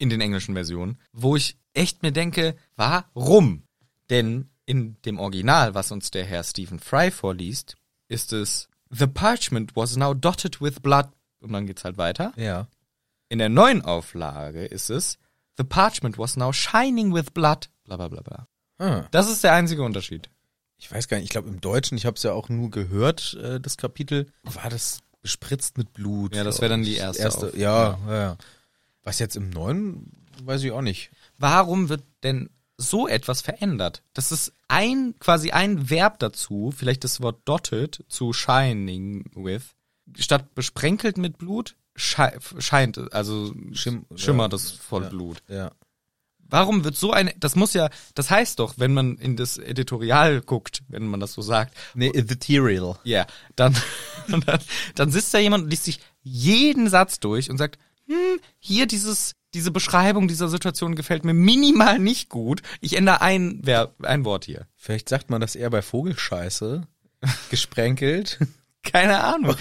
S2: In den englischen Versionen, wo ich echt mir denke, warum? Denn in dem Original, was uns der Herr Stephen Fry vorliest, ist es The parchment was now dotted with blood. Und dann geht's halt weiter.
S1: Ja.
S2: In der neuen Auflage ist es The parchment was now shining with blood. Bla bla bla bla.
S1: Ah.
S2: Das ist der einzige Unterschied.
S1: ich weiß gar nicht, ich glaube im Deutschen, ich habe es ja auch nur gehört, äh, das Kapitel, war das bespritzt mit Blut.
S2: Ja, das
S1: glaub
S2: wär dann
S1: ich.
S2: die erste Auf-
S1: ja, ja, ja. Was jetzt im Neuen, weiß ich auch nicht.
S2: warum wird denn so etwas verändert? Das ist ein, quasi ein Verb dazu, vielleicht das Wort dotted zu shining with, statt besprenkelt mit Blut, schei- scheint, also
S1: Schim-
S2: schimmert
S1: ja.
S2: es voll Blut.
S1: Ja.
S2: Warum wird so ein, das muss ja, das heißt doch, wenn man in das Editorial guckt, wenn man das so sagt,
S1: Nee, ethereal.
S2: ja, dann, dann, dann sitzt da jemand und liest sich jeden Satz durch und sagt, hm, hier dieses, diese Beschreibung dieser Situation gefällt mir minimal nicht gut. Ich ändere ein, Ver- ein Wort hier.
S1: Vielleicht sagt man das eher bei Vogelscheiße. Gesprenkelt.
S2: Keine Ahnung.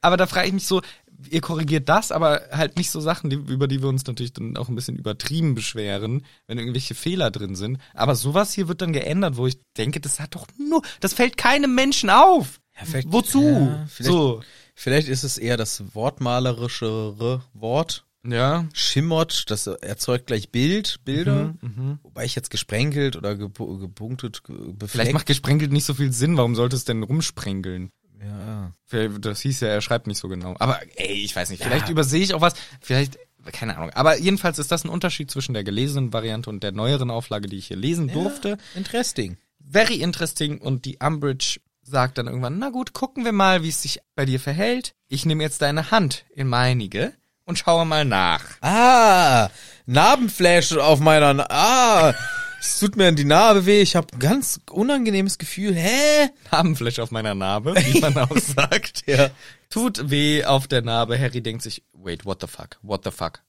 S2: Aber da frage ich mich so, ihr korrigiert das, aber halt nicht so Sachen, die, über die wir uns natürlich dann auch ein bisschen übertrieben beschweren, wenn irgendwelche Fehler drin sind. Aber sowas hier wird dann geändert, wo ich denke, das hat doch nur, das fällt keinem Menschen auf.
S1: vielleicht-
S2: Wozu?
S1: ja, vielleicht-
S2: so.
S1: Vielleicht ist es eher das wortmalerischere Wort.
S2: Ja.
S1: Schimmert, das erzeugt gleich Bild,
S2: Mhm,
S1: Bilder. Wobei ich jetzt gesprenkelt oder gepu- gepunktet, ge-
S2: Vielleicht
S1: befleckt.
S2: macht gesprenkelt nicht so viel Sinn. Warum sollte es denn rumsprenkeln?
S1: ja.
S2: Vielleicht- Das hieß ja, er schreibt nicht so genau. Aber ey, ich weiß nicht. Vielleicht übersehe ich auch was. Vielleicht, keine Ahnung. Aber jedenfalls ist das ein Unterschied zwischen der gelesenen Variante und der neueren Auflage, die ich hier lesen durfte.
S1: Ah, Interesting.
S2: Very interesting. Und die Umbridge sagt dann irgendwann, na gut, gucken wir mal, wie es sich bei dir verhält. Ich nehme jetzt deine Hand in meinige und schaue mal nach.
S1: Ah, Narbenfläche auf meiner. Na ah, es tut mir die Narbe weh. Ich habe ein ganz unangenehmes Gefühl. Hä?
S2: Narbenfläche auf meiner Narbe, wie man auch sagt.
S1: Ja.
S2: Tut weh auf der Narbe. Harry denkt sich, wait, what the fuck, what the fuck.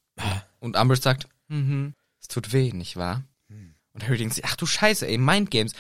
S2: Und Umbridge sagt, Ah. mhm, Hm. es tut weh, nicht wahr? Und Harry denkt sich, ach du Scheiße, ey, Mind Games.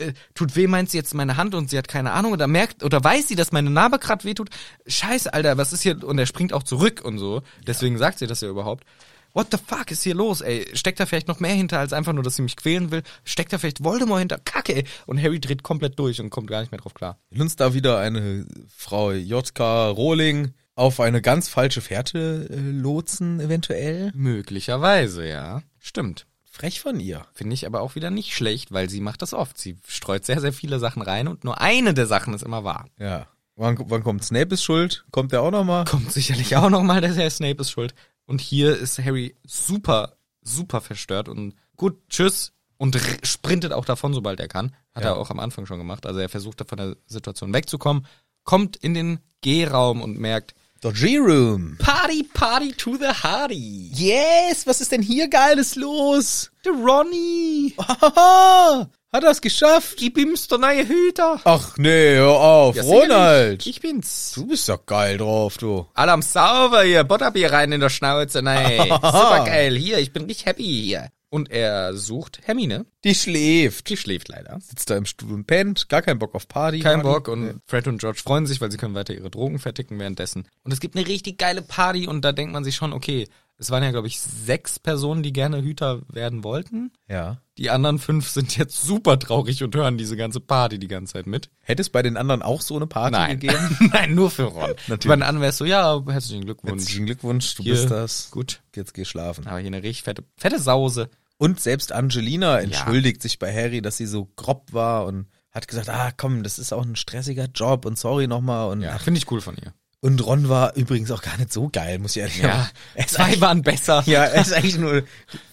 S2: Äh, Tut weh, meint sie jetzt meine Hand und sie hat keine Ahnung oder merkt oder weiß sie, dass meine Narbe grad weh tut. Scheiße, Alter, was ist hier? Und er springt auch zurück und so. Deswegen sagt sie das ja überhaupt. What the fuck ist hier los, ey? Steckt da vielleicht noch mehr hinter, als einfach nur, dass sie mich quälen will? Steckt da vielleicht Voldemort hinter? Kacke, ey. Und Harry dreht komplett durch und kommt gar nicht mehr drauf klar.
S1: Uns da wieder eine Frau J.K. Rowling auf eine ganz falsche Fährte äh, lotsen, eventuell.
S2: Möglicherweise, ja. Stimmt.
S1: Frech von ihr.
S2: Finde ich aber auch wieder nicht schlecht, weil sie macht das oft. Sie streut sehr, sehr viele Sachen rein und nur eine der Sachen ist immer wahr.
S1: Ja. Wann, wann kommt Snape ist schuld? Kommt der auch nochmal?
S2: Kommt sicherlich auch nochmal, dass Herr Snape ist schuld. Und hier ist Harry super, super verstört und gut, tschüss. Und r- sprintet auch davon, sobald er kann. Hat er auch am Anfang schon gemacht. Also er versucht, von der Situation wegzukommen, kommt in den G-Raum und merkt,
S1: Der G-Room.
S2: Party, Party to the Hardy.
S1: Yes, was ist denn hier Geiles los?
S2: The Ronny,
S1: Haha, hat er's geschafft.
S2: gib ihm der neue Hüter.
S1: Ach nee, hör auf,
S2: Ja, sicherlich.
S1: Ronald.
S2: Ich bin's.
S1: du bist ja geil drauf, du.
S2: Alle am Sauber hier, Butterbier rein in der Schnauze, nein. Super geil, hier, ich bin nicht happy hier. Und er sucht Hermine.
S1: Die schläft.
S2: Die schläft leider.
S1: Sitzt da im Stuhl und pennt, gar keinen Bock auf Party.
S2: Kein
S1: Party.
S2: Bock und Fred und George freuen sich, weil sie können weiter ihre Drogen verticken währenddessen. Und es gibt eine richtig geile Party und da denkt man sich schon, okay, es waren ja, glaube ich, sechs Personen, die gerne Hüter werden wollten.
S1: Ja.
S2: Die anderen fünf sind jetzt super traurig und hören diese ganze Party die ganze Zeit mit.
S1: Hätte es bei den anderen auch so eine Party
S2: Nein,
S1: gegeben?
S2: nein, nur für Ron. Natürlich. Bei den anderen wärst du, ja, herzlichen Glückwunsch.
S1: Herzlichen Glückwunsch, du
S2: Hier.
S1: bist das.
S2: Gut.
S1: Jetzt geh schlafen.
S2: Aber hier eine richtig fette, fette Sause.
S1: Und selbst Angelina entschuldigt sich bei Harry, dass sie so grob war und hat gesagt, ah komm, das ist auch ein stressiger Job und sorry nochmal. Und,
S2: Ja, finde ich cool von ihr.
S1: und Ron war übrigens auch gar nicht so geil, muss ich ehrlich
S2: Ja,
S1: sagen. Er ist
S2: zwei
S1: eigentlich-
S2: waren besser.
S1: Ja, er ist eigentlich nur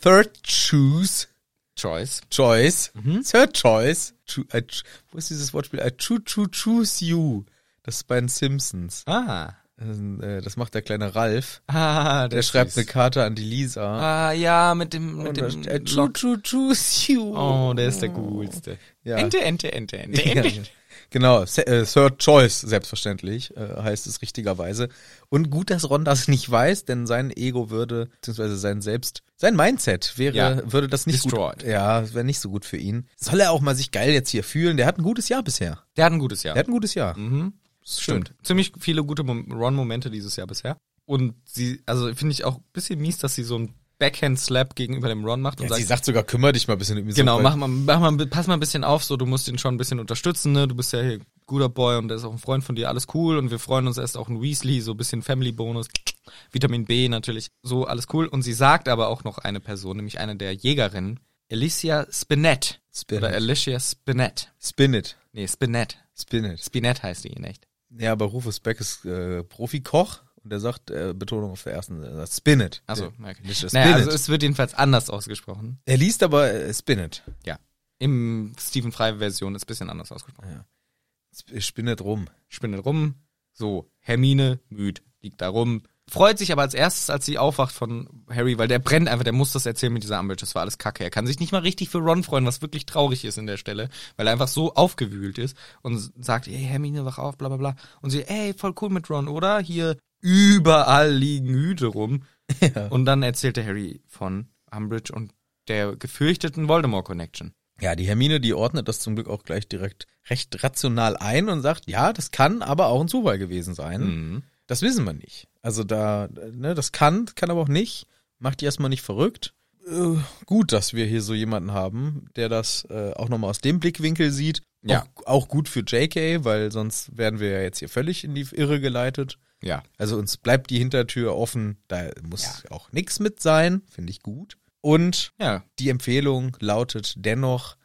S1: Third Choose.
S2: Choice.
S1: Choice.
S2: Mhm.
S1: Third Choice. Chu- I ch- wo ist dieses Wortspiel? I choo choo choose you. Das ist bei den Simpsons.
S2: Ah.
S1: Äh, Das macht der kleine Ralf.
S2: Ah,
S1: Der schreibt eine Karte an die Lisa.
S2: Ah, ja, mit dem, mit
S1: Und
S2: dem.
S1: da- I choo
S2: Lock-
S1: choo choose you.
S2: Oh, der ist der coolste.
S1: Ja.
S2: Ente, Ente, Ente, Ente,
S1: Ja.
S2: Ente.
S1: Genau, Se- äh, Third Choice, selbstverständlich, äh, heißt es richtigerweise. Und gut, dass Ron das nicht weiß, denn sein Ego würde, beziehungsweise sein Selbst, sein Mindset wäre,
S2: Ja.
S1: würde das nicht
S2: Destroyed.
S1: gut, ja, wäre nicht so gut für ihn. Soll er auch mal sich geil jetzt hier fühlen? Der hat ein gutes Jahr bisher.
S2: Der hat ein gutes Jahr.
S1: Der hat ein gutes Jahr.
S2: Mhm. Stimmt. Ziemlich viele gute Mom- Ron-Momente dieses Jahr bisher. Und sie, also finde ich auch ein bisschen mies, dass sie so einen Backhand-Slap gegenüber dem Ron macht und
S1: Ja, sie
S2: sagt,
S1: sagt sogar, kümmere dich mal ein bisschen um ihn.
S2: genau,
S1: so,
S2: mach mal, mach mal, pass mal ein bisschen auf, so, du musst ihn schon ein bisschen unterstützen, ne, du bist ja hier guter Boy und der ist auch ein Freund von dir, alles cool und wir freuen uns erst auch ein Weasley, so ein bisschen Family-Bonus, Vitamin B natürlich, so, alles cool. Und sie sagt aber auch noch eine Person, nämlich eine der Jägerinnen, Alicia Spinett.
S1: Spinett.
S2: Oder Alicia Spinett.
S1: Spin it.
S2: Nee, Spinett.
S1: Spin it.
S2: Spinett heißt die in echt.
S1: Ja, aber Rufus Beck ist äh, Profikoch und er sagt, äh, Betonung auf der ersten, er sagt, spin it.
S2: Achso,
S1: Ja.
S2: okay.
S1: Alicia
S2: Naja,
S1: Spinett.
S2: also es wird jedenfalls anders ausgesprochen.
S1: Er liest aber äh, Spin it.
S2: Ja. Im Stephen Fry-Version ist ein bisschen anders ausgesprochen.
S1: Es Spinnet rum.
S2: Spinnet rum, so, Hermine, müd, liegt da rum. Freut sich aber als erstes, als sie aufwacht von Harry, weil der brennt einfach, der muss das erzählen mit dieser Umbridge, das war alles kacke. Er kann sich nicht mal richtig für Ron freuen, was wirklich traurig ist in der Stelle, weil er einfach so aufgewühlt ist und sagt, hey Hermine, wach auf, bla bla bla. Und sie, ey, voll cool mit Ron, oder? Hier überall liegen Hüte rum. Und dann erzählte Harry von Umbridge und der gefürchteten Voldemort-Connection.
S1: Ja, die Hermine, die ordnet das zum Glück auch gleich direkt recht rational ein und sagt, ja, das kann aber auch ein Zufall gewesen sein.
S2: Mhm.
S1: Das wissen wir nicht. Also da, ne, das kann, kann aber auch nicht. Macht die erstmal nicht verrückt. Äh, gut, dass wir hier so jemanden haben, der das äh, auch nochmal aus dem Blickwinkel sieht.
S2: Ja.
S1: Auch, auch gut für JK, weil sonst werden wir ja jetzt hier völlig in die Irre geleitet.
S2: Ja.
S1: Also uns bleibt die Hintertür offen. Da muss auch nichts mit sein. Finde ich gut. Und
S2: Ja.
S1: die Empfehlung lautet dennoch,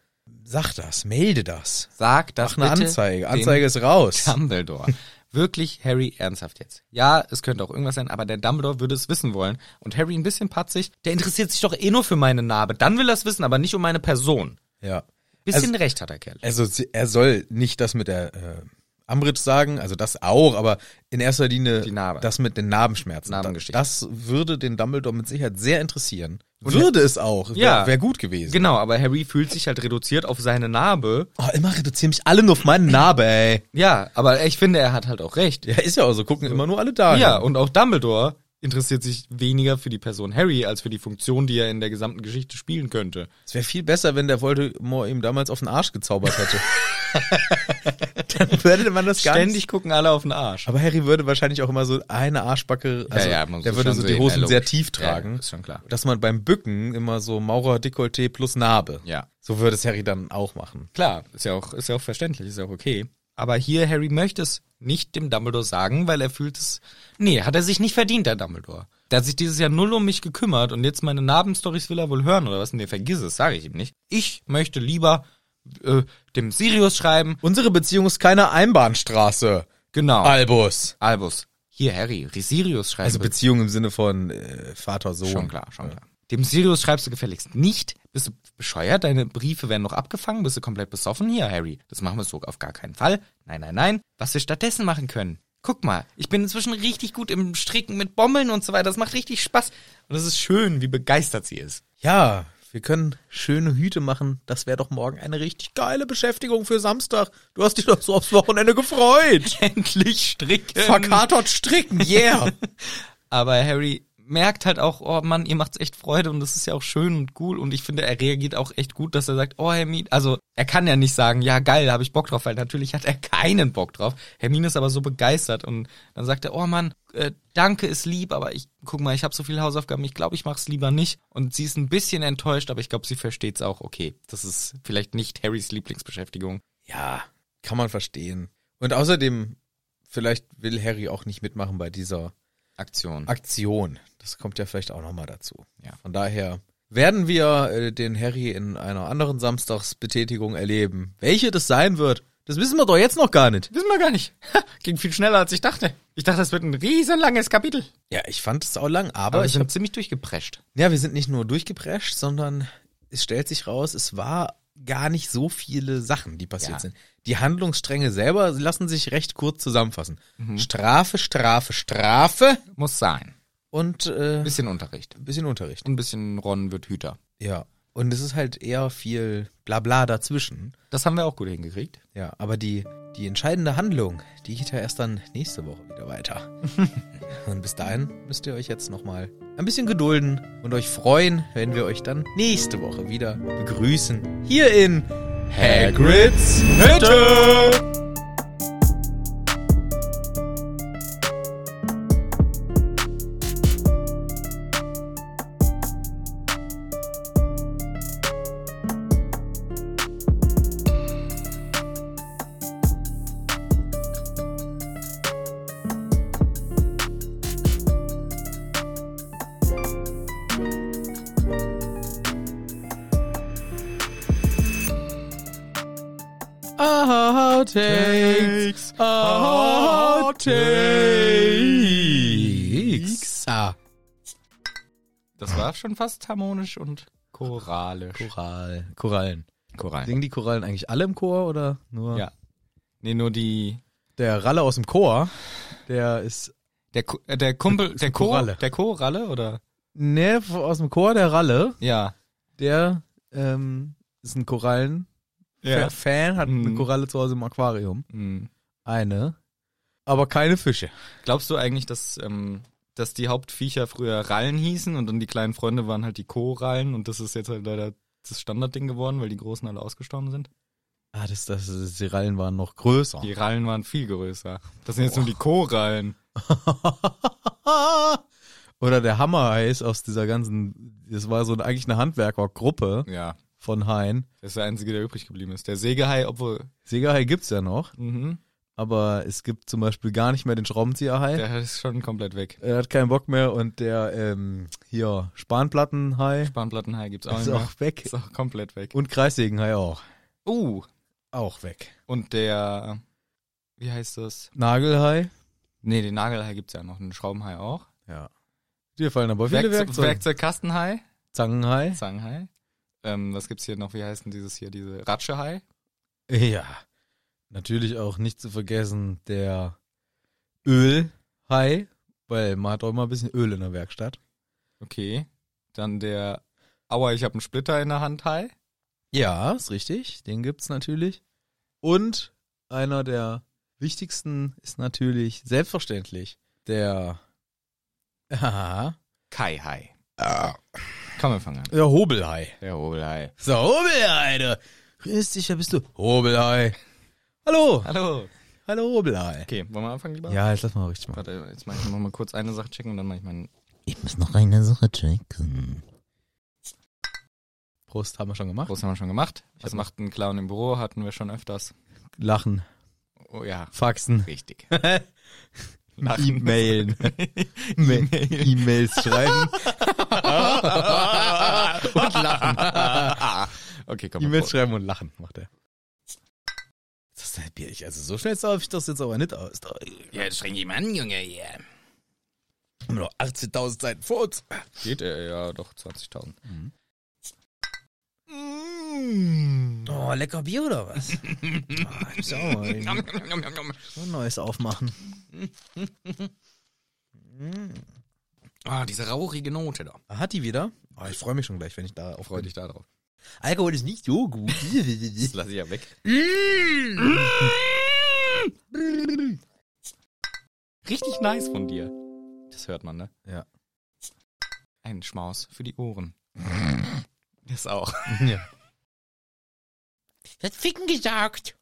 S1: sag das, melde das.
S2: Sag das
S1: Mach eine
S2: bitte
S1: Anzeige.
S2: den
S1: Anzeige ist raus.
S2: Dumbledore. Wirklich, Harry, ernsthaft jetzt. Ja, es könnte auch irgendwas sein, aber der Dumbledore würde es wissen wollen. Und Harry ein bisschen patzig, der interessiert sich doch eh nur für meine Narbe. Dann will er es wissen, aber nicht um meine Person.
S1: Ja.
S2: Bisschen recht hat der Kerl.
S1: Also sie- er soll nicht das mit der äh, Ambridge sagen, also das auch, aber in erster Linie
S2: Die Narbe.
S1: das mit den Narbenschmerzen.
S2: Narbengeschichte.
S1: Das würde den Dumbledore mit Sicherheit sehr interessieren. würde es auch.
S2: Ja.
S1: Wäre wär gut gewesen.
S2: Genau, aber Harry fühlt sich halt reduziert auf seine Narbe.
S1: Oh, immer reduzieren mich alle nur auf meinen Narbe, ey.
S2: Ja, aber ich finde, er hat halt auch recht.
S1: Ja, ist ja auch so, gucken immer nur alle da.
S2: Ja, und auch Dumbledore interessiert sich weniger für die Person Harry als für die Funktion, die er in der gesamten Geschichte spielen könnte.
S1: Es wäre viel besser, wenn der Voldemort ihm damals auf den Arsch gezaubert hätte. Dann würde man das gar nicht
S2: Ständig gucken alle auf den Arsch.
S1: Aber Harry würde wahrscheinlich auch immer so eine Arschbacke, also
S2: ja, man muss
S1: der würde
S2: schon
S1: so die
S2: sehen,
S1: Hosen
S2: ja,
S1: sehr
S2: logisch.
S1: tief
S2: Ja,
S1: tragen,
S2: ist schon klar.
S1: dass man beim Bücken immer so Maurer, Dekolleté plus Narbe.
S2: Ja.
S1: So würde es Harry dann auch machen.
S2: Klar, ist ja auch, ist ja auch verständlich, ist ja auch okay. Aber hier, Harry möchte es nicht dem Dumbledore sagen, weil er fühlt es, nee, hat er sich nicht verdient, der Dumbledore. Der hat sich dieses Jahr null um mich gekümmert und jetzt meine Narbenstories will er wohl hören oder was? Nee, vergiss es, sage ich ihm nicht. Ich möchte lieber äh, dem Sirius schreiben.
S1: Unsere Beziehung ist keine Einbahnstraße,
S2: Genau.
S1: Albus.
S2: Albus. Hier, Harry, Sirius schreiben.
S1: Also
S2: bitte.
S1: Beziehung im Sinne von äh, Vater, Sohn.
S2: Schon klar, schon klar. Dem Sirius schreibst du gefälligst nicht. Bist du bescheuert? Deine Briefe werden noch abgefangen. Bist du komplett besoffen? Hier, Harry. Das machen wir so auf gar keinen Fall. Nein, nein, nein. Was wir stattdessen machen können. Guck mal, ich bin inzwischen richtig gut im Stricken mit Bommeln und so weiter. Das macht richtig Spaß. Und es ist schön, wie begeistert sie ist.
S1: Ja, wir können schöne Hüte machen. Das wäre doch morgen eine richtig geile Beschäftigung für Samstag. Du hast dich doch so aufs Wochenende gefreut.
S2: Endlich stricken.
S1: Verkatert stricken, yeah.
S2: Aber Harry merkt halt auch, oh Mann, ihr macht's echt Freude und das ist ja auch schön und cool und ich finde, er reagiert auch echt gut, dass er sagt, oh Hermine, also er kann ja nicht sagen, ja geil, da habe ich Bock drauf, weil natürlich hat er keinen Bock drauf. Hermine ist aber so begeistert und dann sagt er, oh Mann, äh, danke ist lieb, aber ich guck mal, ich habe so viele Hausaufgaben, ich glaube, ich mach's lieber nicht und sie ist ein bisschen enttäuscht, aber ich glaube, sie versteht's auch. Okay, das ist vielleicht nicht Harrys Lieblingsbeschäftigung.
S1: Ja, kann man verstehen. Und außerdem, vielleicht will Harry auch nicht mitmachen bei dieser
S2: Aktion.
S1: Aktion. Das kommt ja vielleicht auch nochmal dazu.
S2: Ja.
S1: Von daher werden wir äh, den Harry in einer anderen Samstagsbetätigung erleben. Welche das sein wird, das wissen wir doch jetzt noch gar nicht.
S2: Wissen wir gar nicht. Ha, ging viel schneller als ich dachte. Ich dachte, das wird ein riesenlanges Kapitel.
S1: Ja, ich fand es auch lang, aber,
S2: Aber
S1: ich
S2: ich
S1: hab,
S2: bin ziemlich durchgeprescht.
S1: ja, wir sind nicht nur durchgeprescht, sondern es stellt sich raus, es war gar nicht so viele Sachen, die passiert
S2: Ja.
S1: sind. Die Handlungsstränge selber lassen sich recht kurz zusammenfassen.
S2: Mhm.
S1: Strafe, Strafe, Strafe
S2: Muss sein.
S1: und äh,
S2: Ein bisschen Unterricht.
S1: Ein bisschen Unterricht. ne?
S2: Ein bisschen Ron wird Hüter.
S1: Ja. Und es ist halt eher viel Blabla dazwischen.
S2: Das haben wir auch gut hingekriegt.
S1: Ja, aber die, die entscheidende Handlung, die geht ja erst dann nächste Woche wieder weiter. und bis dahin müsst ihr euch jetzt nochmal ein bisschen gedulden und euch freuen, wenn wir euch dann nächste Woche wieder begrüßen. Hier in Hagrid's Hütte! Outtakes, Outtakes. Ah,
S2: Das war schon fast harmonisch und choralisch.
S1: Choral, Korallen.
S2: Korallen.
S1: Singen die Korallen eigentlich alle im Chor oder nur
S2: Ja. Nee, nur die.
S1: der Ralle aus dem Chor? Der ist
S2: Der, Ku- äh, der Kumpel, der Chor,
S1: Koralle.
S2: der Choralle oder?
S1: ne aus dem Chor der Ralle.
S2: Ja.
S1: Der ähm, ist ein Korallen Fan, hat eine
S2: Mhm.
S1: Koralle zu Hause im Aquarium.
S2: Hm.
S1: Eine, aber keine Fische.
S2: Glaubst du eigentlich, dass, ähm, dass die Hauptviecher früher Rallen hießen und dann die kleinen Freunde waren halt die Korallen und das ist jetzt halt leider das Standardding geworden, weil die Großen alle ausgestorben sind?
S1: Ah, das, das, das die Rallen waren noch größer.
S2: Die Rallen waren viel größer. Das sind jetzt nur die Korallen.
S1: Oder der Hammerhais aus dieser ganzen, das war so ein- eigentlich eine Handwerkergruppe
S2: Ja.
S1: von Haien.
S2: Das ist der einzige, der übrig geblieben ist. Der Sägehai, obwohl.
S1: Sägerhai gibt's ja noch,
S2: Mhm.
S1: aber es gibt zum Beispiel gar nicht mehr den Schraubenzieherhai.
S2: Der ist schon komplett weg.
S1: Er hat keinen Bock mehr und der ähm, hier Spanplattenhai
S2: Spanplattenhai gibt's auch
S1: ist
S2: nicht mehr.
S1: auch weg
S2: Ist auch komplett weg.
S1: und Kreissägenhai auch.
S2: Uh,
S1: Auch weg.
S2: und der, wie heißt das?
S1: Nagelhai.
S2: Nee, den Nagelhai gibt's ja noch, den Schraubenhai auch.
S1: Ja. Dir fallen aber viele Werkzeuge.
S2: Werkzeugkastenhai,
S1: Zangenhai.
S2: Zangenhai. Ähm, was gibt's hier noch? Wie heißt denn dieses hier, diese Ratschehai?
S1: Ja. Natürlich auch nicht zu vergessen der Ölhai, weil man hat auch immer ein bisschen Öl in der Werkstatt.
S2: Okay. Dann der, aua, ich habe einen Splitter in der Hand, Hai.
S1: Ja, ist richtig. Den gibt's natürlich. Und einer der wichtigsten ist natürlich selbstverständlich der Aha.
S2: Kai Hai. Ah. Komm, wir fangen an.
S1: der Hobelhai.
S2: Der Hobelhai.
S1: So, Hobelhai, du. Grüß dich, wer bist du? Hobelhai. Hallo.
S2: Hallo.
S1: Hallo, Hobelhai.
S2: Okay, wollen wir anfangen lieber?
S1: Ja, jetzt lass mal richtig machen.
S2: Warte, jetzt mach ich noch mal kurz eine Sache checken und dann mach ich meinen.
S3: Ich muss noch eine Sache checken.
S1: Prost haben wir schon gemacht.
S2: Groß haben wir schon gemacht. Was
S1: hab-
S2: macht ein Clown im Büro? Hatten wir schon öfters.
S1: Lachen,
S2: Oh ja,
S1: Faxen,
S2: richtig. Lachen.
S1: E-Mailen, Ma- E-Mails schreiben,
S2: und lachen. okay, komm. mal
S1: E-Mails
S2: vor.
S1: schreiben und lachen, macht er. Das ist ein Bier. Ich- Also so schnell sauf ich das jetzt aber nicht aus. Da
S3: Ja, streng ihn an, Junge, ja.
S1: haben wir noch 18.000 Seiten vor uns.
S2: Geht er ja doch 20.000. Mm.
S3: Oh, lecker Bier oder was?
S1: So, ein neues aufmachen.
S2: Ah, diese rauchige Note da.
S1: Ah, Hat die wieder? Oh, ich freue mich schon gleich, wenn ich da
S2: Freu
S1: aufreude.
S2: dich da drauf.
S1: Alkohol ist nicht so gut. Mm.
S2: Das lasse ich ja weg. Richtig nice von dir. Das hört man, ne?
S1: Ja.
S2: Ein Schmaus für die Ohren. Das auch.
S1: ja.
S3: Das Ficken gesagt.